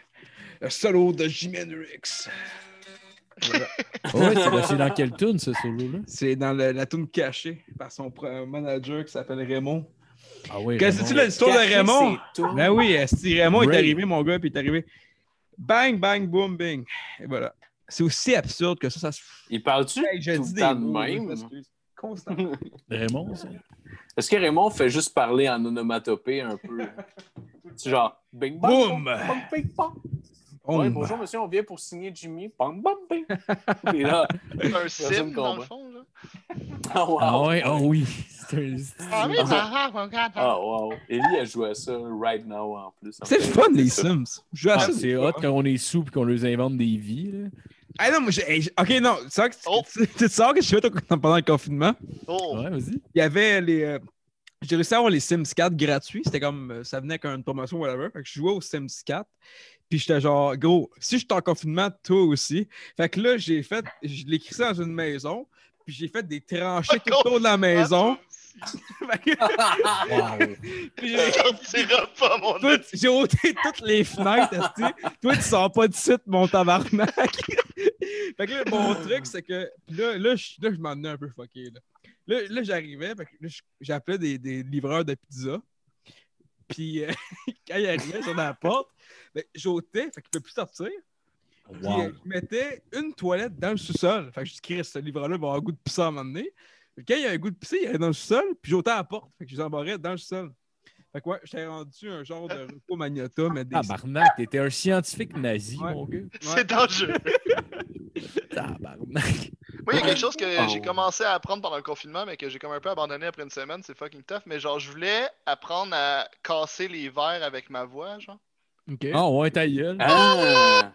le solo de Jimenrix. Ah ouais, c'est- c'est dans quelle tune, ce solo-là? C'est dans le- la tune cachée par son pr- manager qui s'appelle Raymond. Ah ouais. Qu'est-ce que Raymond. tu l'histoire de Raymond? Ben oui, si Raymond est Ray. arrivé, mon gars, puis il est arrivé. Bang, bang, boom, bing. Et voilà. C'est aussi absurde que ça, ça se fait. Il parle-tu Je tout dis le des temps mots, de je même? m'excuse. Constamment. Raymond, ça? Est-ce que Raymond fait juste parler en onomatopée un peu? C'est genre, bing Boum! bang, bang, bing bang. Ouais, Boom. bonjour monsieur, on vient pour signer Jimmy. Bang bang bing. Et là, C'est un Personne sim, comprend. dans le fond. Là. ah wow. Ah ouais, ah oui. C'est un. Ah oui, Ah. ah, ah, regarde, ah. Ah wow. Ellie a joué à ça right now en plus. C'est le fun, les Sims. Je joue à Ah, ça. c'est hot quand on est sous et qu'on leur invente des vies. Là. Ah non, moi, j'ai- hey, j'ai- Ok, non. Tu sais que, Oh. tu, tu sors que je faisais au- pendant le confinement. Ah. Oh, Ouais, vas-y. Il y avait les. euh, j'ai réussi à avoir les Sims 4 gratuits. C'était comme. euh, Ça venait avec une promotion, whatever. Fait que je jouais aux Sims 4. Puis j'étais genre, gros, si je suis en confinement, toi aussi. Fait que là, j'ai fait. Je l'ai crissé dans une maison. Puis j'ai fait des tranchées tout autour de la Ah, maison. Fait que- puis j'ai- Tu sortiras pas, mon Toi, ami. tu- J'ai ôté toutes les fenêtres. esti. Toi, tu sors pas de site, mon tabarnak. fait que là, mon truc, c'est que puis là, là, je, là, je m'en venais un peu fucké. Là, là, là, j'arrivais, fait que là, je- j'appelais des, des livreurs de pizza. Puis euh, quand ils arrivaient sur la porte, ben, j'ôtais, fait qu'il ne peut plus sortir. Puis, Wow. euh, je mettais une toilette dans le sous-sol. Fait que je dis, Chris, ce livreur-là va avoir un goût de pisser à un moment donné. Puis Quand il y a un goût de pisser, il allait dans le sous-sol, puis j'ôtais à la porte. Fait que je les embarrais dans le sous-sol. Fait que ouais, j'étais rendu un genre de repos magnata, mais des. Tabarnak, t'étais un scientifique nazi, Ouais. Ah, mon gars. C'est dangereux. Tabarnak. Moi, il y a quelque chose que Ah j'ai ouais. commencé à apprendre pendant le confinement, mais que j'ai comme un peu abandonné après une semaine, c'est fucking tough. Mais genre, je voulais apprendre à casser les verres avec ma voix, genre. Ok. Ah ouais, ta gueule. Ah!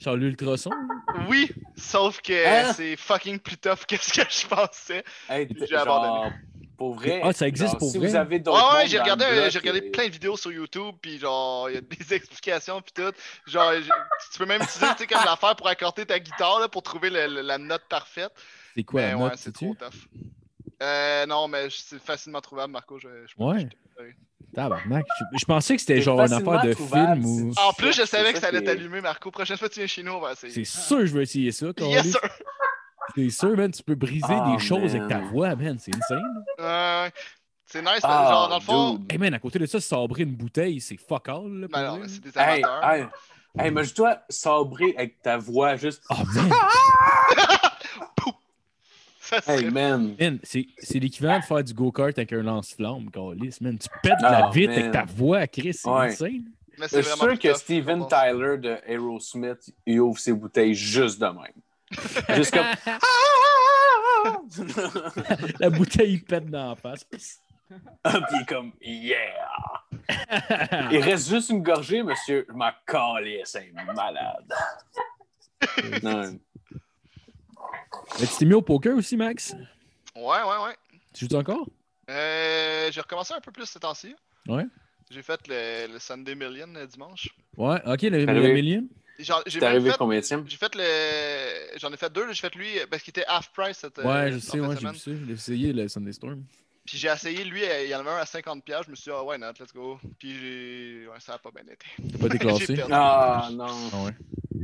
Genre l'ultrason. Oui, sauf que Hein? c'est fucking plus tough que ce que je pensais. Hey, t- J'ai genre, abandonné. pour vrai. Ah, ça existe genre, pour si vrai? vous avez d'autres. Ah ouais, mondes j'ai dans le regardé, bloc, j'ai regardé euh, plein de vidéos sur YouTube, puis genre, il y a des explications, puis tout. Genre, j'ai- tu peux même utiliser, tu sais, comme l'affaire pour accorder ta guitare, là, pour trouver le- le- la note parfaite. C'est quoi, mais la Ben ouais, note, c'est sais-tu? trop tough. Euh, non, mais je- c'est facilement trouvable, Marco. Je, je- Ouais. Tabarnak. Je, je pensais que c'était C'est genre une facilement affaire de trouvable, film ou. Ah, c'est- En plus, je C'est savais ça que ça allait qui est- t'allumer, Marco. Prochaine fois que tu viens chez nous, on va C'est essayer. sûr que je vais essayer ça, Yes, câlisse. sir! C'est sûr, man, tu peux briser Ah, des choses man. avec ta voix, man. C'est insane. Euh, c'est nice, Ah, genre, dans le fond. dude. Hey, man, à côté de ça, sabrer une bouteille, c'est fuck all, là. pour Ben non, vrai. mais c'est des Hey, amateurs. hey, hey, mais je dois sabrer avec ta voix juste. Oh, man. Ça serait Hey man. Man, c'est c'est l'équivalent de faire du go-kart avec un lance-flamme, câlisse, man. Tu pètes de la Ah, vite man. avec ta voix, Chris. C'est Ouais. insane. Je Mais c'est suis vraiment sûr plus que tough, Steven je pense. Tyler de Aerosmith, il ouvre ses bouteilles juste de même. juste comme. La bouteille pète dans la face. Ah, Puis il est comme, yeah! Il reste juste une gorgée, monsieur. Je m'en calais, c'est malade. non. Mais tu t'es mis au poker aussi, Max? Ouais, ouais, ouais. Tu joues encore? Euh, j'ai recommencé un peu plus ces temps-ci. Ouais. J'ai fait le, le Sunday Million le dimanche. Ouais, ok, le, Arrivé. le million. J'en- J'ai T'es même arrivé fait- combien de J'ai fait le. J'en ai fait deux, là, j'ai fait lui parce qu'il était half price cette. euh, Ouais, je en sais, fin de ouais, j'ai semaine. vu ça. J'ai essayé le Sunday Storm. Puis j'ai essayé, lui, euh, il y en avait un à 50$, piastres, je me suis dit, ah ouais, not, let's go. Puis j'ai. Ouais, ça a pas bien été. T'as pas été J'ai classé. perdu. Ah non. Ah ouais.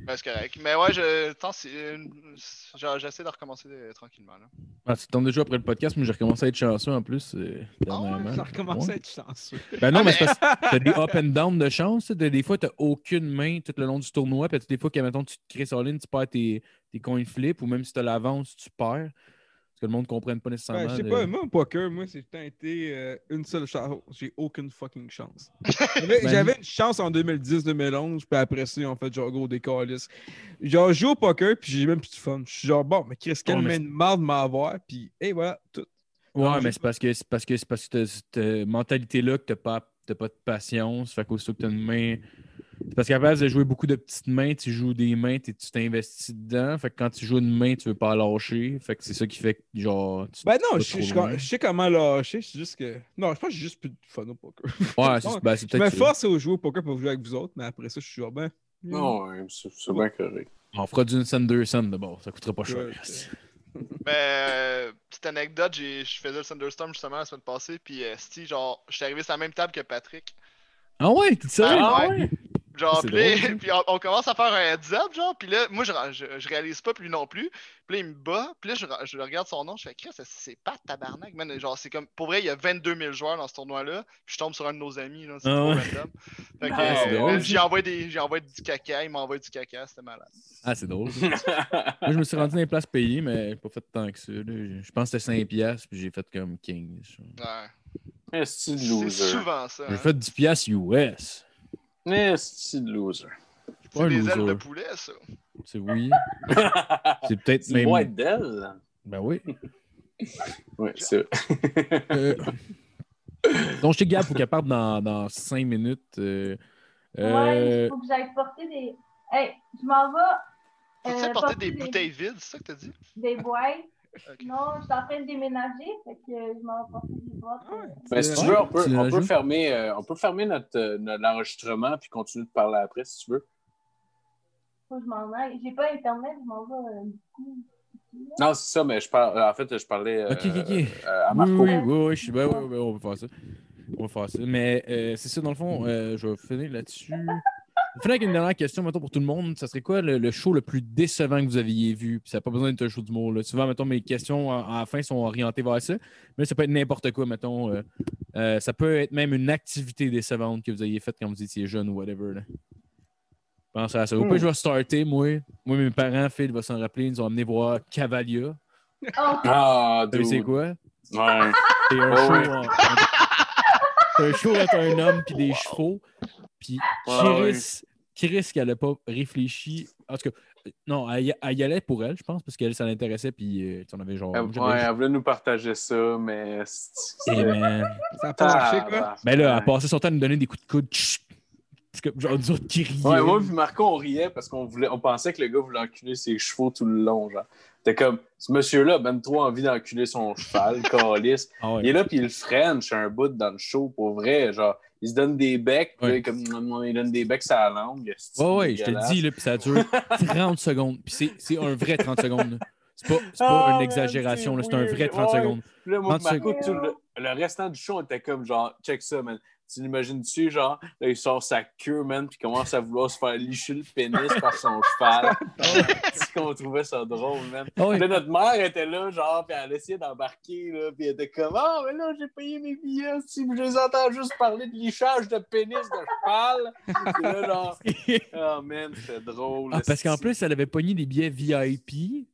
Mais c'est correct. Mais ouais, je... tant, c'est- j'ai- j'essaie de recommencer euh, tranquillement. Là. Ah, tu tombes déjà après le podcast, mais j'ai recommencé à être chanceux en plus. euh, dernièrement. Ça recommence Ouais. à être chanceux. Ben non, Ah, mais mais- c'est parce que t'as des up and down de chance. t'as Des, des fois, t'as aucune main tout le long du tournoi. Puis t'as des fois, que, mettons, tu te crées sur la ligne, tu perds tes, tes coins de flip. Ou même si t'as l'avance, tu perds. Parce que le monde ne comprenne pas nécessairement. Ben, je sais de- pas, moi, au poker, moi, c'est tout le temps été euh, une seule chance. J'ai aucune fucking chance. J'avais- Ben, J'avais une chance en 2010-2011, puis après ça, en fait, genre, gros décalisse. Genre, je joue au poker, puis j'ai même plus de fun. Je suis genre, bon, mais Chris, quelle Ouais, mais main de marde m'avoir, puis, et voilà, tout. Non, Ouais, j'ai mais c'est parce que c'est parce que c'est parce que t'as cette euh, mentalité-là que t'as pas, t'as pas de patience. Fait qu'aussitôt que t'as une main. C'est parce qu'à la place de jouer beaucoup de petites mains, tu joues des mains, t'es- tu t'investis dedans. Fait que quand tu joues une main, tu veux pas la lâcher. Fait que c'est ça qui fait que genre. tu- Ben non, Pas je, je- trop loin. je sais comment lâcher, c'est juste que. Non, je pense que j'ai juste plus de fun au poker. Ouais, c'est ben, c'est Je me peut-être. ça. force à jouer au poker pour jouer avec vous autres, mais après ça, je suis genre, ben. Non, ouais, c'est c'est bien correct. On fera d'une scène, deux scènes d'abord. Ça coûtera pas cher. Ouais, Mais euh, petite anecdote, j'ai- je faisais le Thunderstorm justement la semaine passée. Puis euh, Steve, genre, je suis arrivé sur la même table que Patrick. Ah ouais, t'es sérieux? Ah ouais? Genre, C'est puis, là, drôle, ça. puis on, on commence à faire un heads up, genre, puis là, moi, je, je, je réalise pas, puis lui non plus. Puis là, il me bat, puis là, je, je regarde son nom, je fais, Chris, c'est- c'est pas tabarnak, man. Genre, c'est comme, pour vrai, il y a 22 000 joueurs dans ce tournoi-là, puis je tombe sur un de nos amis, là, c'est Ah trop ouais. random. Fait que, Ah, c'est euh, drôle, j'y envoie, des- j'y envoie du caca, il m'envoie du caca, c'était malade. Ah, c'est drôle. ça. Moi, je me suis rendu dans les places payées, mais j'ai pas fait tant que ça. là. Je je pense que c'était 5$, puis j'ai fait comme 15$. je pense. Ouais. Esti de C'est loser. souvent ça. J'ai hein. fait 10$ US. Esti de loser. Je suis pas C'est un des ailes de loser. poulet, ça. C'est oui. c'est C'est peut-être une même. boîte d'ailes. Ben oui. Ouais, c'est Euh, Donc, je te Gab, faut qu'elle parte dans, dans 5 minutes. euh, Ouais, euh, il faut que j'aille porter des. Hey, je m'en vais. Tu euh, sais, porter des bouteilles vides, c'est ça que t'as dit? Des boîtes. Ok. Non, je suis en train de déménager, fait que euh, je m'en vais porter des boîtes. Ah euh, ouais. Mais Ben, si Ouais, tu veux, on peut, tu on peut rajoutes. fermer, euh, on peut fermer notre, euh, notre- l'enregistrement puis continuer de parler après si tu veux. Faut que je m'en aille. J'ai pas internet, je m'en vais. euh, Non, c'est ça, mais je parle, en fait, je parlais euh, Ok, ok, ok. euh, à Oui, Marco. oui, oui, oui, je suis. ben oui, oui, on peut faire ça. On va faire ça. Mais euh, c'est ça, dans le fond, euh, je vais finir là-dessus. Je vais finir avec une dernière question, mettons, pour tout le monde. Ça serait quoi le, le show le plus décevant que vous aviez vu? Puis ça n'a pas besoin d'être un show d'humour. Là. Souvent, mettons, mes questions à, à la fin sont orientées vers ça. Mais ça peut être n'importe quoi, mettons. euh, euh, ça peut être même une activité décevante que vous ayez faite quand vous étiez jeune ou whatever. là. Pensez à ça. Au pire, je vais starter, moi. Moi, mes parents, Phil va s'en rappeler, ils nous ont amené voir Cavalia. Oh, Ah, Vous dude. savez c'est quoi? Ah, Ouais. C'est un Oh show. oui. en- C'est un show entre un homme et des chevaux. Puis Ah oui. Chris, Chris qu'elle n'a pas réfléchi. En tout cas, euh, non, elle, y- elle y allait pour elle, je pense, parce qu'elle, ça l'intéressait. Puis euh, tu sais, on avait genre. Elle, moi, j'avais- ouais, elle voulait nous partager ça, mais. c'est- Eh, man. Ça a pas marché, quoi. Ben là, elle passait son temps à nous donner des coups de coude. Chut! Parce que, genre, nous autres qui riaient. Ouais, moi puis Marco, on riait parce qu'on voulait, on pensait que le gars voulait enculer ses chevaux tout le long, genre. T'es comme, ce monsieur-là a même trop envie d'enculer son cheval, calice. Ah ouais. Il est là, puis il French un bout dans le show, pour vrai. Genre, il se donne des becs, puis Ouais. là, il, comme, non, non, il donne des becs à la langue. c'est Ouais, ouais, je te le dis, là, puis ça dure 30 secondes. Puis c'est- c'est un vrai 30 secondes. là. C'est pas, c'est pas Ah, une man, exagération, là, c'est c'est un vrai weird. 30 Ouais. secondes. Puis là, moi, puis 30 Marco, tout le, le restant du show, on était comme, genre, check ça, man. Tu l'imagines-tu, genre, là, il sort sa queue, man, puis commence à vouloir se faire licher le pénis par son cheval. C'est qu'on trouvait ça drôle, man. Ah ouais. Puis là, notre mère était là, genre, puis elle essayait d'embarquer, là, puis elle était comme, ah, mais là, j'ai payé mes billets, si je les entends juste parler de lichage de pénis de cheval. Puis là, genre, oh man, c'était drôle. Ah, parce qu'en esti. plus, elle avait pogné des billets VIP.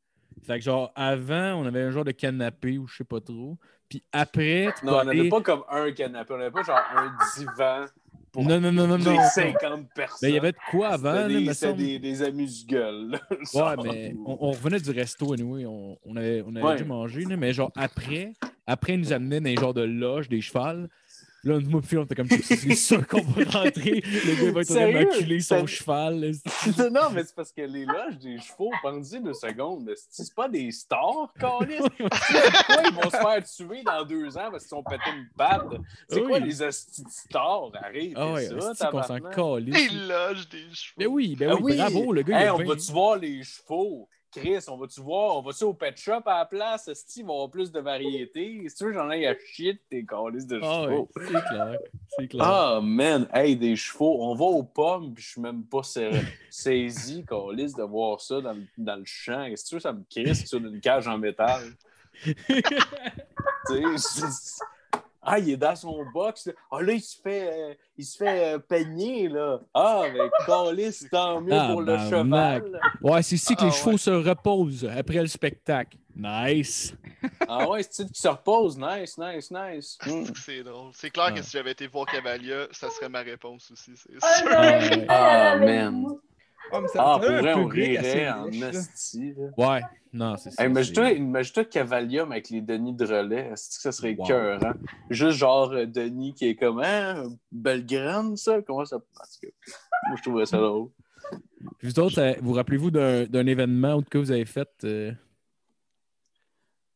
Fait que genre, avant, on avait un genre de canapé ou je sais pas trop. Puis après, tu peux Non, on n'avait aller- pas comme un canapé, on n'avait pas genre un divan pour Non, non, non, non, non. des 50 personnes. Ben, il y avait de quoi C'était avant, là, des- me C'était semble. des, des amuse-gueules. là, Ouais, genre. mais on, on revenait du resto, anyway. On, on avait, on avait Ouais. dû manger, là, mais genre après, après, ils nous amenaient dans les genres de loge des chevals. Là, nous, moi, puis on était comme, c'est sûr qu'on va rentrer. Le gars va être en train Sérieux? d'enculer son Ça- cheval. là. non, mais c'est parce que les loges des chevaux, pensez deux secondes, esti, c'est pas des stars, câlisse. Pourquoi ils vont se faire tuer dans deux ans parce qu'ils sont pété une patte? C'est quoi Oui. les hosties de stars? Arrête, Ah ouais, ça, c'est qu'on s'en tabarnak. Ah calisse. Il loge des chevaux. Ben oui, ben oui, bravo, le gars. il Hey, a on vingt- va-tu voir les chevaux? Chris, on va-tu voir, on va-tu au pet shop à la place? Est-ce qu'ils vont avoir plus de variétés? Si tu veux, j'en ai à shit, tes calices de Ah oui, chevaux. c'est clair. C'est clair. Ah, man, hey, des chevaux. On va aux pommes, puis je suis même pas sa- saisi, calice, de voir ça dans, le- dans le champ. Est-ce que tu veux, ça me crisse sur une cage en métal? tu sais, c'est- ah, il est dans son box. là. Ah, là, il se fait, euh, il se fait euh, peigner, là. Ah, mais calice, tant mieux pour le Tabarnak. cheval. Ouais, c'est ici que Ah, les chevaux ouais. se reposent après le spectacle. Nice. Ah ouais, c'est-tu qui se repose? Nice, nice, nice. Hmm. C'est drôle. C'est clair Ah. que si j'avais été voir Cavalia, ça serait ma réponse aussi, c'est Ah, sûr. j'aurais aimé ça, Ah, j'aurais aimé. man. Ah, mais ça, Ah, ça pour a un vrai, on public assez rirait en niche, là. esti, là. Ouais, non, c'est ça. Hey, imagine-toi, c'est- imagine-toi Cavalium avec les Denis de relais. Est-ce que ça serait Wow. cœur, hein? Juste genre euh, Denis qui est comme, hein, belle grande, ça? Comment ça. En tout cas, moi, je trouverais ça drôle. Puis Vous autres, ça- vous rappelez-vous d'un d'un événement ou de que vous avez fait euh,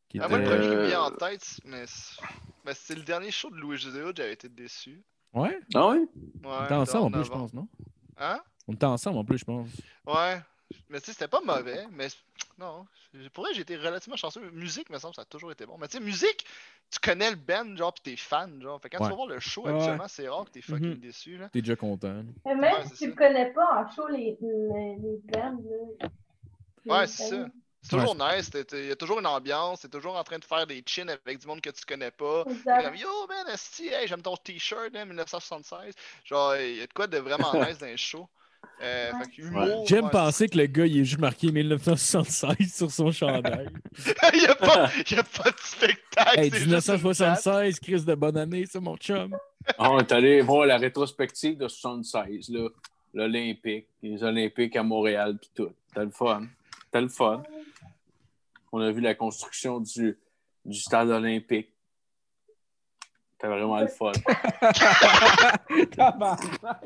qui Ah, moi, le était- premier qui me Euh, vient en tête, mais c'est mais c'est le dernier show de Louis José Hood, j'avais été déçu. Ouais, Ah oui? Ouais, on était ensemble en dans- plus, je pense, non? Hein? On était ensemble en plus, je pense. Ouais. Mais tu sais, c'était pas mauvais, mais non. Pour vrai, j'ai été relativement chanceux. Musique, me semble, ça a toujours été bon. Mais tu sais, musique, tu connais le band, genre, pis t'es fan, genre. Fait que quand Ouais. tu vas voir le show, Ouais. habituellement, c'est rare que t'es fucking Mhm. déçu, là. T'es déjà content. Mais Même Ouais, si c'est tu ne ça. connais pas en show les, les, les verbes, là. Ouais, c'est ça. C'est toujours nice, il y a toujours une ambiance, t'es toujours en train de faire des chins avec du monde que tu connais pas. T'es Exact. comme, Yo, man, esti, hey, j'aime ton t-shirt, hein, 1976. Genre, il y a de quoi de vraiment nice dans les shows. Euh, Ouais. Fait que humour. J'aime ouais, penser que le gars, il est juste marqué 1976 sur son chandail. il n'y a, pas- il y a pas de spectacle. hey, c'est juste une date. 1976, crise de bonne année, ça, mon chum. Ah, on est allé voir la rétrospective de 76, là. L'Olympique, les Olympiques à Montréal, puis tout. C'était le fun. C'était le fun. On a vu la construction du, du stade olympique. C'était vraiment le fun. Tabarnak.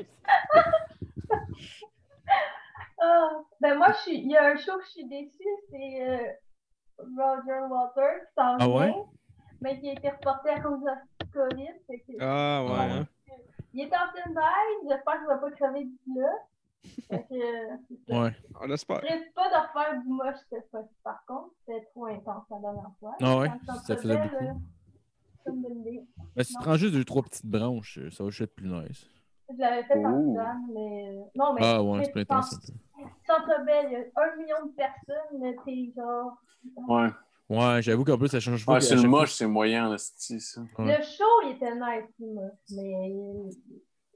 Ah, ben moi, je suis- il y a un show que je suis déçue, c'est euh, Roger Waters qui s'en Ah ouais? vient, mais qui a été reporté à cause de COVID. fait que- Ah, ouais. Ah, ouais. hein. Il est en pleine baille, j'espère qu'il va pas crever d'ici là. Fait que, euh, Ouais. On l'espère. je risque pas de refaire du moche cette fois-ci, par contre. C'était trop intense la dernière fois. Ah ouais? Quand Ça faisait sortait, beaucoup. là, ça me donnait- Mais si tu prends juste deux, trois petites branches, euh, ça va juste être plus nice. Je l'avais fait en Ouh. Suzanne, mais. euh, Non, mais. Ah, ouais, c'est plus tu intense. penses- un peu. Centre Bell, il y a un million de personnes, mais t'es genre. Ouais. Ouais, j'avoue qu'en plus, ça change Ah, à c'est le chaque moche, c'est moyen, le style, ça. Ouais. Le show, il était nice, le moche, mais.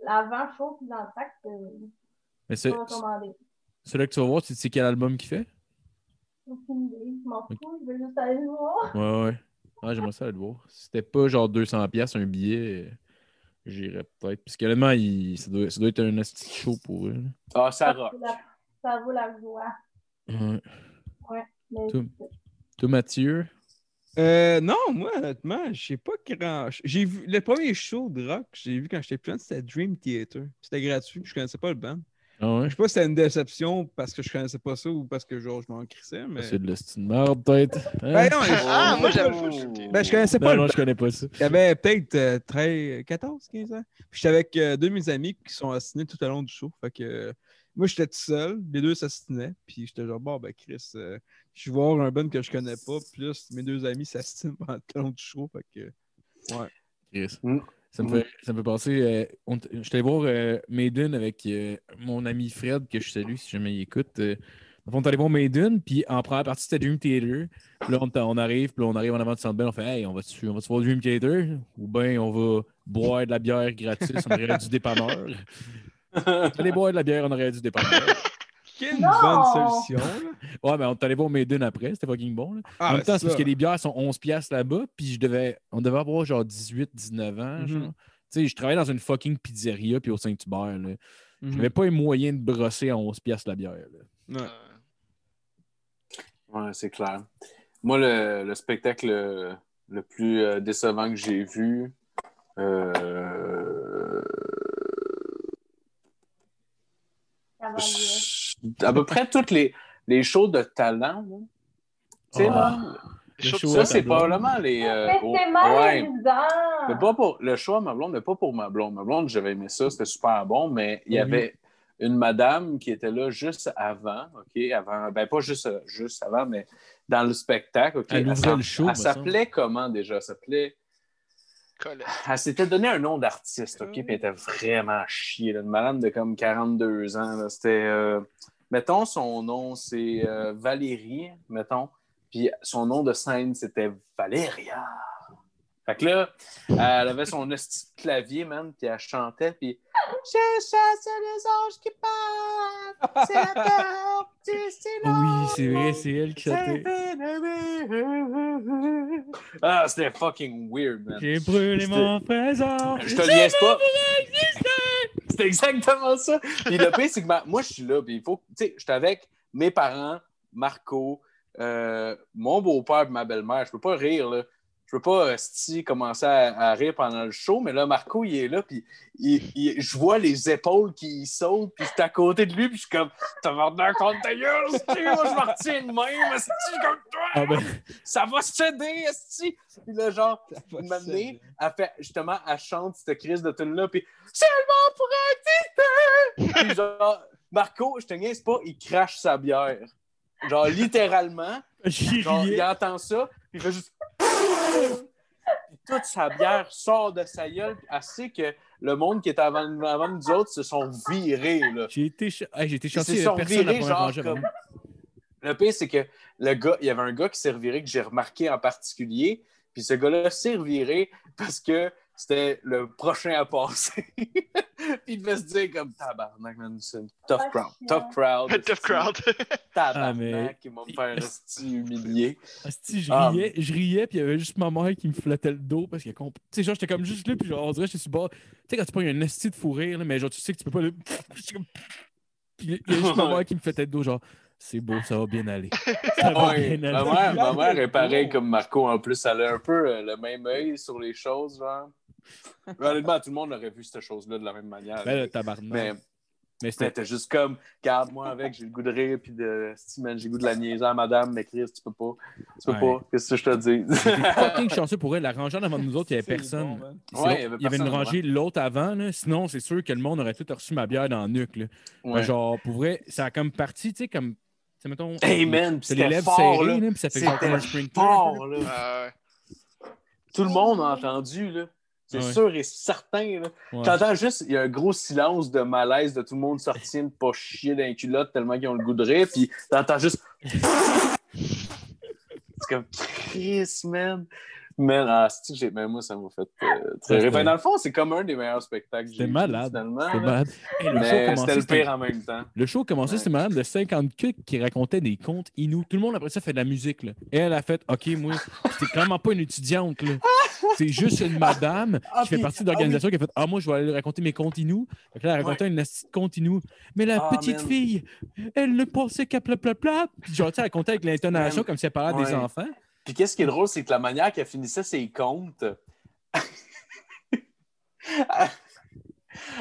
L'avant-show, puis euh, dans le sac, c'est Mais c'est- pas recommandé. celui-là que tu vas voir, tu sais quel album qu'il fait? Aucune idée, je m'en fous, je veux juste aller le voir. Ouais, ouais. Ouais, j'aimerais ça aller le voir. Si c'était pas genre 200 pièces un billet, euh, j'irais peut-être. Parce qu'honnêtement, il... ça, doit... ça doit être un asti chaud pour eux. là. Ah, ça rock. Ça vaut la joie. Ouais. Mais Tout. Toi, Mathieu? Euh, non, moi, honnêtement, je sais pas grand. J'ai vu le premier show de rock que j'ai vu quand j'étais plus jeune, c'était Dream Theater. C'était gratuit, puis je connaissais pas le band. Ah ouais? Je sais pas si c'était une déception parce que je connaissais pas ça ou parce que genre je m'en crissais, mais. C'est de l'asti de merde, peut-être. Hein? Ben, non, je... Ah, moi, j'aime Oh. le full shooting. ben, je connaissais pas non, le non, je connais pas ça. J'avais peut-être euh, 13, 14, 15 ans. Puis J'étais avec euh, deux de mes amis qui sont assassinés tout au long du show. Fait que euh, moi, j'étais tout seul. Les deux s'assinaient. Puis j'étais genre, bon, ben, Chris, euh, je vais voir un band que je connais pas. Plus mes deux amis s'assassinent pendant tout le long du show. Fait que. Chris. Mm. Ça me, fait, ça me fait penser. euh, on t- je suis allé voir euh, Maiden avec euh, mon ami Fred, que je salue si jamais il écoute. Euh, dans le fond, on est allé voir Maiden, puis en première partie, c'était Dream Theater. Puis là, on, t- on arrive, puis là, on arrive en avant du centre Bell, on fait Hey, on va-tu on va voir Dream Theater Ou bien on va boire de la bière gratuite, on aurait du dépanneur. Allez boire de la bière, on aurait du dépanneur. Quelle Non! bonne solution, là. Ouais, mais on est allé voir Maiden après, c'était fucking bon. là. Ah, en ben, même temps, Ah, c'est parce que les bières sont 11$ piastres là-bas, puis je devais, on devait avoir genre 18, 19 ans. genre. Mhm. Tu sais, je travaillais dans une fucking pizzeria puis au Saint-Hubert. là. Mhm. J'avais pas les moyens de brosser à 11$ piastres la bière. là. Ouais. Euh, Ouais, c'est clair. Moi, le, le spectacle euh, le plus euh, décevant que j'ai vu, euh, ça va mieux. à peu près toutes les, les shows de talent, là. Tu sais, Oh. Ah. là, les shows de show ça, à c'est ta blonde. probablement les. euh, Ah, Mais oh, c'est ouais. malaisant! Mais pas pour le choix à ma blonde, mais pas pour ma blonde. Ma blonde, j'avais aimé ça, c'était super bon, mais il y Oui. avait une madame qui était là juste avant, OK? Avant, ben pas juste, euh, juste avant, mais dans le spectacle, OK? Elle ouvrait s'app- le show, me Elle s'appelait comment déjà? Elle s'appelait. Colette. Elle s'était donné un nom d'artiste, OK? Puis elle était vraiment chiée, là. Une madame de comme 42 ans, là. C'était. euh, Mettons, son nom, c'est euh, Valérie, mettons. Puis son nom de scène, c'était Valéria. Fait que là, elle avait son esti de clavier, man, puis elle chantait, puis Je chasse les anges qui parlent, c'est la peur du Oui, silence. c'est vrai, c'est elle qui chantait. Ah, c'était fucking weird, man. J'ai brûlé mon trésor. Je te le niaise pas. C'est exactement ça. Puis le pire, c'est que ma- moi, je suis là. Puis il faut. Tu sais, je suis avec mes parents, Marco, euh, mon beau-père et ma belle-mère. Je peux pas rire, là. Je peux pas euh, sti, commencer à, à rire pendant le show, mais là, Marco, il est là, puis il- il- je vois les épaules qui sautent, puis c'est à côté de lui, puis je suis comme « T'as vendu un compte ta gueule, sti, moi, je me retiens de même, sti, comme toi! Ah ben, Ça va céder, esti! Puis là, genre, une m'amener, elle fait, justement, elle chante cette crise de tune là puis seulement pour un titre! Puis genre, Marco, je te niaise pas, il crache sa bière. Genre, littéralement, j'y genre, il riais. entend ça, puis il fait juste. Puis toute sa bière sort de sa gueule, puis elle sait que le monde qui est avant, avant nous autres se sont virés, là. J'ai été, ch- hey, j'ai été Ils se chanceux, sont personne n'a virés, pas genre, mangé avant comme- moi. Le pire, c'est que le gars, il y avait un gars qui s'est reviré que j'ai remarqué en particulier. Puis ce gars-là s'est reviré parce que c'était le prochain à passer. puis il devait se dire comme tabarnak, man, c'est une tough Ah, crowd. chiant. Tough crowd. Tough esti, crowd. Tabarnak, Ah, mais- ils vont me faire rester humilié. Asti, je Ah. riais, je riais, puis il y avait juste ma mère qui me flottait le dos parce que, tu sais, genre, j'étais comme juste là, puis genre, on dirait, que j'étais sur le bord. Tu sais, quand tu prends un asti de fou rire, là, mais genre, tu sais que tu peux pas le. J'étais comme- Puis il y a juste ma mère qui me flottait le dos, genre, c'est beau, ça va bien aller. Ça va Ouais, bien ma, aller. Oh. mère, ma mère est pareille comme Marco en plus. Elle a un peu euh, le même œil sur les choses, genre. Honnêtement, tout le monde aurait vu cette chose-là de la même manière. Ben là, tabarnak. mais... Mais, c'était. C'était juste comme, garde-moi avec, j'ai le goût de rire, puis de, si, man, j'ai le goût de la niaiser à madame, mais Chris, tu peux pas. Tu peux Ouais. pas. Qu'est-ce que je te dis? J'étais fucking chanceux pour elle. La rangée devant nous autres, il y avait personne. C'est l'autre- Ouais, il y avait il y avait une personne, rangée, l'autre avant. là. Sinon, c'est sûr que le monde aurait tout reçu ma bière dans le nuque. là. Ouais. Genre, pour vrai, ça a comme parti, tu sais, comme. tu sais, mettons. Hey, man, puis C'est les c'était lèvres fort, serrées, là. là, puis ça fait genre comme un C'était sprint. fort, là. Ah ouais. Tout le monde a entendu, là. C'est Ouais. sûr et certain, là. T'entends juste, il y a un gros silence de malaise de tout le monde sortir de pas chier d'un culotte tellement qu'ils ont le goût de rire, puis t'entends juste. c'est comme Chris, man. Man, ah, c'est-tu que j'ai- ben, moi, ça m'a fait euh, très rire. C'était- Ben, dans le fond, c'est comme un des meilleurs spectacles que j'ai C'était vu, malade. finalement, C'était là. malade. Hey, le, show Mais c'était commençait, le c'était- pire hein. en même temps. le show commençait, c'était madame de 50 cucs qui racontait des contes inouïs. Tout le monde après ça fait de la musique. Là. Elle a fait OK, moi, c'était clairement pas une étudiante. Là. C'est juste une madame Ah, qui fait puis- partie de l'organisation qui a fait Ah, moi, je vais aller lui raconter mes contes inouïs. Fait que là, elle racontait une astuce de contes inouïs. Mais la Ah, petite man. fille, elle ne pensait qu'à plat plat plat. Puis genre, tu sais, elle racontait avec l'intonation Man. comme si elle parlait des Ouais. enfants. Puis qu'est-ce qui est drôle, c'est que la manière qu'elle finissait ses comptes.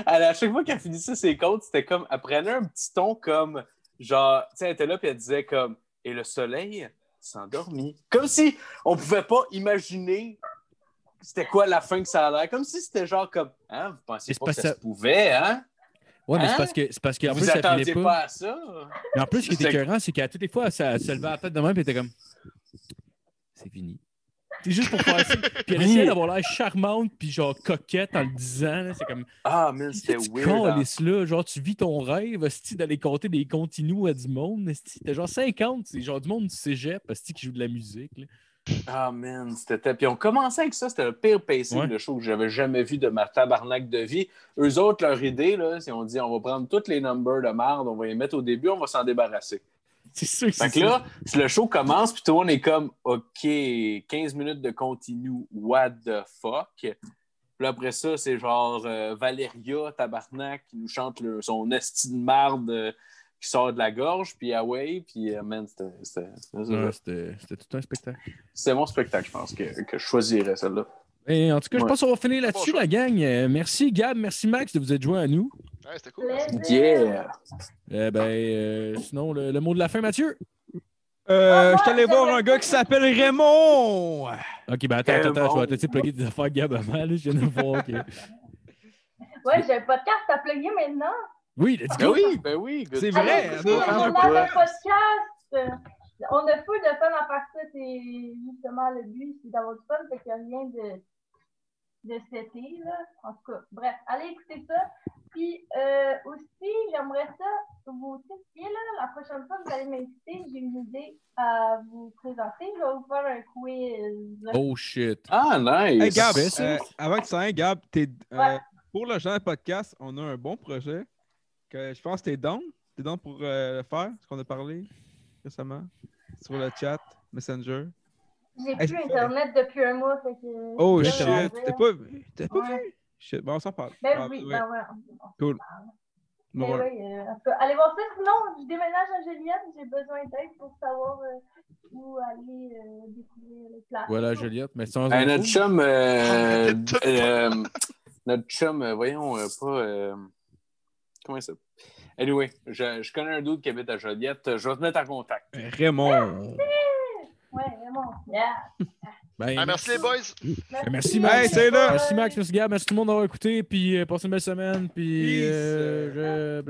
Elle, à chaque fois qu'elle finissait ses comptes, c'était comme. Elle prenait un petit ton comme. Genre, tu sais, elle était là, puis elle disait comme. Et le soleil s'endormit. Comme si on pouvait pas imaginer c'était quoi la fin que ça a l'air. Comme si c'était genre comme. Hein, vous pensiez C'est pas pas que ça, ça. se pouvait, hein? Ouais, mais Hein? c'est parce que c'est parce qu'en vous plus, elle attendiez filait pas. pas. à ça? Mais en plus, ce qui était C'est- écœurant, c'est qu'à toutes les fois, ça elle se levait à la tête de même et était comme C'est fini. C'est juste pour faire ça. Puis elle Oui. essayait d'avoir l'air charmante puis genre coquette en le disant. là. C'est comme Ah, mais c'était tu weird. hein. calisses là, genre tu vis ton rêve, esti, d'aller compter des continus à du monde. esti. T'as genre 50, c'est genre du monde du cégep, esti, qui joue de la musique. là. Ah, man, c'était. Puis on commençait avec ça, c'était le pire pacing Ouais. de show que j'avais jamais vu de ma tabarnak de vie. Eux autres, leur idée, là, c'est on dit on va prendre toutes les numbers de merde, on va les mettre au début, on va s'en débarrasser. C'est sûr que Fait c'est que ça. là, le show commence, puis tout le monde est comme OK, 15 minutes de continu, what the fuck. Puis là, après ça, c'est genre euh, Valéria Tabarnak qui nous chante le- son esti de marde euh, qui sort de la gorge, puis Away, puis euh, man, c'était- c'était. c'était- Ouais, C'était c'était tout un spectacle. C'est mon spectacle, je pense, que, que je choisirais celle-là. Et en tout cas, je Ouais. pense qu'on va finir là-dessus, Bonjour. la gang. Euh, merci Gab, merci Max de vous être joints à nous. Ouais, c'était cool. Plaisir. Yeah! Euh, ben, euh, sinon, le- le mot de la fin, Mathieu. Ah, Euh, je suis allé voir un gars qui s'appelle Raymond. Ok, ben attends, attends, Raymond. attends, je vais te laisser plugger des affaires Gab avant, là, je viens de voir. que- Ouais, j'ai un podcast à plugger maintenant. Oui, let's Ben go! oui, ben oui. good C'est job. vrai, Allez, hein, écoutez, non, on je a pourrais. le podcast! On a peu de fun à faire ça, c'est justement le but, c'est d'avoir du fun, fait qu'il n'y a rien de, de fêté, là. En tout cas, bref, allez écouter ça. Puis euh, aussi, j'aimerais ça vous tester, là. La prochaine fois que vous allez m'inviter, j'ai une idée à vous présenter. Je vais vous faire un quiz. Oh shit! Ah, nice. Hey, Gab, Parfait, ça. euh, avant que tu ailles, Gab, t'es, euh, Ouais. pour le genre de podcast, on a un bon projet que je pense que t'es down. T'es down pour euh, le faire, ce qu'on a parlé récemment sur le chat, Messenger. J'ai Hey, plus c'est- Internet depuis un mois, fait que... Oh je shit, sais pas quoi t'as dire. pas, vu? T'as pas Ouais. vu? Shit, bon, on s'en parle. Ben Ah, oui, ouais. ben ouais. on- on- Cool. Mais Bon, voilà. oui, euh, en tout cas, allez voir ça. Sinon, je déménage à Juliette. J'ai besoin d'aide pour savoir euh, où aller euh, découvrir les places. Voilà, Juliette, mais sans Hey, info. notre chum, euh, Arrêtez tout. euh, notre chum, euh, voyons, euh, pas. euh, comment ça? Anyway, je, je connais un doute qui habite à Joliette. Je vais te mettre en contact. Raymond. Ouais, vraiment. Yeah. Ben, Ah, merci les boys. Ben, Merci, Hey, Max. c'est euh, là. Merci, Max. Merci, Gab. Merci tout le monde d'avoir écouté. Puis, euh, passez une belle semaine. Puis, Peace. euh, je-